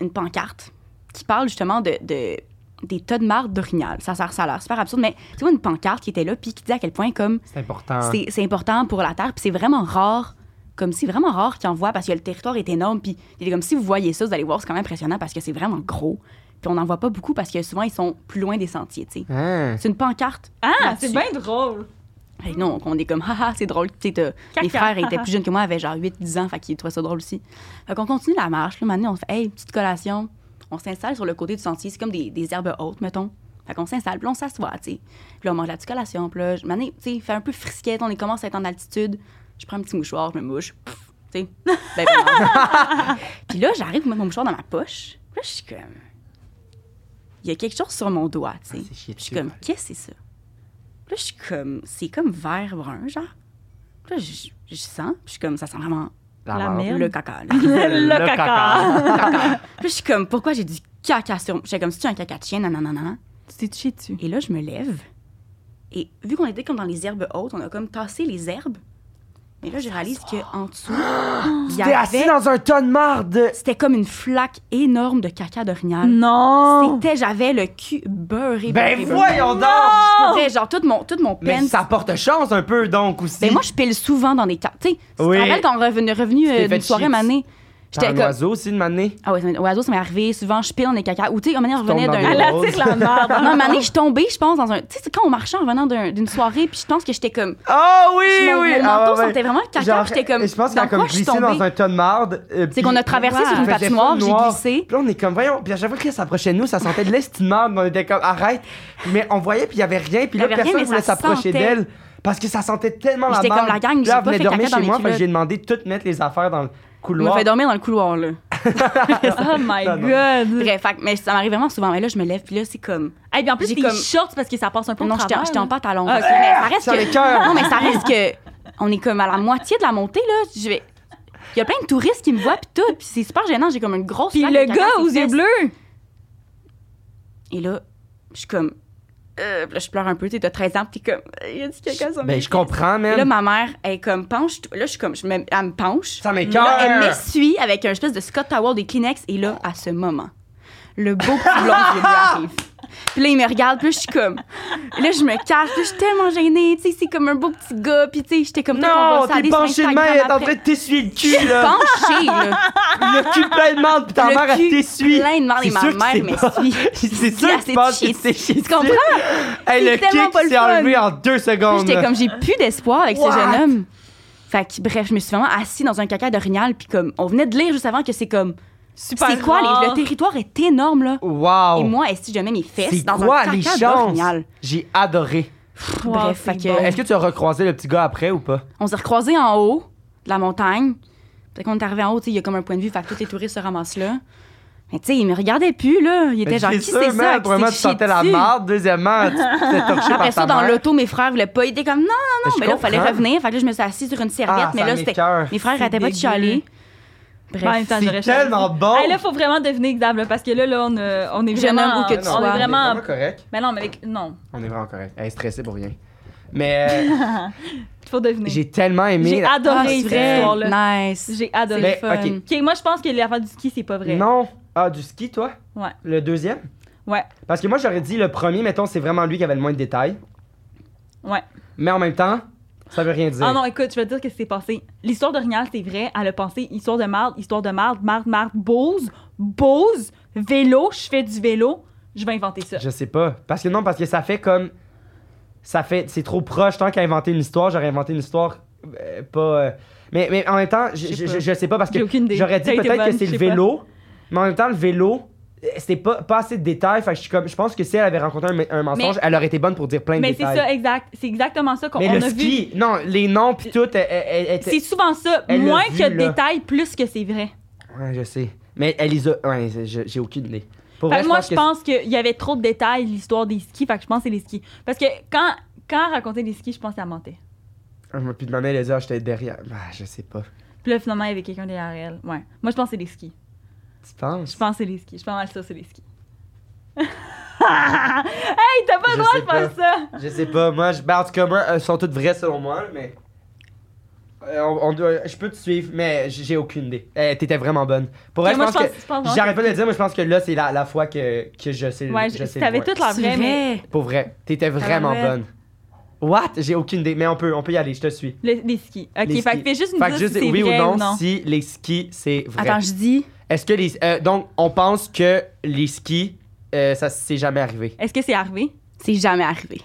une pancarte qui parle justement de, de- des tas de marques d'orignal. Ça, ça, ça a l'air super absurde, mais tu vois une pancarte qui était là, puis qui dit à quel point, comme,
C'est important.
c'est- c'est important pour la Terre, puis c'est vraiment rare, comme c'est vraiment rare qu'ils en voient, parce que le territoire est énorme, puis il est comme si vous voyez ça, vous allez voir, c'est quand même impressionnant, parce que c'est vraiment gros. Puis on n'en voit pas beaucoup, parce que souvent, ils sont plus loin des sentiers, tu sais.
Hein?
C'est une pancarte
Ah,
là-dessus.
c'est bien drôle.
Fait que non, on est comme, haha, c'est drôle. Tu sais, t'as-
Caca.
mes frères étaient plus jeunes que moi, avaient genre 8-10 ans, fait qu'ils trouvaient ça drôle aussi. Fait qu'on continue la marche. Là, maintenant, on fait, hey, petite collation. On s'installe sur le côté du sentier. C'est comme des, des herbes hautes, mettons. Fait qu'on s'installe, puis là, on s'assoit, tu sais. Puis là, on mange la petite collation. Puis là, je- maintenant, tu sais, il fait un peu frisquette. On est- commence à être en altitude. Je prends un petit mouchoir, je me mouche. Pff, tu sais. Ben, ben, non. puis là, j'arrive pour mettre mon mouchoir dans ma poche. Puis là, je suis comme, il y a quelque chose sur mon doigt, tu sais.
Ah, c'est chier
Je suis
dessus,
comme,
ouais.
qu'est-ce que c'est ça? Puis Là, je suis comme, c'est comme vert brun, genre. Puis Là, je, je sens, puis je suis comme, ça sent vraiment
La
marde.
merde.
le caca. là.
Le
Le
caca.
Puis là, je suis comme, pourquoi j'ai du caca sur moi? J'étais comme, c'est-tu un caca de chien? Nanana.
Tu t'es touché dessus.
Et là, je me lève. Et vu qu'on était comme dans les herbes hautes, on a comme tassé les herbes. Mais là, je réalise qu'en dessous, il y
T'es assis
avait-
dans un ton de marde.
c'était comme une flaque énorme de caca
Mm.
d'orignal.
Non!
C'était, j'avais le cul beurré.
Oh. Ben
beurré, beurré.
voyons donc!
C'était genre tout mon, tout mon Ben,
Mais
pants.
ça porte chance un peu donc aussi.
Ben moi, je pile souvent dans des cartes. Tu sais, tu te
Oui.
rappelles quand on est revenu
t'es
euh,
fait
d'une soirée
chier.
manée,
Par
J'étais
un
comme-
oiseau aussi de m'amener.
Ah ouais, ça m'est- oiseau, ça m'est arrivé. Souvent, je pile dans les caca. Ou tu sais, à un moment donné, on revenait
tombes dans
d'un.
des
Elle attire la merde.
Non, à un moment donné, je suis tombée, je pense, dans un. Tu sais, c'est quand on marchait en revenant d'un- d'une soirée, puis je pense que j'étais comme.
Ah oui,
mon,
oui!
Mon
ah,
manteau
ouais, ouais.
sentait vraiment le caca,
Genre,
puis j'étais comme.
Je pense qu'elle
dans
a comme
quoi je suis
glissé dans
tombée?
un tas de marde. euh,
C'est
puis-
qu'on a traversé
Ouais.
sur une
Il faisait
patinoire,
fond
j'ai
noir.
glissé.
Puis là, on est comme, voyons. Puis à chaque fois qu'elle s'approchait de nous, ça sentait de l'esti de marde. On était comme, arrête. Mais on voyait, puis il y avait rien. Puis
Il y
là,
avait rien,
personne
mais
voulait
ça
s'approcher
sentait.
d'elle. Parce que ça sentait tellement la
J'étais
marde.
comme la gang,
Puis là,
j'ai pas
elle venait
fait
dormir
caca
chez
dans
moi.
mes
fait que j'ai
culottes.
demandé de toutes mettre les affaires dans le
Il m'a
couloir.
fait dormir dans le couloir, là.
Oh my
Non, non.
god.
Bref, fait que- mais ça m'arrive vraiment souvent. Mais là, je me lève, puis là, c'est comme.
Et puis en plus,
J'ai
t'es
comme-
short parce que ça passe un peu au
Non, j'étais
travers,
j'étais en
là.
pantalon.
Ah,
Mais ça reste
Sur
que-
les cœurs.
Non, mais ça reste que. On est comme à la moitié de la montée, là. Je vais. Il y a plein de touristes qui me voient, puis tout. Puis c'est super gênant. J'ai comme une grosse.
Puis
flaque
le
de caca
gars
sur
aux
les
yeux
fesses.
bleus.
Et là, je suis comme. euh, puis là, je pleure un peu. Tu sais, t'as 13 ans, puis t'es comme. euh, Il y a du caca sur mes
Ben, je
fesses.
comprends,
Et là,
même.
ma mère, elle est comme penche. Là, je suis comme. je me- Elle me penche.
Ça
Là, elle
m'écoeure.
m'essuie avec un espèce de Scott Towel des Kleenex. Et là, à ce moment, le beau petit blond qui lui arrive. Puis là, il me regarde. Puis là, je suis comme. Et là, je me cache. Puis là, je suis tellement gênée. Tu sais, c'est comme un beau petit gars. Puis tu sais, j'étais comme.
Non, t'es penché
penché
de main, elle est en train de t'essuyer le cul, là.
Penchée, là.
Le cul plein de marde, puis ta
Le
mère, elle
cul
t'essuie.
plein de marde, et
C'est
ma
sûr que
mère
c'est
m'essuie.
pas- C'est sûr que
assez
tu penses
chier
que c'est
dessus. Tu comprends?
Hey,
C'est
le
tellement pas
kick
le
s'est
fun.
enlevé en deux
Puis
secondes.
j'étais comme, j'ai plus d'espoir avec
What?
ce jeune homme. Fait que, bref, je me suis vraiment assise dans un caca d'orignal, puis comme, on venait de lire juste avant que c'est comme,
Super
c'est quoi, les-
rare.
le territoire est énorme, là.
Wow.
Et moi, est-ce que je mets mes fesses
C'est
dans
quoi
un
les
caca
chances?
d'orignal?
J'ai adoré.
Wow,
bref,
c'est
fait que,
bon.
Est-ce que tu as recroisé le petit gars après ou pas?
on s'est recroisés en haut de la montagne. Fait qu'on est arrivé en haut, tu sais, il y a comme un point de vue, fait que tous les touristes se ramassent là. Mais tu sais, il me regardait plus, là. Il était genre, qui c'est ça? qui
Premièrement,
s'est
tu
chié
sentais la
dessus?
marde. Deuxièmement, tu t'es torché par
Après ça,
ta
dans
mère.
l'auto, mes frères voulaient pas. Ils étaient comme, non, non, non.
Je
Mais là, il fallait
comprends.
revenir. Fait que là, je me suis assise sur une serviette.
Ah,
mais
ça
là, c'était.
m'écoeure.
Mes frères
C'est
arrêtaient pas de
dégueu.
chialer.
En même
Bref. Ah,
temps, j'aurais
C'est
choisi.
tellement bon.
Hey, là, faut vraiment devenir exable parce que là, là, on, euh, on est
Jeune
vraiment.
homme ou que tu
on
sois.
est vraiment.
correct.
Mais non, mais avec- non,
On est vraiment correct. Elle est stressée pour rien. Mais euh,
faut devenir. J'ai
j'ai tellement aimé. la-
Ah,
adoré
c'est
cette
vrai.
histoire-là.
Nice.
J'ai adoré.
Mais,
fun.
ok.
Ok, moi je pense que l'affaire du ski, c'est pas vrai.
Non. Ah, du ski, toi?
Ouais.
Le deuxième?
Ouais.
Parce que moi, j'aurais dit le premier, mettons, c'est vraiment lui qui avait le moins de détails.
Ouais.
Mais en même temps, ça veut rien dire.
Ah non, écoute, je vais te dire ce qui s'est passé. L'histoire d'Orignal, c'est vrai. Elle a pensé histoire de marde, histoire de marde, marde, marde, Bose, Bose, vélo, je fais du vélo, je vais inventer ça.
Je sais pas. Parce que non, parce que ça fait comme. Ça fait. C'est trop proche. Tant qu'à inventer une histoire, j'aurais inventé une histoire euh, pas. euh, Mais, mais en même temps, je,
Je sais
je-
pas.
je sais pas parce que
J'ai aucune idée.
j'aurais
T'as
dit
été
peut-être que
bonne,
c'est
je
le
sais pas.
vélo. Mais en même temps, le vélo, euh, c'était pas, pas assez de détails. Fait que je, suis comme, je pense que si elle avait rencontré un, un mensonge, elle aurait été bonne pour dire plein de
Mais c'est
détails.
ça, exact. C'est exactement ça qu'on
mais
on
le
a vu.
ski, non, les noms pis tout, elle- elle- elle- elle-
C'est souvent ça.
Elle l'a
Moins
vu,
que de
là.
détails, plus que c'est vrai.
Ouais, je sais. Mais elle les a. Ouais, c'est- je- j'ai aucune idée. Pour
Fait que
vrai,
Ben, moi, je
que
pense qu'il y avait trop de détails, l'histoire des skis. Fait que je pense que c'est les skis. Parce que quand, quand elle racontait des skis, je pense qu'elle mentait.
Ah, moi, Puis de ma mère, elle a dit, ah, j'étais derrière. Bah, je sais pas.
Puis là, finalement, il y avait quelqu'un derrière elle. Ouais. Moi, je pense que c'est les skis.
Tu penses?
Je pense que c'est les skis. Je pense mal ça, c'est les skis. hey, t'as pas le
Je
droit
sais
de faire ça!
Je sais pas, moi, je, ben, en tout cas, moi, elles sont toutes vraies selon moi, mais. Euh, on, on doit- je peux te suivre, mais j- j'ai aucune idée. Euh, T'étais vraiment bonne. Pour
Ok,
vrai,
moi,
je pense que.
je pense vraiment
J'arrête pas de le dire, mais je pense que là, c'est la, la fois que, que je sais.
Ouais,
je sais
t'avais
le point.
toute la
C'est
vraie, mais
Pour vrai, t'étais vraiment
Tabarouette.
bonne. What? J'ai aucune idée, mais on peut, on peut y aller, je te suis.
le- les skis. Ok,
Les
fait
skis.
que fais juste nous
Fait
dire
que
si
juste
c'est
oui
vrai
ou non, si les skis, c'est vrai.
Attends, je dis.
Est-ce que les. euh, donc, on pense que les skis, euh, ça s'est jamais arrivé.
Est-ce que c'est arrivé?
C'est jamais arrivé.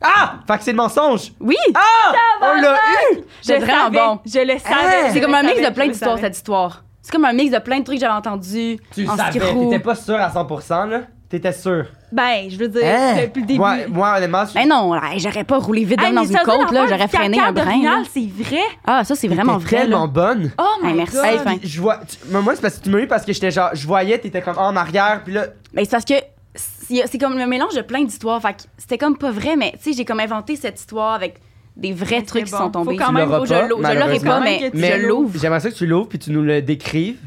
Ah! Fait que c'est le mensonge!
Oui!
Ah! On l'a eu!
J'étais
Je
vraiment
savais,
bon. Hein?
Je le savais.
Hey!
C'est
je
comme un
le
mix
savais,
de plein
je le
d'histoires,
savais.
cette histoire. C'est comme un mix de plein de trucs que j'avais entendus.
Tu le
en
savais,
skirou.
t'étais pas sûr à 100%, là? T'étais sûr.
Ben, je veux dire,
Hein?
depuis le début.
Moi, moi honnêtement, je-
Mais Ben non, là, j'aurais pas roulé vite
Hey,
dans
mais
une
ça veut dire
côte, là.
l'affaire
J'aurais
du
freiné
caca
un brin.
d'orignal,
là.
C'est vrai.
Ah, ça, c'est
t'étais
vraiment vrai.
tellement
là.
bonne.
Oh
Hey,
my
merci.
god.
Hey,
Ah,
puis
fin.
je vois, tu- moi, c'est parce que tu m'as eu parce que j'étais genre, je voyais, t'étais comme en arrière, puis là,
Mais c'est parce que c'est c'est comme le mélange de plein d'histoires. Fait que c'était comme pas vrai, mais tu sais, j'ai comme inventé cette histoire avec des vrais
Mais
trucs
c'est
qui
bon.
sont tombés.
Faut quand
Tu
même
l'auras
Oh,
que
je
pas,
l'au- je l'aurais
malheureusement.
pas, mais,
Mais
je l'ouvre.
j'aimerais ça que tu l'ouvres puis tu nous le décrives,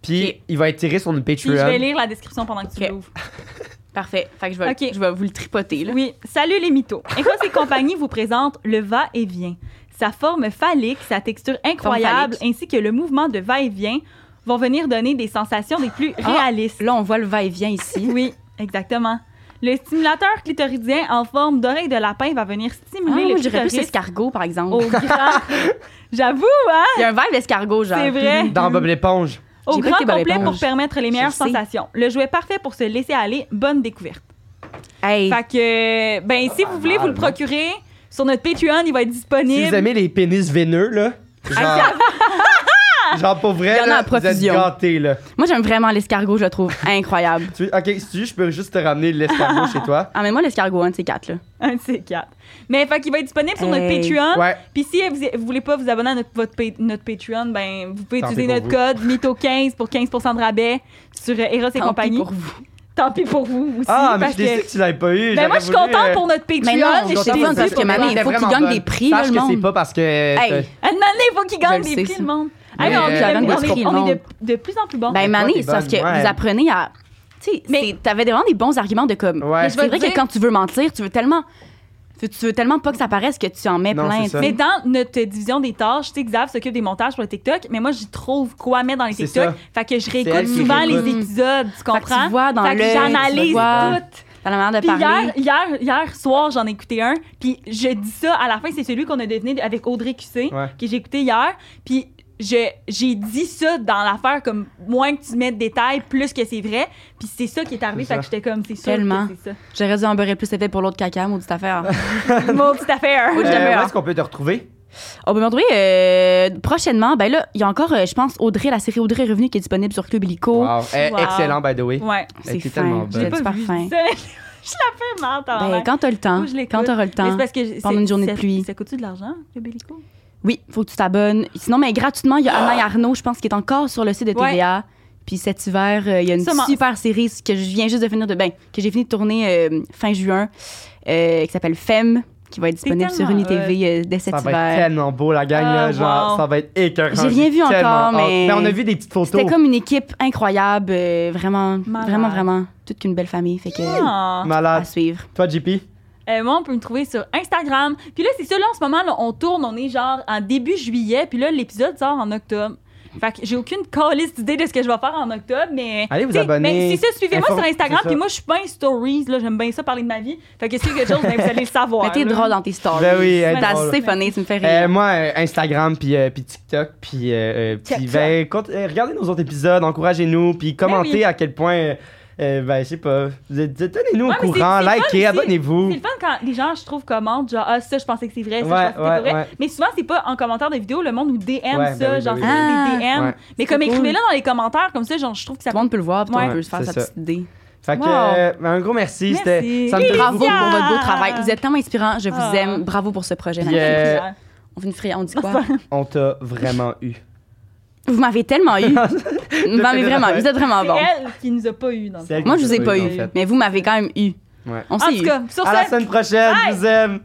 puis
Ok.
il va être tiré sur une
Puis je vais
Patreon.
lire la description pendant que tu
Ok.
l'ouvres.
Parfait. Fait que je vais,
Ok.
je vais vous le tripoter. Là.
Oui. Salut les mythos. Equos et compagnie vous présente le va-et-vient. Sa forme phallique, sa texture incroyable, ainsi que le mouvement de va-et-vient vont venir donner des sensations des plus
Ah.
réalistes.
Là, on voit le va-et-vient ici.
Oui, exactement. Le stimulateur clitoridien en forme d'oreille de lapin va venir
Ah,
stimuler
moi,
le Oh.
je dirais plus
clitoris
escargot, par exemple.
au grand. J'avoue, hein?
Il y a un vibe d'escargot, genre.
C'est vrai.
Dans Bob l'éponge.
au
J'ai pas
grand
été bonne
complet
réponse.
pour permettre les meilleures
sais.
sensations. Le jouet parfait pour se laisser aller, bonne découverte.
Hey,
Fait que, ben, si
pas
vous voulez
mal,
vous le
non?
procurer, sur notre Patreon, il va être
Si vous
disponible.
aimez les pénis veineux, là, genre, genre pour vrai,
Il y en a
là,
à
vous êtes
profusion.
gâtés, là.
moi, j'aime vraiment l'escargot, je le trouve incroyable.
Tu veux- ok, si tu veux, je peux juste te ramener l'escargot chez toi.
Ah, mais moi, l'escargot, un de ces quatre, là.
Un de ces quatre. Mais, fait qu'il va être disponible sur notre
Hey.
Patreon.
Ouais.
Puis Ah, si vous, vous voulez pas vous abonner à notre, votre pa- notre Patreon, ben vous pouvez
Tant
utiliser
pis
notre
pour
code MITO15 pour 15% de rabais sur euh, Eros et
Tant pis
compagnie.
pour vous.
Tant pis pour vous aussi.
Ah, mais
parce
je t'ai
que...
dit que tu l'avais pas eu.
Ben moi,
j'aurais
je suis
voulu,
contente
euh,
pour notre Patreon.
Mais non,
et je
je suis
suis
contente parce
désolée
que
pour
mamie,
toi.
il faut
T'es
qu'ils
vraiment
gagnent des
bonne.
prix,
Sache
là, le
que c'est
monde.
pas parce que. euh,
Hey.
À un moment donné, il faut qu'ils gagnent
Je le
des
sais,
prix,
ça.
le monde.
Mais,
Ah, non,
euh,
on,
gagnent
est-
des
on est-
prix, le
on est
monde.
de, de plus en plus bon.
Ben,
toi,
Mané,
t'es
c'est parce que
bonne, ouais.
vous apprenez à. Tu sais,
Mais-
c'est- t'avais vraiment des bons arguments de comme.
Ouais. Mais je
C'est
vais
vrai
te dire-
que quand tu veux mentir, tu veux tellement. Tu tu veux tellement pas que ça paraisse que tu en mets
Non,
plein.
c'est ça.
tu sais.
mais dans notre division des tâches, tu sais, Xav s'occupe des montages pour le TikTok, mais moi, j'y trouve quoi mettre dans les
C'est
TikTok.
ça.
Fait que je
elle
réécoute
qui
souvent les
réécoute.
épisodes, tu
Fait que
comprends?
tu vois dans
Fait que
l'œil, tu
j'analyse
vois
tout.
dans la manière de
Puis
parler.
hier, hier, hier soir, j'en ai écouté un. Puis je dis ça, à la fin, c'est celui qu'on a deviné avec Audrey QC,
Ouais.
que j'ai écouté hier. Puis je- j'ai dit ça dans l'affaire, comme moins que tu mettes de détails, plus que c'est vrai. Puis c'est ça qui est arrivé,
C'est
fait que
ça.
j'étais comme, c'est sûr
Tellement.
que c'est
J'aurais dû en beurrer plus c'était pour l'autre caca, maudite affaire.
ça. Maudite affaire.
Moi,
Euh,
je l'avais,
où
hein.
est-ce qu'on peut te retrouver?
On peut me retrouver euh, prochainement. Ben là, il y a encore, euh, je pense, Audrey, la série Audrey est revenue qui est disponible sur Club Illico.
Wow. Eh,
Wow.
Excellent, by the way.
Ouais.
Elle
C'est
était
fin.
tellement
Je
bonne.
l'ai
J'ai
pas
pas
vu
vu
ça.
ça. Je la fais mal, t'en
Ben,
l'air.
quand t'as le temps.
Moi, je l'écoute.
Quand t'auras le
Mais
temps.
c'est parce que
Pendant
c'est-
une journée de
ça-
pluie.
Ça coûte-tu de l'argent, le Bélico?
Oui, faut que tu t'abonnes. Sinon, mais gratuitement, il y a Anna et Arnaud, je pense, qui est encore sur le site de
Ah! Ouais.
TVA. Puis cet hiver, euh, il y a une
Ça, m'en-
super série que je viens juste de finir de. Ben, que j'ai fini de tourner euh, fin juin, euh, qui s'appelle Femme, qui va être
C'est
disponible sur
tellement
UniTV euh, dès cet
Ça va être
hiver.
tellement beau, la gang, là.
Ah,
Genre,
wow.
ça va être écœurant.
J'ai rien vu encore,
tellement hâte. Ben,
mais-
on a vu des petites photos.
C'était comme une équipe incroyable, euh, vraiment,
Malade.
vraiment, vraiment, toute qu'une belle famille. Fait que
Ah.
à
Malade.
suivre.
Toi, JP?
Euh, moi, on peut me trouver sur Instagram. Puis là, c'est ça, là, en ce moment, là, on tourne, on est genre en début juillet, puis là, l'épisode sort en octobre. Fait que j'ai aucune calisse d'idée de ce que je vais faire en octobre, mais.
Allez vous
T'sais,
abonner.
Mais c'est ça, suivez-moi
Inform-
sur Instagram,
c'est ça.
puis moi, je suis pas une stories, là, j'aime bien ça parler de ma vie. Fait que si quelque chose, ben, vous allez le savoir.
Mais t'es
là.
drôle dans tes stories.
Ben oui, elle est
T'as
drôle.
assez funny, tu me fais
Euh,
rire.
moi, euh, Instagram, puis euh, puis TikTok, puis euh, euh, puis,
TikTok.
ben, cont- euh, regardez nos autres épisodes, encouragez-nous, puis commentez
Ben oui.
à quel point, euh, euh, ben, je sais pas, vous êtes-
Ouais,
tenez-nous au
mais c'est-
courant,
c'est le fun
likez,
aussi. C'est
abonnez-vous.
le fun quand les gens, je trouve, commentent, genre, ah, ça, je pensais que c'est vrai, ça,
Ouais,
je pensais que c'était
ouais,
pas vrai.
ouais.
Mais souvent, c'est pas en commentaire de vidéo, le monde nous DM
Ouais,
ça,
ben oui,
genre,
ben
c'est
oui,
ben oui.
des DM.
Ouais.
Mais comme
C'est cool.
écrivez-le dans les commentaires, comme ça, genre, je trouve que ça
Tout le monde peut le voir, puis on
Ouais,
peut se faire
c'est
sa
ça.
petite idée.
Fait que,
Wow.
euh, ben, un gros merci,
Merci.
c'était, ça me
Oui.
fait-
Bravo pour
Plaisir.
votre beau travail. Vous êtes tellement inspirant. Je vous
Ah.
aime. Bravo pour ce projet.
Puis,
Marie.
euh,
On, fait une fri- on dit quoi?
on t'a vraiment eu.
Vous m'avez tellement eu. vous m'avez vraiment eu. Vous êtes vraiment
C'est
ah bon.
elle qui nous a pas eu dans le
C'est elle
Moi,
qui
je vous
t'a
ai pas
en
eu,
fait.
mais vous m'avez quand même eu.
Ouais.
On
En
s'est
tout
eu.
cas, sur
À la
ce,
semaine prochaine,
Bye.
je vous aime.